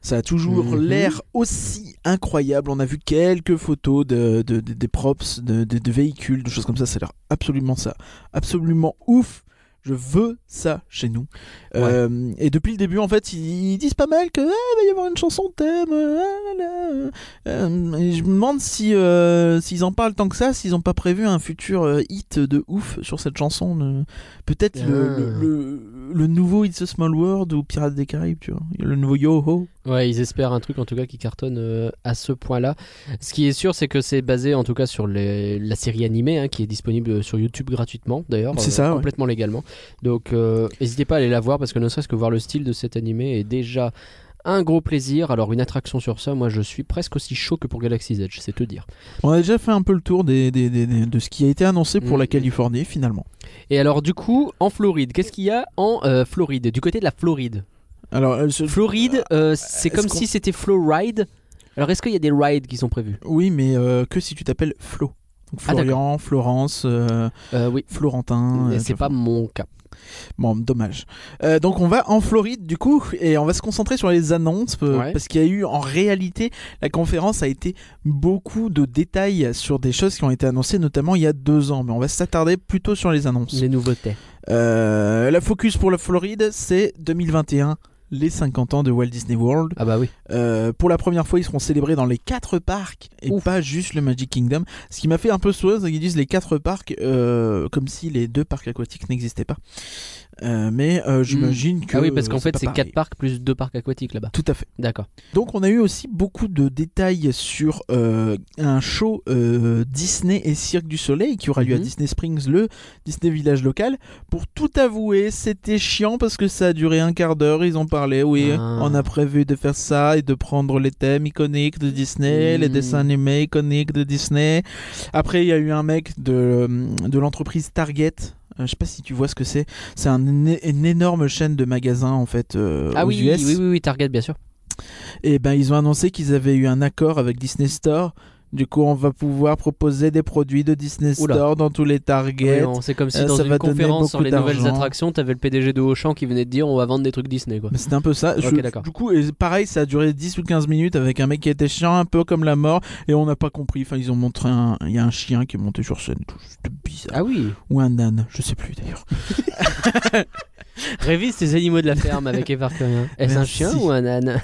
B: Ça a toujours
A: Mhm.
B: l'air aussi incroyable. On a vu quelques photos de, de- de- des props, de, de- de véhicules, de choses comme ça. Ça a l'air absolument ça, absolument ouf. Je veux ça chez nous. Euh, et depuis le début, en fait, ils, ils disent pas mal que ah, il va y avoir une chanson thème. euh, ah là là, euh, et je me demande si euh, s'ils en parlent tant que ça, s'ils n'ont pas prévu un futur euh, hit de ouf sur cette chanson. euh, Peut-être le,
A: Ah.
B: le, le- le nouveau It's a Small World ou Pirates des Caraïbes, tu vois. Le nouveau Yo Ho.
A: Ouais, ils espèrent un truc en tout cas qui cartonne euh, à ce point-là. Ce qui est sûr, c'est que c'est basé en tout cas sur les- la série animée hein, qui est disponible sur YouTube gratuitement d'ailleurs, euh,
B: C'est ça, ouais.
A: complètement légalement. Donc euh, n'hésitez pas à aller la voir parce que ne serait-ce que voir le style de cet animé est déjà un gros plaisir. Alors une attraction sur ça, moi je suis presque aussi chaud que pour Galaxy's Edge, c'est te dire.
B: On a déjà fait un peu le tour des, des- des- des- de ce qui a été annoncé pour
A: Mm.
B: la Californie finalement.
A: Et alors du coup, en Floride, qu'est-ce qu'il y a en euh, Floride Du côté de la Floride
B: Alors, euh, ce-
A: Floride, euh, c'est
B: est-ce
A: comme
B: qu'on-
A: si c'était Flowride. Alors est-ce qu'il y a des rides qui sont prévus
B: oui, mais euh, que si tu t'appelles Flo. Donc
A: Ah,
B: Florian, Florence, euh,
A: Euh, Oui,
B: Florentin.
A: mais
B: euh,
A: c'est
B: tu
A: pas
B: vois.
A: mon cas.
B: Bon, dommage. Euh, donc on va en Floride du coup et on va se concentrer sur les annonces euh,
A: Ouais.
B: parce qu'il y a eu en réalité la conférence a été beaucoup de détails sur des choses qui ont été annoncées notamment il y a deux ans mais on va s'attarder plutôt sur les annonces.
A: Les nouveautés.
B: Euh, la focus pour la Floride c'est 2021 les 50 ans de Walt Disney World.
A: Ah bah oui.
B: Euh, pour la première fois, ils seront célébrés dans les quatre parcs et
A: Ouf.
B: pas juste le Magic Kingdom. Ce qui m'a fait un peu sourire, c'est qu'ils disent les quatre parcs euh, comme si les deux parcs aquatiques n'existaient pas. Euh, mais euh, j'imagine que.
A: Ah oui, parce
B: euh,
A: qu'en fait,
B: pas
A: c'est
B: pareil.
A: 4 parcs plus 2 parcs aquatiques là-bas.
B: Tout à fait.
A: D'accord.
B: Donc, on a eu aussi beaucoup de détails sur euh, un show euh, Disney et Cirque du Soleil qui aura lieu à
A: Mhm.
B: Disney Springs, le Disney Village local. Pour tout avouer, c'était chiant parce que ça a duré un quart d'heure. Ils ont parlé, oui,
A: Ah.
B: on a prévu de faire ça et de prendre les thèmes iconiques de Disney, les
A: Mm.
B: dessins animés iconiques de Disney. Après, il y a eu un mec de, euh, de l'entreprise Target. Euh, Je sais pas si tu vois ce que c'est. C'est un, éne- une énorme chaîne de magasins en fait euh,
A: Ah
B: aux
A: oui, oui,
B: US.
A: oui, oui, Target, bien sûr.
B: Et ben ils ont annoncé qu'ils avaient eu un accord avec Disney Store. Du coup, on va pouvoir proposer des produits de Disney
A: Oula.
B: Store dans tous les
A: Oui,
B: Target.
A: non, c'est comme si
B: euh,
A: dans
B: ça
A: une
B: va donner
A: conférence sur
B: beaucoup
A: les nouvelles
B: d'argent.
A: attractions, t'avais le PDG de Auchan qui venait de dire on va vendre des trucs Disney quoi.
B: Mais c'était un peu ça.
A: Ok,
B: Je-
A: d'accord.
B: du coup, et pareil, ça a duré 10 ou 15 minutes avec un mec qui était chiant, un peu comme la mort, et on n'a pas compris. Enfin, ils ont montré un. Il y a un chien qui est monté sur scène. Tout- C'était bizarre.
A: Ah oui,
B: Ou un âne, je sais plus d'ailleurs.
A: révise tes animaux de la ferme avec Evercurien. Est-ce un
B: Merci.
A: chien ou un âne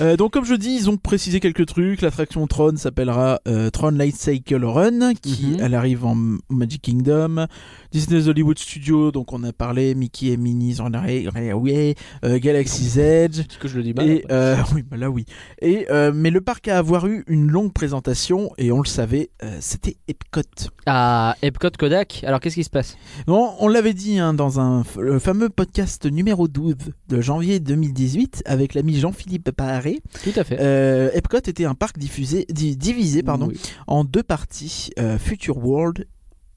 B: Euh, donc, comme je dis, ils ont précisé quelques trucs. L'attraction Tron s'appellera euh, Tron Light Cycle Run, qui
A: Mhm.
B: elle arrive en M- Magic Kingdom. Disney's Hollywood Studio, donc on a parlé, Mickey et Minnie, sont là, hey, hey, ouais. Euh, Galaxy's Edge.
A: Est-ce que je le dis mal
B: Et euh, oui, bah là oui. Et euh, mais le parc a avoir eu une longue présentation et on le savait, euh, c'était Epcot.
A: À Ah, Epcot Kodak, alors qu'est-ce qui se passe
B: Non, on l'avait dit hein, dans un f- le fameux podcast numéro 12 de janvier 2018 avec l'ami Jean-Philippe Paré.
A: Tout à fait.
B: Euh, Epcot était un parc diffusé, di- divisé pardon,
A: Oui.
B: en deux parties, euh, Future World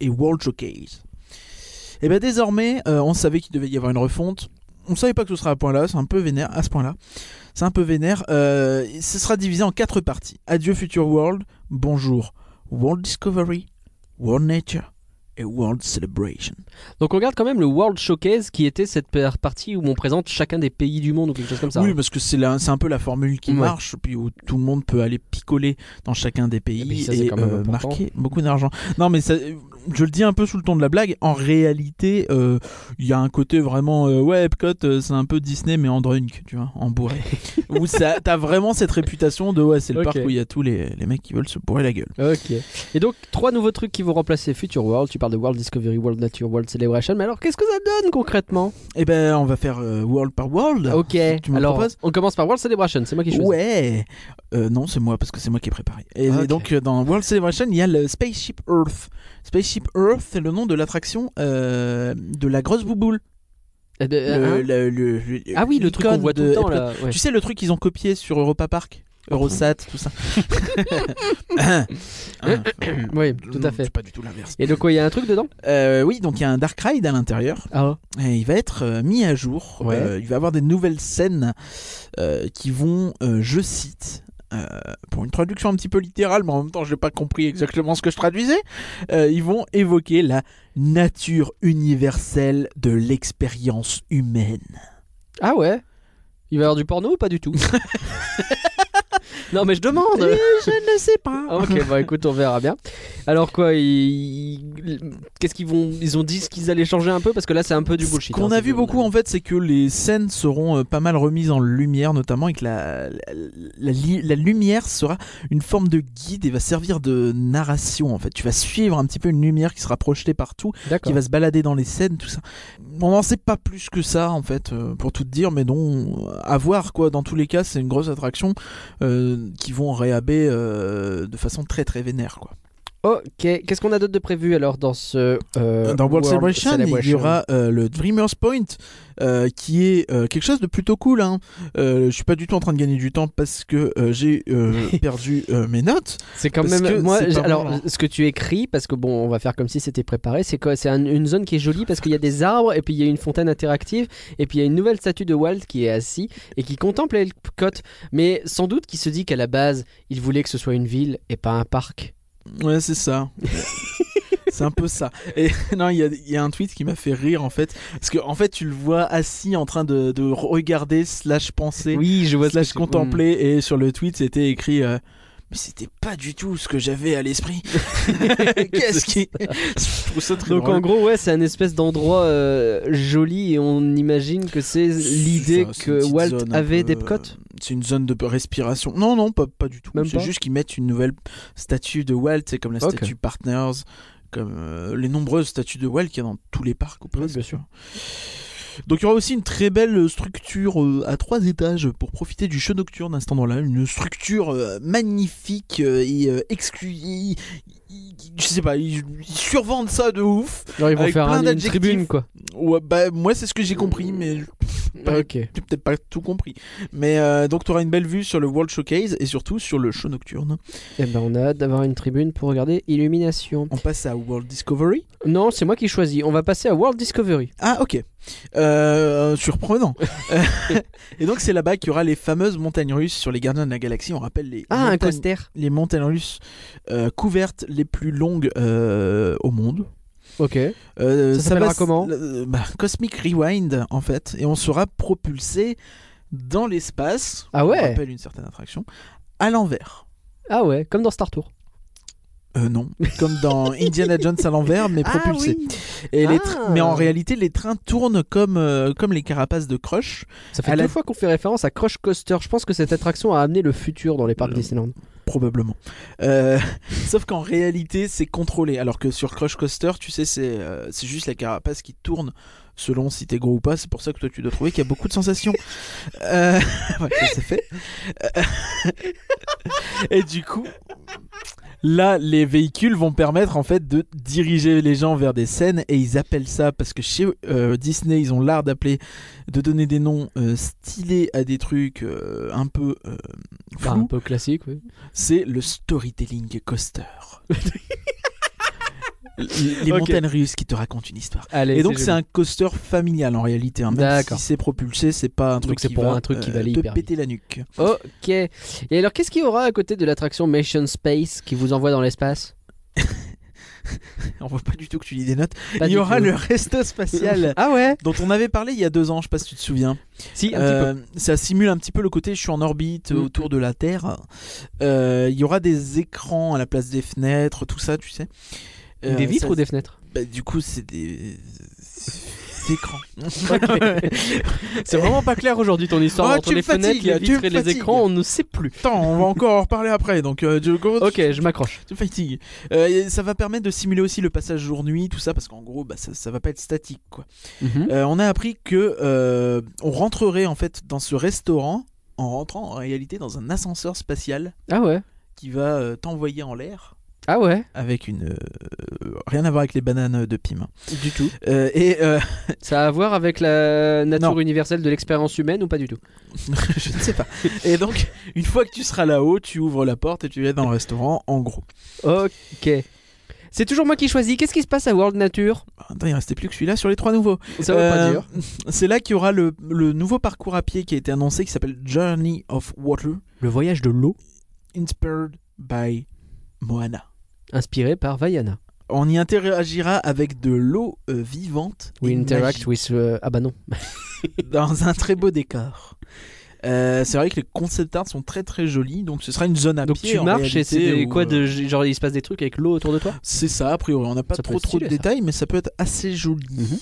B: et World Showcase. Et bien désormais, euh, on savait qu'il devait y avoir une refonte. On savait pas que ce sera à point là, c'est un peu vénère à ce point-là. C'est un peu vénère. Euh, ce sera divisé en quatre parties. Adieu Future World, bonjour World Discovery, World Nature et World Celebration.
A: Donc on regarde quand même le World Showcase qui était cette par- partie où on présente chacun des pays du monde ou quelque chose comme ça.
B: oui,
A: hein.
B: parce que c'est la- c'est un peu la formule qui
A: Ouais.
B: marche, puis où tout le monde peut aller picoler dans chacun des
A: Et
B: pays
A: puis
B: et,
A: Eh ben, ça, c'est quand même
B: euh,
A: important.
B: marquer beaucoup d'argent. Non, mais ça, je le dis un peu sous le ton de la blague. En réalité, euh, il y a un côté vraiment euh, ouais, Epcot, euh, c'est un peu Disney mais en drunk, tu vois, en bourré. où ça- t'as vraiment cette réputation de ouais, c'est le
A: Ok.
B: parc où il y a tous les, les mecs qui veulent se bourrer la gueule.
A: Ok. Et donc trois nouveaux trucs qui vont remplacer Future World. Tu parles de World Discovery, World Nature, World Celebration. Mais alors qu'est-ce que ça donne concrètement
B: Et ben, on va faire euh, world par world.
A: Ok.
B: tu me
A: Alors
B: proposes
A: on commence par World Celebration. C'est moi qui choisis.
B: Ouais. Euh, non, c'est moi parce que c'est moi qui ai préparé. Et, et
A: Ok.
B: donc euh, dans World Celebration, il y a le Spaceship Earth. Spaceship Earth, c'est le nom de l'attraction euh, de la grosse bouboule.
A: Euh, de-
B: Le-
A: hein
B: le- le- le-
A: ah oui, le truc
B: l'icône
A: qu'on voit tout le
B: de
A: temps
B: Epcot.
A: là. ouais.
B: Tu sais le truc qu'ils ont copié sur Europa Park, Eurosat, tout ça. Ah,
A: Oui, tout
B: non,
A: à fait.
B: C'est pas du tout l'inverse.
A: Et donc ouais, il y a un truc dedans.
B: Euh, oui, donc il y a un Dark Ride à l'intérieur.
A: Ah.
B: Et il va être euh, mis à jour.
A: Ouais.
B: Euh, il va avoir des nouvelles scènes euh, qui vont, euh, je cite, euh, pour une traduction un petit peu littérale, mais en même temps, je n'ai pas compris exactement ce que je traduisais. euh, ils vont évoquer la nature universelle de l'expérience humaine.
A: Ah ouais. Il va y avoir du porno ou pas du tout Non mais je demande.
B: Euh, je ne sais pas.
A: Ah, Ok, bah écoute, on verra bien. Alors quoi, ils... ils- qu'est-ce qu'ils vont Ils ont dit ce qu'ils allaient changer un peu parce que là c'est un peu du bullshit.
B: Ce qu'on
A: hein,
B: a
A: c'est
B: vu
A: que-
B: beaucoup en fait, c'est que les scènes seront euh, pas mal remises en lumière, notamment et que la, la, la li- la lumière sera une forme de guide et va servir de narration en fait. Tu vas suivre un petit peu une lumière qui sera projetée partout, qui
A: D'accord.
B: va se balader dans les scènes, tout ça. On n'en sait pas plus que ça en fait, euh, pour tout te dire, mais non, euh, à voir quoi. Dans tous les cas, c'est une grosse attraction euh, qui vont réhaber euh, de façon très très vénère quoi.
A: Ok, qu'est-ce qu'on a d'autre de prévu alors dans ce. euh,
B: Dans World, Celebration, il y
A: Celebration
B: aura euh, le Dreamers Point, euh, qui est euh, quelque chose de plutôt cool. Hein. Euh, je suis pas du tout en train de gagner du temps parce que euh, j'ai euh, perdu euh, mes notes.
A: C'est quand
B: Parce
A: même.
B: que
A: Moi,
B: c'est
A: j'-
B: pas
A: alors,
B: mal, hein.
A: ce que tu écris, parce que bon, on va faire comme si c'était préparé, c'est quoi C'est un- une zone qui est jolie parce qu'il y a des arbres, et puis il y a une fontaine interactive, et puis il y a une nouvelle statue de Walt qui est assis et qui contemple Elcott, mais sans doute qui se dit qu'à la base, il voulait que ce soit une ville et pas un parc.
B: Ouais, c'est ça. C'est un peu ça. Et non, il y a, il y a un tweet qui m'a fait rire en fait. Parce que en fait, tu le vois assis en train de, de regarder, slash penser,
A: Oui, je ce que
B: slash
A: tu- Mm.
B: contempler. Et sur le tweet, c'était écrit euh, Mais c'était pas du tout ce que j'avais à l'esprit. Qu'est-ce qui. Je trouve ça très
A: Donc
B: drôle.
A: en gros, ouais, c'est un espèce d'endroit euh, joli et on imagine que c'est l'idée
B: Ça, c'est une
A: que
B: petite
A: Walt
B: zone un
A: avait
B: peu,
A: d'Epcot.
B: euh, C'est une zone de respiration. Non, non, pas, pas du tout.
A: Même
B: C'est
A: pas
B: juste qu'ils mettent une nouvelle statue de Walt, c'est comme la
A: Ok.
B: statue Partners, comme euh, les nombreuses statues de Walt qu'il y a dans tous les parcs. Ou presque.
A: bien sûr.
B: Donc il y aura aussi une très belle structure euh, à trois étages pour profiter du show nocturne à cet endroit-là. Une structure euh, magnifique euh, et euh, exclu- et- et- Je sais pas, ils, ils survendent ça de ouf.
A: Genre, ils vont
B: Avec
A: faire
B: plein
A: un- une
B: d'adjectifs.
A: tribune, quoi.
B: Ouais, bah, moi, c'est ce que j'ai compris, mais Pas-
A: Ok.
B: j'ai peut-être pas tout compris. Mais euh, donc tu auras une belle vue sur le World Showcase et surtout sur le show nocturne.
A: Eh ben, on a hâte d'avoir une tribune pour regarder Illumination.
B: On passe à World Discovery.
A: Non, c'est moi qui choisis. On va passer à World Discovery.
B: Ah ok. Euh, surprenant. Euh, et donc c'est là-bas qu'il y aura les fameuses montagnes russes sur les Gardiens de la Galaxie. On rappelle les,
A: Ah, un
B: montagnes,
A: coaster.
B: les montagnes russes euh, couvertes les plus longues euh, au monde.
A: Ok.
B: Euh,
A: Ça s'appellera
B: va s-
A: comment
B: le- bah, Cosmic Rewind en fait. Et on sera propulsé dans l'espace.
A: Ah ouais.
B: On rappelle une certaine attraction. À l'envers.
A: Ah ouais, comme dans Star Tour.
B: Euh, non, comme dans Indiana Jones à l'envers, mais propulsé. Et les tr-
A: Ah.
B: Mais en réalité, les trains tournent comme, euh, comme les carapaces de Crush,
A: Ça fait
B: À
A: deux
B: la-
A: fois qu'on fait référence à Crush Coaster. Je pense que cette attraction a amené le futur dans les parcs
B: Le-
A: Disneyland.
B: probablement. Euh, sauf qu'en réalité, c'est contrôlé. Alors que sur Crush Coaster, tu sais, c'est euh, c'est juste la carapace qui tourne selon si t'es gros ou pas. C'est pour ça que toi, tu dois trouver qu'il y a beaucoup de sensations. Euh, ouais, ça, c'est fait. Euh, Et du coup, Là, les véhicules vont permettre en fait de diriger les gens vers des scènes et ils appellent ça parce que chez euh, Disney, ils ont l'art d'appeler, de donner des noms euh, stylés à des trucs euh, un peu euh,
A: Enfin, un
B: flous.
A: peu classique, oui.
B: C'est le storytelling coaster. les les
A: Ok.
B: montagnes russes qui te racontent une histoire.
A: Allez,
B: Et donc c'est un coaster familial en réalité. hein. Même si
A: D'accord.
B: c'est propulsé, c'est pas un
A: Donc
B: truc
A: c'est
B: qui
A: pour
B: va,
A: un truc qui
B: euh,
A: va aller
B: te
A: hyper
B: péter la nuque.
A: Ok. Et alors, qu'est-ce qu'il y aura à côté de l'attraction Mission Space qui vous envoie dans l'espace
B: On voit pas du tout que tu lis des notes.
A: Pas
B: Il
A: du
B: y aura
A: tout.
B: le resto spatial.
A: Ah ouais
B: dont on avait parlé il y a deux ans, je sais pas si tu te souviens.
A: Si, un petit
B: Euh, ça simule un petit peu le côté je suis en orbite euh,
A: Mm.
B: autour de la Terre. Euh, Il y aura des écrans à la place des fenêtres, tout ça, tu sais.
A: peu.
B: Euh,
A: des vitres
B: ça-
A: ou des fenêtres
B: bah, Du coup, c'est des... des écrans. c'est vraiment pas clair
A: Aujourd'hui, ton histoire
B: Ah,
A: entre
B: tu
A: les
B: me fatigues,
A: fenêtres, les
B: tu
A: vitres
B: me
A: et les
B: fatigues.
A: écrans, on ne sait plus.
B: Attends, on va encore en reparler après. Donc, euh, je-
A: Ok, je m'accroche.
B: tu me fatigues. Euh, et ça va permettre de simuler aussi le passage jour-nuit, tout ça, parce qu'en gros, bah, ça, ça va pas être statique, quoi.
A: Mhm.
B: Euh, on a appris que euh, on rentrerait en fait dans ce restaurant en rentrant en réalité dans un ascenseur spatial
A: Ah ouais
B: qui va euh, t'envoyer en l'air
A: Ah ouais
B: avec une euh, rien à voir avec les bananes de Pim.
A: Du tout.
B: Euh, et euh,
A: Ça a à voir avec la nature
B: Non.
A: universelle de l'expérience humaine ou pas du tout
B: je ne sais pas. Et donc une fois que tu seras là-haut, tu ouvres la porte et tu es dans le restaurant en gros.
A: Ok. C'est toujours moi qui choisis. Qu'est-ce qui se passe à World Nature
B: Attends, il restait plus que celui-là sur les trois nouveaux.
A: Ça veut pas
B: Euh,
A: dire.
B: C'est là qu'il y aura le, le nouveau parcours à pied qui a été annoncé qui s'appelle Journey of Water
A: Le voyage de l'eau,
B: inspired by Moana.
A: inspiré par Vaiana.
B: On y interagira avec de l'eau euh, vivante.
A: We
B: et
A: interact with. euh, ah bah non.
B: magique Dans un très beau décor. Euh, c'est vrai que les concept art sont très très jolis, donc ce sera une zone à
A: Donc
B: pied.
A: tu
B: en
A: marches et c'est
B: réalité,
A: des-
B: où,
A: quoi de
B: euh,
A: genre il se passe des trucs avec l'eau autour de toi.
B: C'est ça, a priori. On n'a pas
A: Ça peut
B: trop
A: être
B: trop de
A: stylé, ça.
B: détails, mais ça peut être assez joli.
A: Mhm.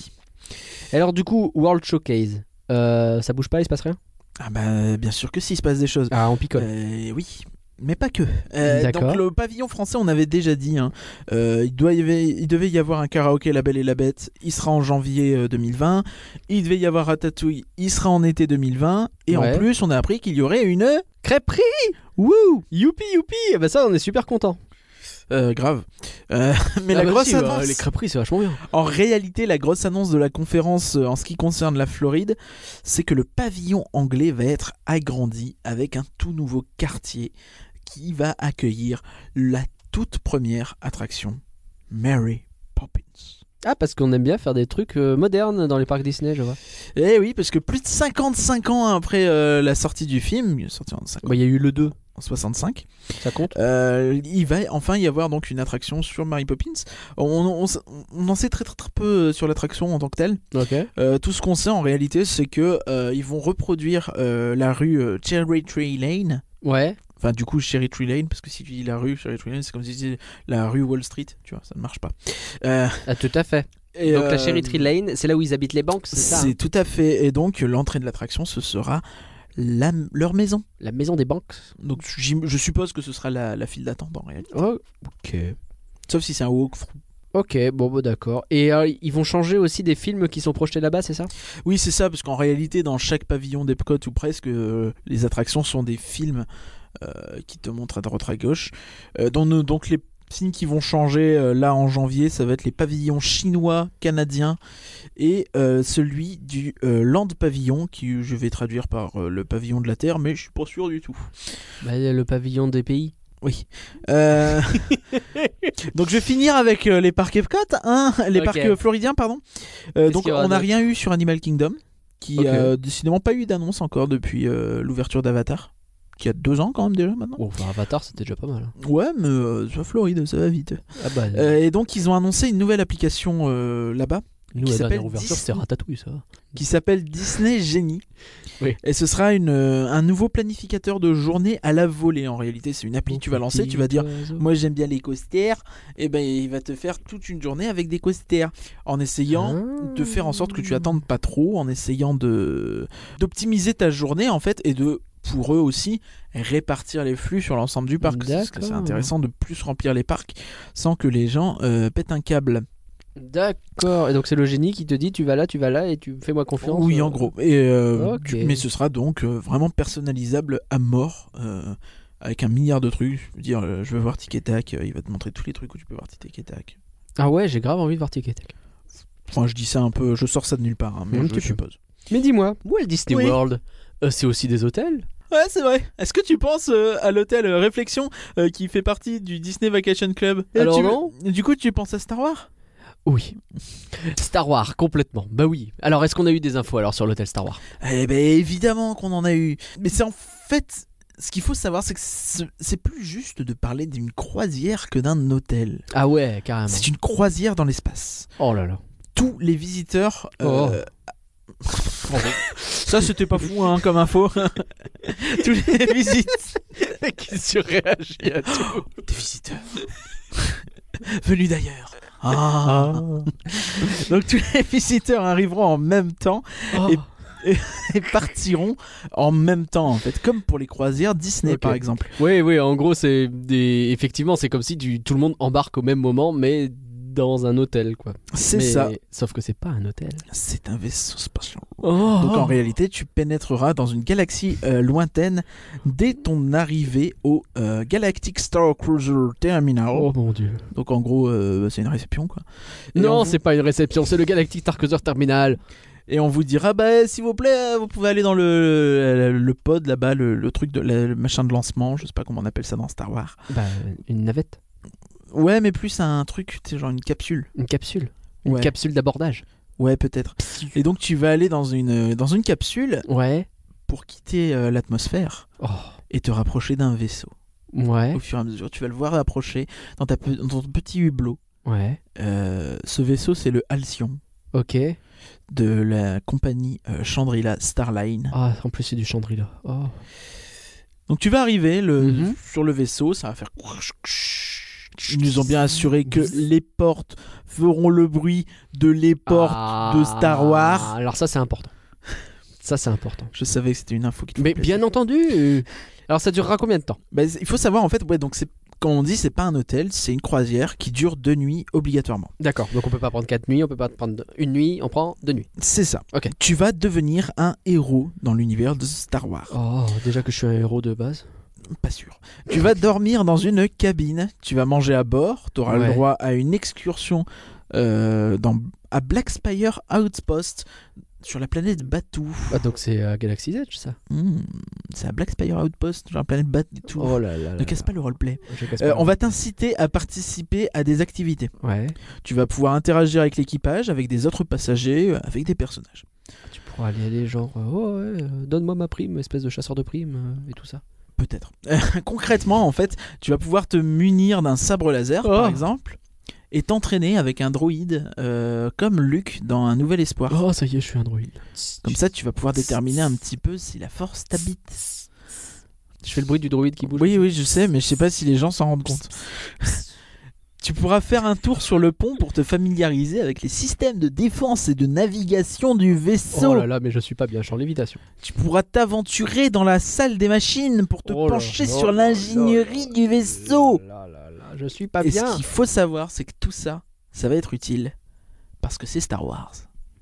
A: Alors du coup World Showcase, euh, ça bouge pas, il se passe rien.
B: Ah bah, bien sûr que si, il se passe des choses.
A: Ah on picole.
B: Euh, oui, mais pas que. Euh,
A: D'accord.
B: donc le pavillon français, on avait déjà dit, hein, euh, il, doit y avait- il devait y avoir un karaoké La Belle et la Bête, il sera en janvier euh, 2020. Il devait y avoir Ratatouille, il sera en été 2020. Et
A: Ouais.
B: en plus, on a appris qu'il y aurait une...
A: Crêperie,
B: Wouh
A: youpi youpi. Ah bah ça on est super content.
B: Euh, grave. Euh, mais
A: Ah
B: la
A: bah
B: grosse
A: si, bah,
B: annonce-
A: les crêperies, c'est vachement bien.
B: En réalité, la grosse annonce de la conférence euh, en ce qui concerne la Floride, c'est que le pavillon anglais va être agrandi avec un tout nouveau quartier qui va accueillir la toute première attraction, Mary Poppins.
A: Ah, parce qu'on aime bien faire des trucs euh, modernes dans les parcs Disney, je vois.
B: Eh oui, parce que plus de 55 ans après euh, la sortie du film, il est sorti en, 50
A: Bah, il y a eu le 2,
B: en 65,
A: ça compte
B: euh, il va enfin y avoir donc une attraction sur Mary Poppins. On, on- on en sait très très, très peu euh, sur l'attraction en tant que telle.
A: Ok.
B: Euh, tout ce qu'on sait en réalité, c'est que euh, ils vont reproduire euh, la rue euh, Cherry Tree Lane.
A: Ouais.
B: Enfin, du coup, Cherry Tree Lane, parce que si tu dis la rue Cherry Tree Lane, c'est comme si tu disais la rue Wall Street, tu vois, ça ne marche pas. Euh,
A: Ah, tout à fait.
B: et,
A: Donc
B: euh,
A: la Cherry Tree Lane, c'est là où ils habitent les banques, c'est ça
B: c'est
A: hein
B: tout à fait. Et donc, l'entrée de l'attraction, ce sera la- leur maison.
A: hein La maison des banques.
B: Donc, j'im- je suppose que ce sera la, la file d'attente en réalité.
A: Oh, Ok.
B: Sauf si c'est un walkthrough.
A: Ok, bon, bon d'accord. Et euh, ils vont changer aussi des films qui sont projetés là-bas, c'est ça
B: Oui, c'est ça, parce qu'en réalité, dans chaque pavillon d'Epcot ou presque, euh, les attractions sont des films euh, qui te montrent à droite à gauche. Euh, dont nous- donc les films qui vont changer euh, là en janvier, ça va être les pavillons chinois, canadiens et euh, celui du euh, Land Pavillon, qui je vais traduire par euh, le pavillon de la Terre, mais je suis pas sûr du tout.
A: bah, Le pavillon des pays.
B: Oui. Euh, donc je vais finir avec euh, les parcs Epcot, hein, les
A: Ok.
B: parcs euh, floridiens, pardon. Euh,
A: Qu'est-ce
B: donc
A: qu'il y aura
B: on n'a
A: d'autre
B: rien eu sur Animal Kingdom, qui
A: Ok.
B: a décidément pas eu d'annonce encore depuis euh, l'ouverture d'Avatar, qui a deux ans quand même déjà maintenant.
A: Bon, enfin, Avatar, c'était déjà pas mal. hein.
B: Ouais, mais euh, sur Floride, ça va vite.
A: Ah bah,
B: Euh, et donc ils ont annoncé une nouvelle application euh, là-bas,
A: nous,
B: qui
A: la
B: s'appelle
A: dernière ouverture, c'était
B: Disney.
A: Ratatouille, ça.
B: qui s'appelle Disney Genie.
A: Oui.
B: Et ce sera une, euh, un nouveau planificateur de journée à la volée en réalité. C'est une appli que tu vas lancer, tu vas dire
A: euh,
B: Moi j'aime bien les costières, et ben il va te faire toute une journée avec des costières en essayant
A: Hein Ah.
B: de faire en sorte que tu attendes pas trop, en essayant de d'optimiser ta journée en fait et de pour eux aussi répartir les flux sur l'ensemble du parc. Parce que c'est
A: D'accord.
B: intéressant de plus remplir les parcs sans que les gens euh, pètent un câble.
A: D'accord. Et donc c'est le génie qui te dit tu vas là, tu vas là et tu fais-moi confiance.
B: oui,
A: euh.
B: en gros. Et, euh,
A: Ok.
B: tu- mais ce sera donc euh, vraiment personnalisable à mort. euh, avec un milliard de trucs, je veux dire, euh, je veux voir Tic et Tac, euh, il va te montrer tous les trucs où tu peux voir Tic et Tac.
A: Ah ouais, j'ai grave envie de voir Tic et Tac.
B: Enfin, je dis ça un peu, je sors ça de nulle part, hein, mais
A: Un
B: je
A: petit peu.
B: suppose.
A: Mais dis-moi, Walt Disney
B: Oui.
A: World, euh, c'est aussi des hôtels
B: Ouais, c'est vrai. Est-ce que tu penses euh, à l'hôtel euh, Réflexion euh, qui fait partie du Disney Vacation Club Et
A: Alors
B: tu-
A: non
B: Du coup, tu penses à Star Wars
A: Oui. Star Wars, complètement. Bah oui. Alors est-ce qu'on a eu des infos alors sur l'hôtel Star Wars
B: Eh ben, évidemment qu'on en a eu. Mais c'est en fait. Ce qu'il faut savoir, c'est que ce- c'est plus juste de parler d'une croisière que d'un hôtel.
A: Ah ouais, carrément.
B: C'est une croisière dans l'espace.
A: Oh là là.
B: Tous les visiteurs.
A: Oh.
B: euh, Pardon. Ça, c'était pas fou hein, comme info. Tous les visiteurs.
A: qui surréagit à tout.
B: des visiteurs venus d'ailleurs. Ah. Donc tous les visiteurs arriveront en même temps
A: Oh.
B: Et- et partiront en même temps en fait, comme pour les croisières Disney
A: Ok.
B: par exemple.
A: Oui, oui, en gros, c'est des. Effectivement, c'est comme si tu- tout le monde embarque au même moment, mais dans un hôtel, quoi.
B: C'est
A: Mais-
B: ça,
A: Sauf que c'est pas un hôtel.
B: c'est un vaisseau spatial.
A: Oh
B: Donc en réalité, tu pénétreras dans une galaxie euh, lointaine dès ton arrivée au euh, Galactic Star Cruiser Terminal.
A: Oh mon dieu.
B: Donc en gros, euh, c'est une réception quoi. Et on
A: Non,
B: vous-
A: c'est pas une réception, c'est le Galactic Tarkuser Terminal.
B: Et on vous dira, bah, s'il vous plaît, euh, vous pouvez aller dans le, le, le pod là-bas, le, le truc, de, le, le machin de lancement, je sais pas comment on appelle ça dans Star Wars.
A: Bah, une navette,
B: Ouais, mais plus un truc, tu sais, genre une capsule.
A: une capsule, une
B: Ouais,
A: capsule d'abordage.
B: ouais peut-être. Et donc tu vas aller dans une, euh, dans une capsule
A: Ouais.
B: pour quitter euh, l'atmosphère
A: Oh.
B: et te rapprocher d'un vaisseau.
A: Ouais.
B: Au fur et à mesure, tu vas le voir approcher dans, ta, pe- dans ton petit hublot.
A: Ouais.
B: Euh, ce vaisseau, c'est le Halcyon
A: Ok.
B: de la compagnie euh, Chandrila Starline.
A: Ah, en plus c'est du chandrila. Oh.
B: Donc tu vas arriver le-
A: Mhm.
B: sur le vaisseau, ça va faire. Ils nous ont bien assuré que les portes feront le bruit de les portes.
A: Ah.
B: de Star Wars.
A: Alors ça c'est important. Ça c'est important.
B: Je savais que c'était une info qui te
A: Mais
B: plaisait.
A: bien entendu. euh, Alors ça durera combien de temps
B: Bah, c'est- il faut savoir en fait, ouais, donc c'est quand on dit c'est pas un hôtel, c'est une croisière qui dure deux nuits obligatoirement.
A: D'accord. Donc on peut pas prendre 4 nuits, on peut pas prendre une nuit, on prend deux nuits.
B: C'est ça.
A: Ok.
B: Tu vas devenir un héros dans l'univers de Star Wars.
A: Oh, déjà que je suis un héros de base.
B: Pas sûr. Tu vas dormir dans une cabine, tu vas manger à bord, tu auras
A: Ouais.
B: le droit à une excursion euh, dans, à Black Spire Outpost sur la planète Batu.
A: Ah, donc c'est à Galaxy's Edge ça.
B: Hmm, c'est à Black Spire Outpost sur la planète Batu.
A: Oh là là. là
B: ne casse
A: là.
B: pas le roleplay.
A: Je casse
B: Euh,
A: pas.
B: on va t'inciter à participer à des activités.
A: Ouais.
B: Tu vas pouvoir interagir avec l'équipage, avec des autres passagers, euh, avec des personnages.
A: Tu pourras aller aller genre euh, oh ouais, euh, donne-moi ma prime espèce de chasseur de primes euh, et tout ça.
B: Peut-être. Concrètement, en fait, tu vas pouvoir te munir d'un sabre laser,
A: Oh.
B: par exemple, et t'entraîner avec un droïde euh, comme Luke dans Un Nouvel Espoir.
A: Oh ça y est je suis un droïde.
B: Comme ça, tu vas pouvoir déterminer un petit peu si la force t'habite.
A: Je fais le bruit du droïde qui bouge.
B: Oui, oui, je sais, mais je sais pas si les gens s'en rendent compte. Tu pourras faire un tour sur le pont pour te familiariser avec les systèmes de défense et de navigation du vaisseau.
A: Oh là là mais je suis pas bien je suis en lévitation.
B: Tu pourras t'aventurer dans la salle des machines pour te
A: Oh là
B: pencher
A: là
B: sur
A: là
B: l'ingénierie du vaisseau.
A: Oh Là, là, là, je suis pas
B: Et
A: bien.
B: ce qu'il faut savoir, c'est que tout ça, ça va être utile parce que c'est Star Wars.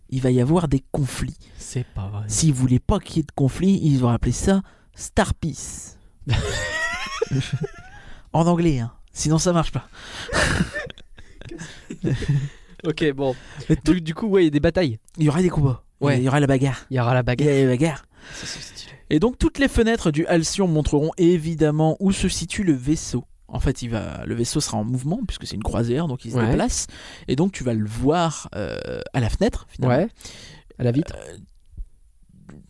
B: Il va y avoir des conflits.
A: C'est pas vrai.
B: S'ils voulaient pas qu'il y ait de conflits, ils vont appeler ça Star Peace. en anglais, hein. sinon ça marche pas.
A: Ok bon. du, du coup ouais il y a des batailles.
B: Il y aura des combats.
A: Ouais.
B: Il y aura la bagarre.
A: Il y aura la
B: Il y
A: bagarre.
B: a la bagarre.
A: C'est stylé.
B: Et donc toutes les fenêtres du Halcyon montreront évidemment où se situe le vaisseau. En fait, il va, le vaisseau sera en mouvement puisque c'est une croisière, donc il se
A: Ouais.
B: déplace. Et donc tu vas le voir euh, à la fenêtre. Finalement.
A: Ouais. À la vitre.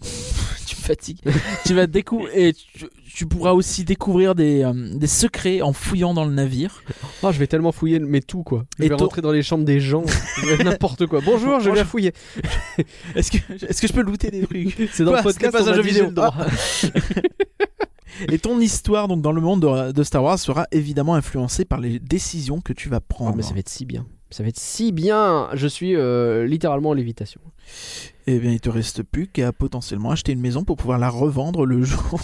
B: tu me fatigues. tu vas découvrir et tu, tu pourras aussi découvrir des, euh, des secrets en fouillant dans le navire.
A: Oh, je vais tellement fouiller mais tout quoi. Je
B: Et
A: vais
B: toi-
A: rentrer dans les chambres des gens. Je vais- N'importe quoi. Bonjour je viens
B: Bonjour.
A: fouiller.
B: Est-ce que est-ce que je peux looter des trucs
A: C'est dans
B: Quoi,
A: le podcast.
B: ce n'est pas
A: on
B: un
A: a
B: jeu
A: dit
B: vidéo. Ah.
A: j'ai le droit.
B: Et ton histoire donc dans le monde de, de Star Wars sera évidemment influencée par les décisions que tu vas
A: Oh,
B: prendre.
A: mais ça va être si bien. Ça va être si bien. Je suis euh, littéralement en lévitation.
B: Eh bien, il te reste plus qu'à potentiellement acheter une maison pour pouvoir la revendre le jour.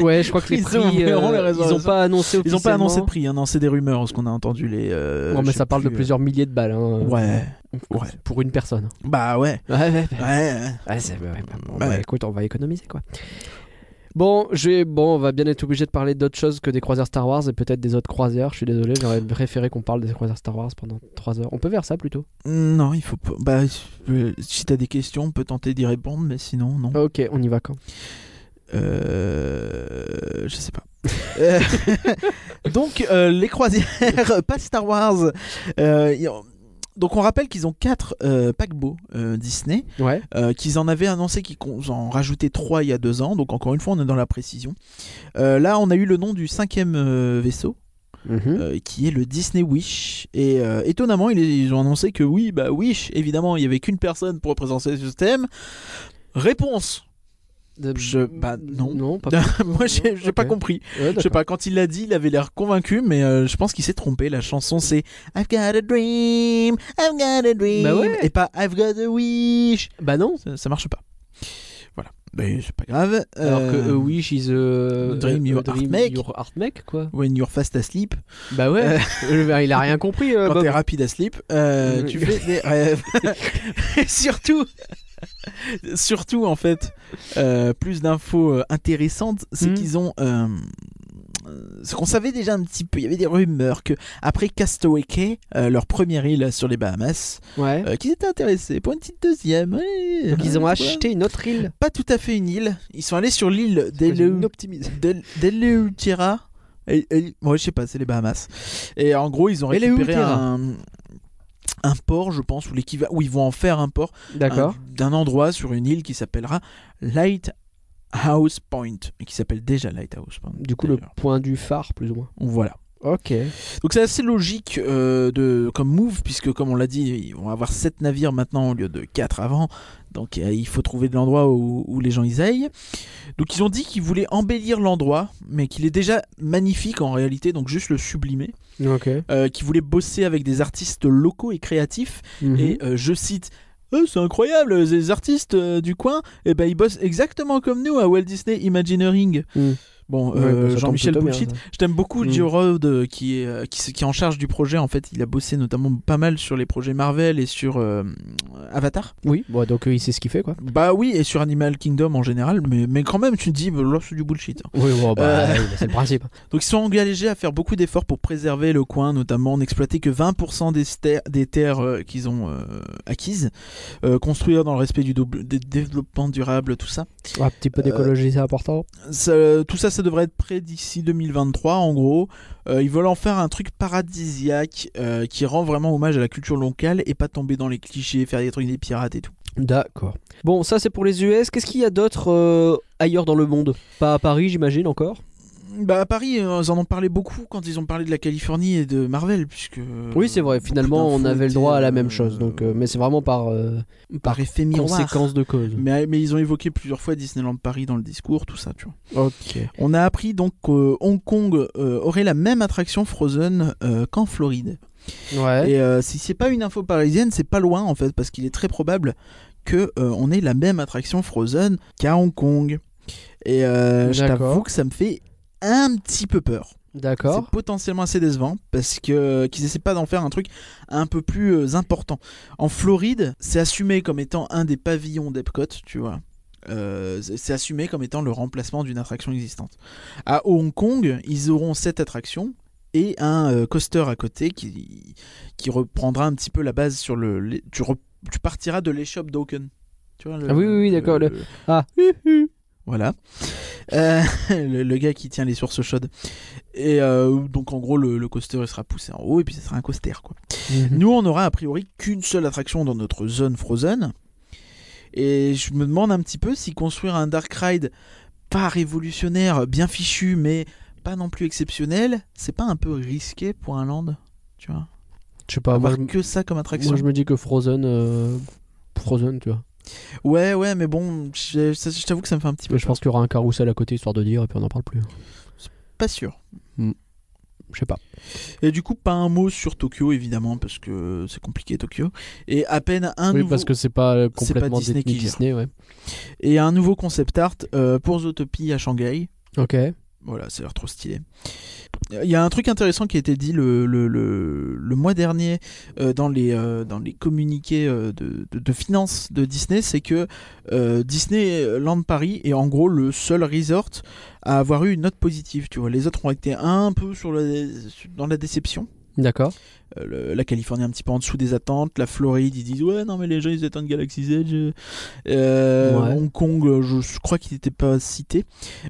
A: Ouais, je crois que les
B: Ils
A: prix,
B: ont vraiment les
A: euh,
B: raisons.
A: ils ont pas annoncé
B: Ils n'ont pas annoncé de
A: officiellement.
B: prix, hein, non, c'est des rumeurs, ce qu'on a entendu les. euh,
A: Ouais,
B: je
A: mais
B: sais
A: ça parle de
B: plus,
A: plusieurs milliers de balles. hein.
B: euh, Ouais, ouais.
A: Pour une personne.
B: Bah ouais,
A: Ouais, ouais, ouais.
B: ouais.
A: Ouais, c'est- ouais, ouais, bon,
B: Ouais.
A: bah, écoute, on va économiser quoi. Bon, j'ai bon, on va bien être obligé de parler d'autres choses que des croisières Star Wars et peut-être des autres croisières. Je suis désolé, j'aurais préféré qu'on parle des croisières Star Wars pendant 3 heures. On peut faire ça plutôt.
B: Non, il faut pas. Bah, euh, si t'as des questions, on peut tenter d'y répondre, mais sinon, non.
A: Ok, on y va quand
B: Euh, je sais pas. Euh, Donc, euh, les croisières, pas Star Wars. Euh, y- donc, on rappelle qu'ils ont quatre euh, paquebots euh, Disney,
A: Ouais.
B: euh, qu'ils en avaient annoncé qu'ils con- en rajoutaient trois il y a deux ans. Donc, encore une fois, on est dans la précision. Euh, là, on a eu le nom du cinquième euh, vaisseau,
A: Mhm.
B: euh, qui est le Disney Wish. Et euh, étonnamment, ils, ils ont annoncé que oui, bah Wish, évidemment, il y avait qu'une personne pour représenter ce thème. Réponse
A: De-
B: je- bah, non.
A: Non, pas
B: Moi, j'ai j'ai pas
A: Ok.
B: compris.
A: Ouais,
B: Je sais
A: d'accord.
B: pas, quand il l'a dit, il avait l'air convaincu, mais euh, je pense qu'il s'est trompé. La chanson, c'est I've got a dream, I've got a dream,
A: Bah ouais.
B: et pas I've got a wish.
A: Bah non.
B: Ça, ça marche pas. Voilà. Mais c'est pas grave.
A: Alors que
B: Euh,
A: a Wish is a,
B: Dream your
A: a
B: heart make.
A: euh, your heart make, quoi.
B: When you're fast asleep,
A: Bah ouais, il a rien compris. euh,
B: quand
A: Bob.
B: t'es rapide asleep, euh,
A: Mm.
B: tu fais des rêves. Et surtout, surtout en fait, euh, plus d'infos euh, intéressantes, c'est
A: Mm.
B: qu'ils ont. euh, euh, ce qu'on savait déjà un petit peu, il y avait des rumeurs que après Castaway Cay, euh, leur première île sur les Bahamas,
A: Ouais.
B: euh, qu'ils étaient intéressés pour une petite deuxième. ouais,
A: Donc ils ont
B: ouais.
A: acheté une autre île.
B: Pas tout à fait une île. Ils sont allés sur l'île d'Eleu-
A: optimise.
B: d'El- d'Eleutera. Et- et- Moi, je sais pas, c'est les Bahamas. Et en gros, ils ont récupéré
A: Eleutera.
B: un, un port, je pense, ou l'équivalent, où ils vont en faire un port
A: D'accord.
B: un- d'un endroit sur une île qui s'appellera Lighthouse Point, et qui s'appelle déjà Lighthouse Point.
A: Ah, Du coup, le
B: d'ailleurs.
A: point du phare, plus ou moins.
B: Voilà.
A: Ok.
B: Donc c'est assez logique euh, de, comme move, puisque comme on l'a dit, ils vont avoir 7 navires maintenant au lieu de 4 avant. Donc euh, il faut trouver de l'endroit où, où les gens ils aillent. Donc ils ont dit qu'ils voulaient embellir l'endroit, mais qu'il est déjà magnifique en réalité, donc juste le sublimer.
A: Ok.
B: Euh, qu'ils voulaient bosser avec des artistes locaux et créatifs,
A: Mhm.
B: et euh, je cite Euh, c'est incroyable Eh les artistes euh, du coin et ben ils bossent exactement comme nous à Walt Disney Imagineering
A: Mm.
B: Bon,
A: Ouais,
B: euh,
A: bah, ça tombe
B: Jean-Michel
A: plutôt bien,
B: Bouchit,
A: ça.
B: je t'aime beaucoup
A: Mm.
B: Joe Rod euh, qui est, euh, qui, se- qui est en charge du projet. En fait, il a bossé notamment pas mal sur les projets Marvel et sur euh, Avatar.
A: Oui, bon, donc euh, il sait ce qu'il fait, quoi.
B: Bah oui, et sur Animal Kingdom en général, mais, mais quand même, tu te dis, bah, là, c'est du bullshit.
A: Oui, bon, bah,
B: Euh.
A: oui, bah, c'est le principe.
B: Donc ils sont engagés à faire beaucoup d'efforts pour préserver le coin, notamment n'exploiter que 20% des, ster- des terres euh, qu'ils ont euh, acquises, euh, construire dans le respect du double- des développements durables, tout ça.
A: Un petit peu d'écologie, c'est important.
B: Ça- Tout ça, ça devrait être prêt d'ici 2023 en gros. Euh, ils veulent en faire un truc paradisiaque euh, qui rend vraiment hommage à la culture locale et pas tomber dans les clichés, faire des trucs des pirates et tout.
A: D'accord. Bon, ça c'est pour les US. Qu'est-ce qu'il y a d'autre euh, ailleurs dans le monde Pas à Paris, j'imagine, encore
B: Bah à Paris, euh, ils en ont parlé beaucoup quand ils ont parlé de la Californie et de Marvel, puisque... euh,
A: Oui, c'est vrai.
B: beaucoup
A: Finalement, on
B: d'infos
A: avait le
B: étaient,
A: droit à la
B: euh,
A: même chose. Donc, euh, mais c'est vraiment par euh,
B: par effet miroir.
A: conséquence de cause.
B: Mais, mais ils ont évoqué plusieurs fois Disneyland Paris dans le discours, tout ça, tu vois.
A: Ok.
B: On a appris donc que Hong Kong euh, aurait la même attraction Frozen euh, qu'en Floride.
A: Ouais.
B: Et euh, si c'est pas une info parisienne, c'est pas loin en fait, parce qu'il est très probable que euh, on ait la même attraction Frozen qu'à Hong Kong. Et euh, je
A: D'accord.
B: t'avoue que ça me fait un petit peu peur.
A: D'accord.
B: C'est potentiellement assez décevant parce que qu'ils essaient pas d'en faire un truc un peu plus euh, important. En Floride, c'est assumé comme étant un des pavillons d'Epcot, tu vois. Euh, c'est c'est assumé comme étant le remplacement d'une attraction existante. À Hong Kong, ils auront cette attraction et un euh, coaster à côté qui, qui reprendra un petit peu la base sur le. les- tu, re- tu partiras de l'échoppe d'Oaken. Tu vois, le-
A: Ah oui, oui, oui, d'accord, le- ah.
B: Mhm. Voilà. Euh, le, le gars qui tient les sources chaudes. Et euh, donc en gros le, le coaster il sera poussé en haut et puis ce sera un coaster quoi.
A: Mhm.
B: Nous on aura a priori qu'une seule attraction dans notre zone Frozen. Et je me demande un petit peu si construire un dark ride pas révolutionnaire, bien fichu mais pas non plus exceptionnel, c'est pas un peu risqué pour un land, tu vois
A: Je sais pas. Ah, Moi
B: Avoir
A: je,
B: que ça comme attraction.
A: moi, je me dis que Frozen, euh, Frozen, tu vois.
B: Ouais ouais mais bon, je, ça- je t'avoue que ça me fait un petit peu
A: Je pense qu'il y aura un carrousel à côté histoire de dire, et puis on n'en parle plus.
B: peur. pas sûr.
A: Je sais pas.
B: Et du coup, pas un mot sur Tokyo, évidemment, parce que c'est compliqué Tokyo. Et à peine un,
A: oui,
B: nouveau,
A: parce que c'est pas euh,
B: C'est pas
A: complètement
B: Disney
A: détenu
B: qui gère.
A: Disney, ouais.
B: et un nouveau concept art euh, pour Zootopie à Shanghai.
A: Ok.
B: Voilà, ça a l'air trop stylé. Il y a un truc intéressant qui a été dit le, le, le, le mois dernier euh, dans, les, euh, dans les communiqués euh, de, de, de finances de Disney, c'est que euh, Disneyland Paris est en gros le seul resort à avoir eu une note positive. Tu vois, les autres ont été un peu sur la- dans la déception.
A: D'accord.
B: Euh, le- la Californie un petit peu en dessous des attentes, la Floride ils disent ouais non mais les gens ils attendent Galaxy's Edge, Euh,
A: Ouais.
B: Hong Kong euh, je, je crois qu'il n'était pas cité,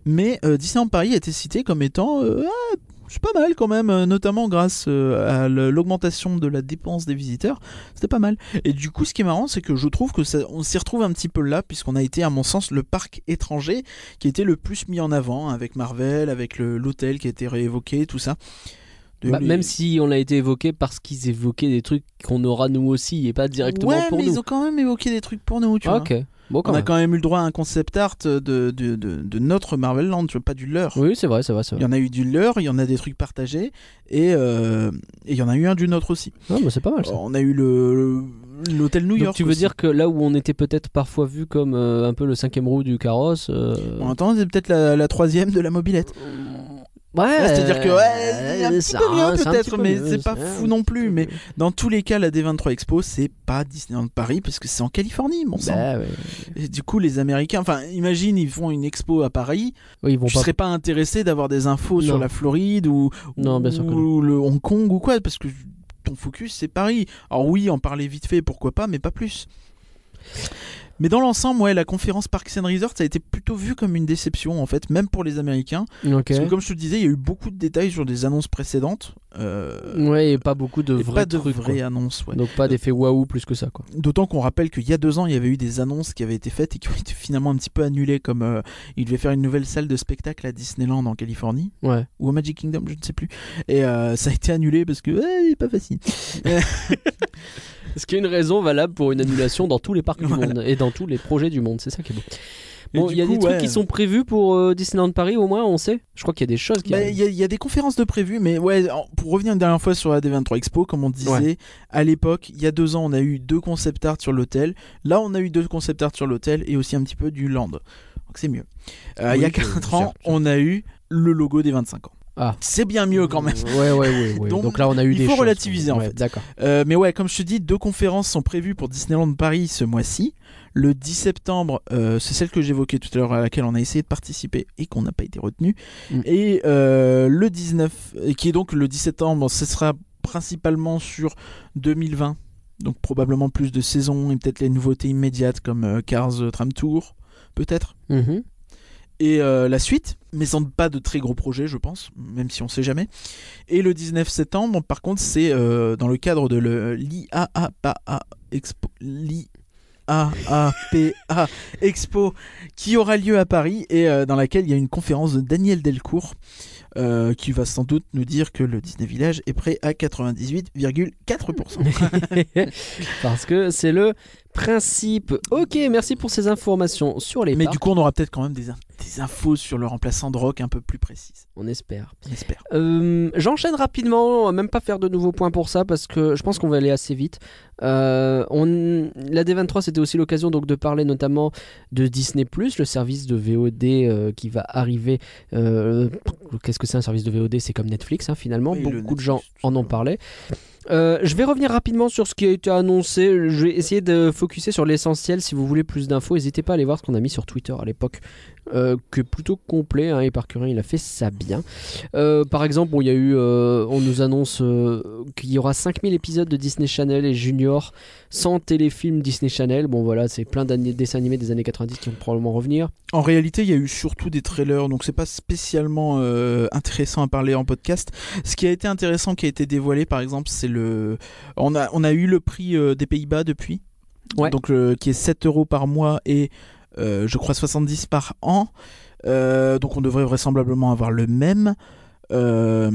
B: mais euh, Disneyland Paris a été cité comme étant euh, Ah, c'est pas mal quand même, euh, notamment grâce euh, à le- l'augmentation de la dépense des visiteurs, c'était pas mal. Et du coup ce qui est marrant c'est que je trouve que ça, on s'y retrouve un petit peu là puisqu'on a été à mon sens le parc étranger qui a été le plus mis en avant hein, avec Marvel, avec le- l'hôtel qui a été réévoqué, tout ça. De
A: Bah,
B: les-
A: Même si on l'a été évoqué parce qu'ils évoquaient des trucs qu'on aura nous aussi et pas directement
B: ouais,
A: pour
B: mais
A: nous.
B: ils ont quand même évoqué des trucs pour nous, tu vois.
A: ok. Bon, quand
B: On a
A: même.
B: quand même eu le droit à un concept art de, de, de, de notre Marvel Land, tu vois, pas du leur.
A: Oui, c'est vrai, c'est vrai, c'est
B: Il
A: vrai.
B: y en a eu du leur, il y en a des trucs partagés, et euh, et il y en a eu un du nôtre aussi.
A: Non, mais Ah, bah, c'est pas mal ça.
B: On a eu le le- l'hôtel New
A: Donc
B: York.
A: tu veux
B: aussi.
A: dire que là où on était peut-être parfois vu comme euh, un peu le cinquième roue du carrosse. euh,
B: En même temps, c'est peut-être la, la troisième de la mobilette.
A: Ouais,
B: Là, C'est-à-dire que, ouais,
A: euh,
B: c'est un petit
A: ça,
B: peu mieux
A: c'est Bah un petit
B: peut-être,
A: peu
B: mais
A: mieux,
B: c'est pas
A: un
B: fou non plus.
A: peu
B: Mais
A: mieux.
B: dans tous les cas, la D23 Expo, c'est pas Disneyland Paris, parce que c'est en Californie, mon sang.
A: Bah, ouais.
B: Et du coup, les Américains, enfin, imagine, ils font une expo à Paris,
A: Oui, ils vont
B: je
A: pas.
B: serais pas intéressé d'avoir des infos sur
A: Non.
B: la Floride ou,
A: Non, bien sûr que non.
B: ou le Hong Kong ou quoi, parce que ton focus c'est Paris. Alors oui, en parler vite fait, pourquoi pas, mais pas plus. Mais dans l'ensemble, ouais, la conférence Parks and Resorts ça a été plutôt vue comme une déception en fait, même pour les Américains.
A: Ok.
B: Parce que comme je te le disais, il y a eu beaucoup de détails sur des annonces précédentes. euh,
A: Ouais, et pas beaucoup de
B: et
A: vrais
B: pas de
A: trucs. quoi.
B: vraies annonces. ouais.
A: Donc pas d'effet waouh plus que ça quoi.
B: D'autant qu'on rappelle qu'il y a deux ans, il y avait eu des annonces qui avaient été faites et qui ont été finalement un petit peu annulées, comme euh, il devait faire une nouvelle salle de spectacle à Disneyland en Californie.
A: Ouais.
B: ou au Magic Kingdom, je ne sais plus. Et euh, ça a été annulé parce que eh, il est pas facile.
A: Ce qui est une raison valable pour une annulation dans tous les parcs
B: Voilà.
A: du monde et dans tous les projets du monde. C'est ça qui est beau.
B: Et
A: Bon,
B: du
A: il y a
B: coup,
A: des trucs
B: ouais.
A: qui sont prévus pour euh, Disneyland Paris au moins, on sait. Je crois qu'il y a des choses qui.
B: Bah, Il
A: arrivent.
B: y, a- il y a des conférences de prévues, mais ouais, en- pour revenir une dernière fois sur la D23 Expo, comme on disait,
A: Ouais.
B: à l'époque, il y a deux ans, on a eu deux concept art sur l'hôtel. Là, on a eu deux concept art sur l'hôtel et aussi un petit peu du land. donc c'est mieux. Euh, il y a
A: Oui, je-
B: 4
A: je
B: ans,
A: cherche.
B: on a eu le logo des 25 ans.
A: Ah.
B: C'est bien mieux quand même.
A: Ouais, ouais, ouais. ouais.
B: Donc,
A: Donc, là, on a eu
B: il
A: des.
B: faut
A: choses.
B: relativiser, en
A: Ouais,
B: fait.
A: D'accord.
B: Euh, mais ouais, comme je te dis, deux conférences sont prévues pour Disneyland Paris ce mois-ci. Le 10 septembre, euh, c'est celle que j'évoquais tout à l'heure, à laquelle on a essayé de participer et qu'on n'a pas été retenu.
A: Mm.
B: Et euh, le 19, euh, qui est donc le 10 septembre, ce sera principalement sur 2020. Donc probablement plus de saisons et peut-être les nouveautés immédiates comme euh, Cars euh, Tram Tour, peut-être
A: Mhm.
B: et euh, la suite, mais sans pas de très gros projets, je pense, même si on sait jamais. Et le 19 septembre, par contre, c'est euh, dans le cadre de le- l'IAAPA Expo. l'IAAPA Expo qui aura lieu à Paris et euh, dans laquelle il y a une conférence de Daniel Delcourt euh, qui va sans doute nous dire que le Disney Village est prêt à 98,4%.
A: Parce que c'est le principe. Ok, merci pour ces informations sur les
B: Mais
A: parcs.
B: du coup, on aura peut-être quand même des, in- des infos sur le remplaçant de Rock un peu plus précises,
A: On espère.
B: j'espère.
A: Euh, J'enchaîne rapidement, on va même pas faire de nouveaux points pour ça parce que je pense qu'on va aller assez vite. Euh, on, la D23 c'était aussi l'occasion donc de parler notamment de Disney le service de VOD euh, qui va arriver. euh, Qu'est-ce que c'est un service de VOD C'est comme Netflix hein, finalement.
B: Oui, le
A: Beaucoup de
B: Netflix,
A: gens
B: tout
A: en ont
B: simplement.
A: parlé. Euh, je vais revenir rapidement sur ce qui a été annoncé. Je vais essayer de focuser sur l'essentiel. Si vous voulez plus d'infos, n'hésitez pas à aller voir ce qu'on a mis sur Twitter à l'époque, euh, que plutôt complet. Hein, et Parkurin, il a fait ça bien. Euh, par exemple, bon, il y a eu, euh, on nous annonce euh, qu'il y aura 5000 épisodes de Disney Channel et Junior sans téléfilm Disney Channel. Bon, voilà, c'est plein d'années- dessins animés des années 90 qui vont probablement revenir.
B: En réalité, il y a eu surtout des trailers, donc c'est pas spécialement euh, intéressant à parler en podcast. Ce qui a été intéressant, qui a été dévoilé, par exemple, c'est le. On a, on a eu le prix euh, des Pays-Bas depuis,
A: Ouais.
B: donc le- qui est 7 euros par mois et euh, je crois 70 par an. Euh, donc on devrait vraisemblablement avoir le même. Euh,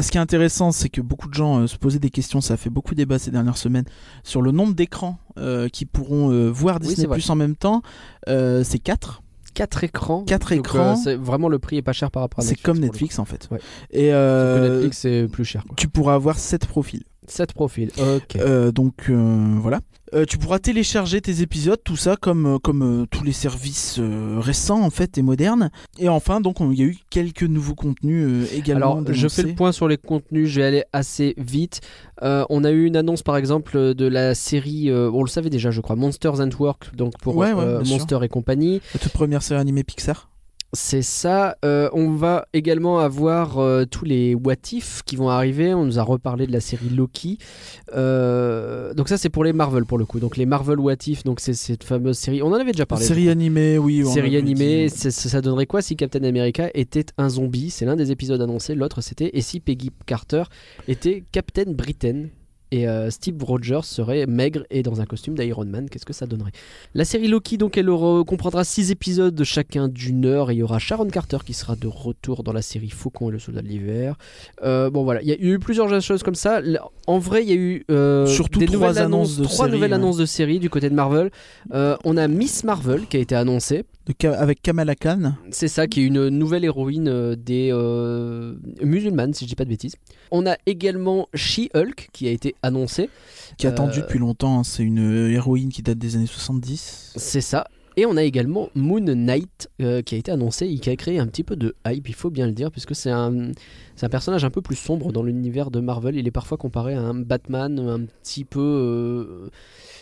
B: ce qui est intéressant, c'est que beaucoup de gens euh, se posaient des questions, ça a fait beaucoup de débats ces dernières semaines, sur le nombre d'écrans euh, qui pourront euh, voir
A: Oui,
B: Disney
A: c'est vrai.
B: Plus en même temps. Euh, c'est 4
A: Quatre écrans.
B: Quatre
A: Donc,
B: écrans.
A: euh, c'est- vraiment, le prix est pas cher par rapport à
B: c'est
A: Ah, Netflix.
B: comme
A: pour le
B: Netflix en fait.
A: Ouais.
B: Et
A: coup. Sauf que
B: euh,
A: Netflix, c'est plus cher. Quoi.
B: tu pourras avoir 7 profils.
A: 7 profils. Ok.
B: Euh, donc euh, voilà. Euh, tu pourras télécharger tes épisodes, tout ça comme, euh, comme euh, tous les services euh, récents en fait et modernes. Et enfin, donc on- il y a eu quelques nouveaux contenus euh, également.
A: Alors, je fais
B: dénoncés.
A: le point sur les contenus, je vais aller assez vite. Euh, on a eu une annonce, par exemple, euh, de la série, euh, on le savait déjà, je crois, Monsters and Work, donc pour
B: Ouais, ouais,
A: euh,
B: bien sûr.
A: Monster et compagnie.
B: La toute première série animée Pixar.
A: C'est ça. Euh, on va également avoir euh, tous les what if qui vont arriver. On nous a reparlé de la série Loki. Euh, donc ça, c'est pour les Marvel, pour le coup. Donc les Marvel what if, donc c'est cette fameuse série. On en avait déjà parlé. je
B: série
A: crois.
B: animée, oui. on
A: Série
B: l'avait
A: animée,
B: dit. euh,
A: c'est- ça ça donnerait quoi si Captain America était un zombie C'est l'un des épisodes annoncés. L'autre, c'était et si Peggy Carter était Captain Britain et euh, Steve Rogers serait maigre et dans un costume d'Iron Man, qu'est-ce que ça donnerait La série Loki, donc, elle aura- euh, comprendra 6 épisodes de chacun d'une heure et il y aura Sharon Carter qui sera de retour dans la série Faucon et le Soldat de l'Hiver. Euh, bon, voilà, il y a eu plusieurs choses comme ça. L- En vrai, il y a eu euh,
B: Surtout
A: des
B: trois
A: nouvelles
B: annonces de hein.
A: trois
B: séries,
A: nouvelles
B: ouais.
A: annonces de séries du côté de Marvel. Euh, on a Miss Marvel qui a été annoncée.
B: De Ka- avec Kamala Khan.
A: C'est ça, qui est une nouvelle héroïne euh, des euh, musulmanes, si je dis pas de bêtises. On a également She-Hulk qui a été annoncée.
B: qui est
A: Euh,
B: attendue depuis longtemps. hein. C'est une héroïne qui date des années 70.
A: C'est ça. Et on a également Moon Knight euh, qui a été annoncé et qui a créé un petit peu de hype, il faut bien le dire, puisque c'est un, c'est un personnage un peu plus sombre dans l'univers de Marvel. Il est parfois comparé à un Batman un petit peu. euh,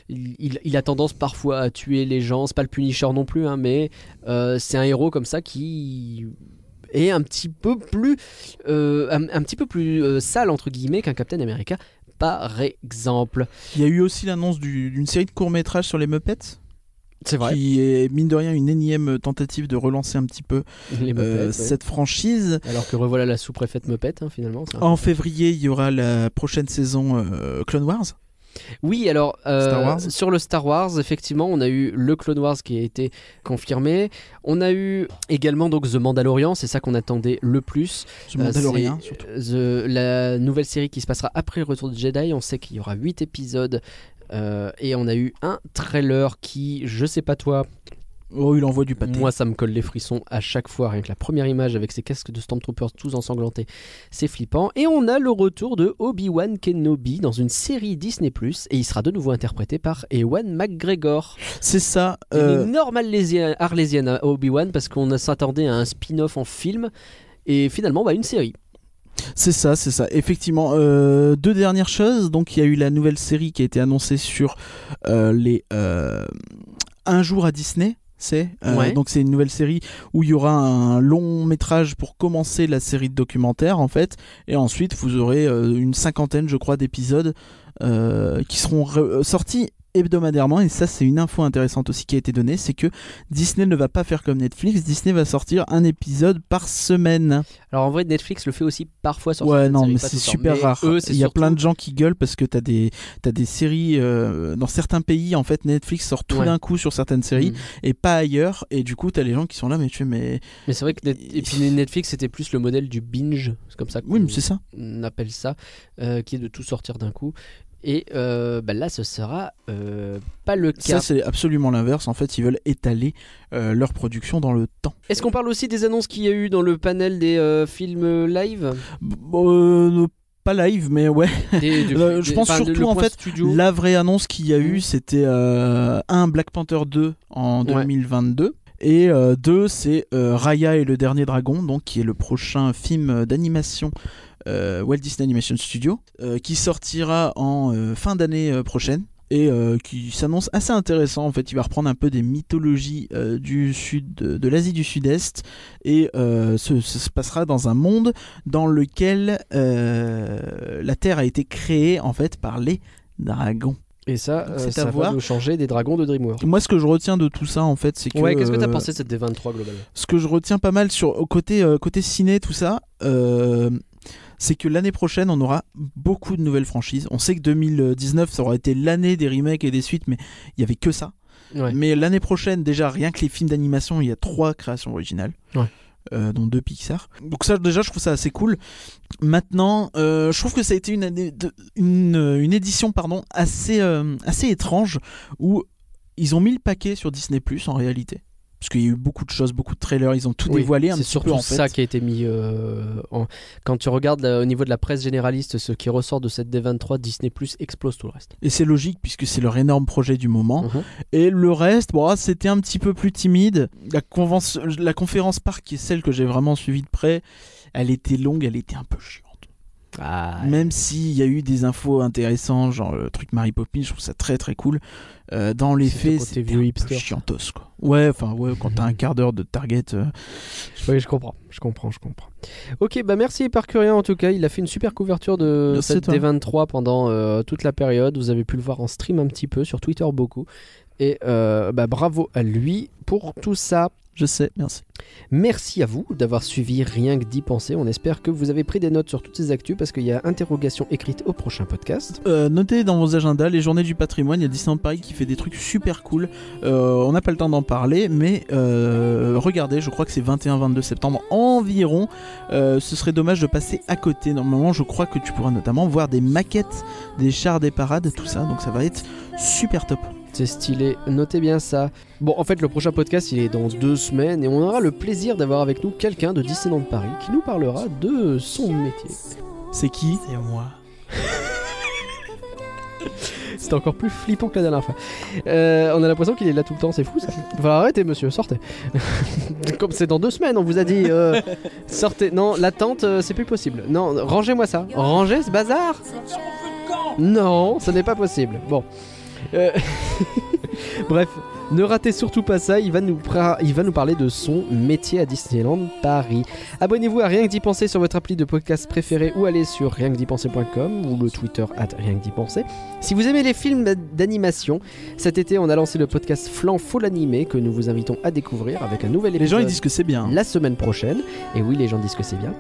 A: il, il- il a tendance parfois à tuer les gens, c'est pas le Punisher non plus, hein, mais euh, c'est un héros comme ça qui est un petit peu plus, euh, un, un petit peu plus euh, sale entre guillemets qu'un Captain America, par exemple.
B: Il y a eu aussi l'annonce du- d'une série de courts-métrages sur les Muppets.
A: C'est
B: qui est mine de rien une énième tentative de relancer un petit peu
A: Les
B: euh,
A: Muppets, ouais.
B: cette franchise.
A: Alors que revoilà la sous-préfète Muppet, hein, finalement. ça.
B: En février, il y aura la prochaine saison euh, Clone Wars.
A: Oui, alors euh,
B: Star Wars
A: sur le Star Wars, effectivement, on a eu le Clone Wars qui a été confirmé. On a eu également donc The Mandalorian, c'est ça qu'on attendait le plus.
B: Ce Mandalorian.
A: Euh, c'est, euh, The- la nouvelle série qui se passera après le retour de Jedi. On sait qu'il y aura 8 épisodes. euh, et on a eu un trailer qui, je sais pas toi,
B: Oh, il envoie du pâté.
A: Moi, ça me colle les frissons à chaque fois, rien que la première image avec ses casques de Stormtroopers tous ensanglantés, c'est flippant. Et on a le retour de Obi-Wan Kenobi dans une série Disney+, et il sera de nouveau interprété par Ewan McGregor.
B: C'est ça.
A: Une
B: euh,
A: énorme arlésienne, arlésienne à Obi-Wan, parce qu'on s'attendait à un spin-off en film, et finalement, bah, une série.
B: C'est ça, c'est ça. Effectivement, euh, deux dernières choses. Donc, il y a eu la nouvelle série qui a été annoncée sur euh, les euh, Un jour à Disney. C'est Euh,
A: Ouais.
B: donc c'est une nouvelle série où il y aura un long métrage pour commencer la série de documentaires en fait, et ensuite vous aurez euh, une cinquantaine, je crois, d'épisodes euh, qui seront re- sortis hebdomadairement. Et ça, c'est une info intéressante aussi qui a été donnée, c'est que Disney ne va pas faire comme Netflix. Disney va sortir un épisode par semaine.
A: Alors en vrai, Netflix le fait aussi parfois sur
B: Ouais,
A: certaines
B: non,
A: séries,
B: mais
A: pas tout
B: c'est
A: le temps.
B: super
A: Mais
B: rare.
A: eux, c'est
B: Il y a
A: surtout-
B: plein de gens qui gueulent parce que t'as des, t'as des séries. euh, dans certains pays, en fait, Netflix sort tout
A: Ouais.
B: d'un coup sur certaines séries
A: Mm.
B: et pas ailleurs. Et du coup, t'as les gens qui sont là, mais tu fais, mais.
A: Mais c'est vrai que Net- et puis Netflix, c'était plus le modèle du binge, c'est comme ça
B: Oui,
A: qu'on-
B: mais c'est ça.
A: on appelle ça, euh, qui est de tout sortir d'un coup. Et euh, bah là, ce sera euh, pas le
B: Ça,
A: cas.
B: c'est absolument l'inverse. En fait, ils veulent étaler euh, leur production dans le temps.
A: Est-ce qu'on parle aussi des annonces qu'il y a eu dans le panel des euh, films live
B: B- euh, pas live, mais ouais.
A: Des- du-
B: Euh, je pense
A: enfin, de-
B: surtout,
A: le
B: en
A: point
B: fait,
A: studio.
B: La vraie annonce qu'il y a
A: Mhm.
B: eu, c'était euh, un Black Panther 2 en
A: Ouais.
B: 2022. Et euh, deux, c'est euh, Raya et le dernier dragon, donc qui est le prochain film euh, d'animation euh, Walt Disney Animation Studio, euh, qui sortira en euh, fin d'année euh, prochaine et euh, qui s'annonce assez intéressant. En fait, il va reprendre un peu des mythologies euh, du sud, de, de l'Asie du Sud-Est, et euh, ce- ce se passera dans un monde dans lequel euh, la Terre a été créée en fait par les dragons.
A: Et ça,
B: Donc,
A: euh,
B: c'est à
A: ça va
B: voir.
A: nous changer des dragons de DreamWorks.
B: Moi, ce que je retiens de tout ça, en fait, c'est que
A: ouais, qu'est-ce que t'as
B: euh,
A: pensé de cette D23 globalement
B: ce que je retiens pas mal sur au côté euh, côté ciné tout ça euh, c'est que l'année prochaine on aura beaucoup de nouvelles franchises on sait que 2019 ça aura été l'année des remakes et des suites mais il y avait que ça
A: Ouais.
B: mais l'année prochaine déjà rien que les films d'animation il y a trois créations originales
A: Ouais.
B: euh, dont deux Pixar donc ça déjà je trouve ça assez cool maintenant euh, je trouve que ça a été une année de- une, euh, une édition pardon assez euh, assez étrange où ils ont mis le paquet sur Disney Plus en réalité parce qu'il y a eu beaucoup de choses, beaucoup de trailers, ils ont tout
A: Oui,
B: dévoilé un
A: C'est
B: petit
A: surtout
B: peu en fait.
A: ça qui a été mis euh, en. Quand tu regardes là, au niveau de la presse généraliste, ce qui ressort de cette D23, Disney Plus explose tout le reste.
B: Et c'est logique puisque c'est leur énorme projet du moment.
A: Mhm.
B: Et le reste, bon, ah, c'était un petit peu plus timide. La, convention- la conférence parc, qui est celle que j'ai vraiment suivie de près, elle était longue, elle était un peu chiante.
A: Ah,
B: Même s'il y a eu des infos intéressantes, genre le truc Mary Poppins, je trouve ça très très cool. Euh, dans les
A: C'est ton
B: faits,
A: côté
B: c'était
A: vieux
B: un peu
A: hipster.
B: chiantos quoi. Ouais, enfin ouais, quand t'as un quart d'heure de Target, euh,
A: Oui, je comprends, je comprends, je comprends. Ok, bah merci Parcurien en tout cas. Il a fait une super couverture de
B: Merci
A: cette
B: toi.
A: D23 pendant euh, toute la période. Vous avez pu le voir en stream un petit peu, sur Twitter beaucoup. Et euh, bah, bravo à lui pour tout ça.
B: je sais, merci.
A: Merci à vous d'avoir suivi Rien que d'y penser. On espère que vous avez pris des notes sur toutes ces actus parce qu'il y a interrogation écrite au prochain podcast.
B: Euh, notez dans vos agendas les journées du patrimoine. Il y a Disneyland Paris qui fait des trucs super cool. Euh, on n'a pas le temps d'en parler, mais euh, regardez, je crois que c'est 21-22 septembre environ. Euh, ce serait dommage de passer à côté. Normalement, je crois que tu pourras notamment voir des maquettes des chars des parades, tout ça. Donc ça va être super top.
A: C'est stylé, notez bien ça. Bon, en fait, le prochain podcast, il est dans deux semaines et on aura le plaisir d'avoir avec nous quelqu'un de Disneyland Paris qui nous parlera de son métier.
B: C'est qui C'est moi.
A: C'était encore plus flippant que la dernière fois. Euh, on a l'impression qu'il est là tout le temps, c'est fou ça. Enfin, arrêtez monsieur, sortez. Comme c'est dans deux semaines, on vous a dit. euh, sortez. Non, l'attente, euh, c'est plus possible. Non, rangez-moi ça. Rangez ce bazar Non, ce n'est pas possible. Bon. Euh, Bref, ne ratez surtout pas ça. Il va, nous pra- il va nous parler de son métier à Disneyland Paris. Abonnez-vous à Rien que d'y penser sur votre appli de podcast préféré ou allez sur rienquedipenser.com ou le Twitter at rien que d'y penser. Si vous aimez les films d'animation, cet été on a lancé le podcast Flan Faux l'animé que nous vous invitons à découvrir avec un nouvel
B: Les gens
A: épisode
B: ils disent que c'est bien. hein.
A: la semaine prochaine. Et oui, les gens disent que c'est bien.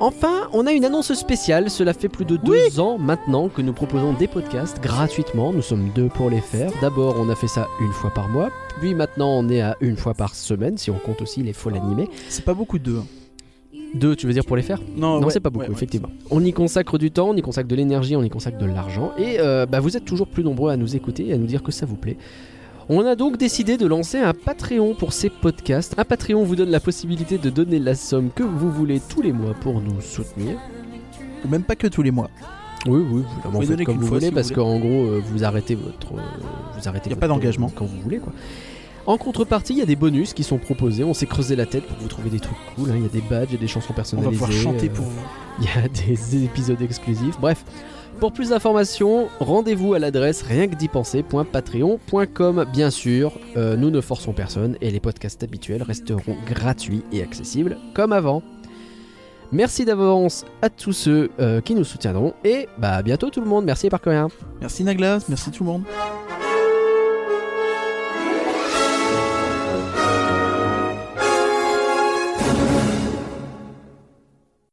A: Enfin, on a une annonce spéciale. Cela fait plus de deux ans maintenant que nous proposons des podcasts gratuitement. Nous sommes deux pour les faire. D'abord, on a fait ça une fois par mois. Puis maintenant, on est à une fois par semaine, si on compte aussi les faux l'animé.
B: C'est pas beaucoup d'eux. hein.
A: Deux, tu veux dire pour les faire non,
B: ouais,
A: c'est pas beaucoup,
B: ouais, ouais.
A: effectivement. On y consacre du temps, on y consacre de l'énergie, on y consacre de l'argent. Et euh, bah, vous êtes toujours plus nombreux à nous écouter et à nous dire que ça vous plaît. On a donc décidé de lancer un Patreon pour ces podcasts. Un Patreon vous donne la possibilité de donner la somme que vous voulez tous les mois pour nous soutenir.
B: Ou même pas que tous les mois.
A: Oui, oui, vous la
B: Vous
A: faites
B: donnez
A: comme
B: qu'une
A: vous
B: fois,
A: voulez,
B: si vous
A: parce
B: voulez.
A: qu'en gros, euh, vous arrêtez votre. euh, vous arrêtez
B: Y a
A: votre-
B: pas d'engagement.
A: Quand vous voulez, quoi. En contrepartie, il y a des bonus qui sont proposés. On s'est creusé la tête pour vous trouver des trucs cool. hein. Il y a des badges, il y a des chansons
B: On va
A: personnalisées.
B: pouvoir chanter
A: euh,
B: pour vous.
A: Il y a des épisodes exclusifs. Bref. Pour plus d'informations, rendez-vous à l'adresse rien que d'y penser.patreon.com. Bien sûr, euh, nous ne forçons personne et les podcasts habituels resteront gratuits et accessibles comme avant. Merci d'avance à tous ceux euh, qui nous soutiendront et bah, à bientôt tout le monde. Merci par
B: Merci Naglas, merci tout le monde.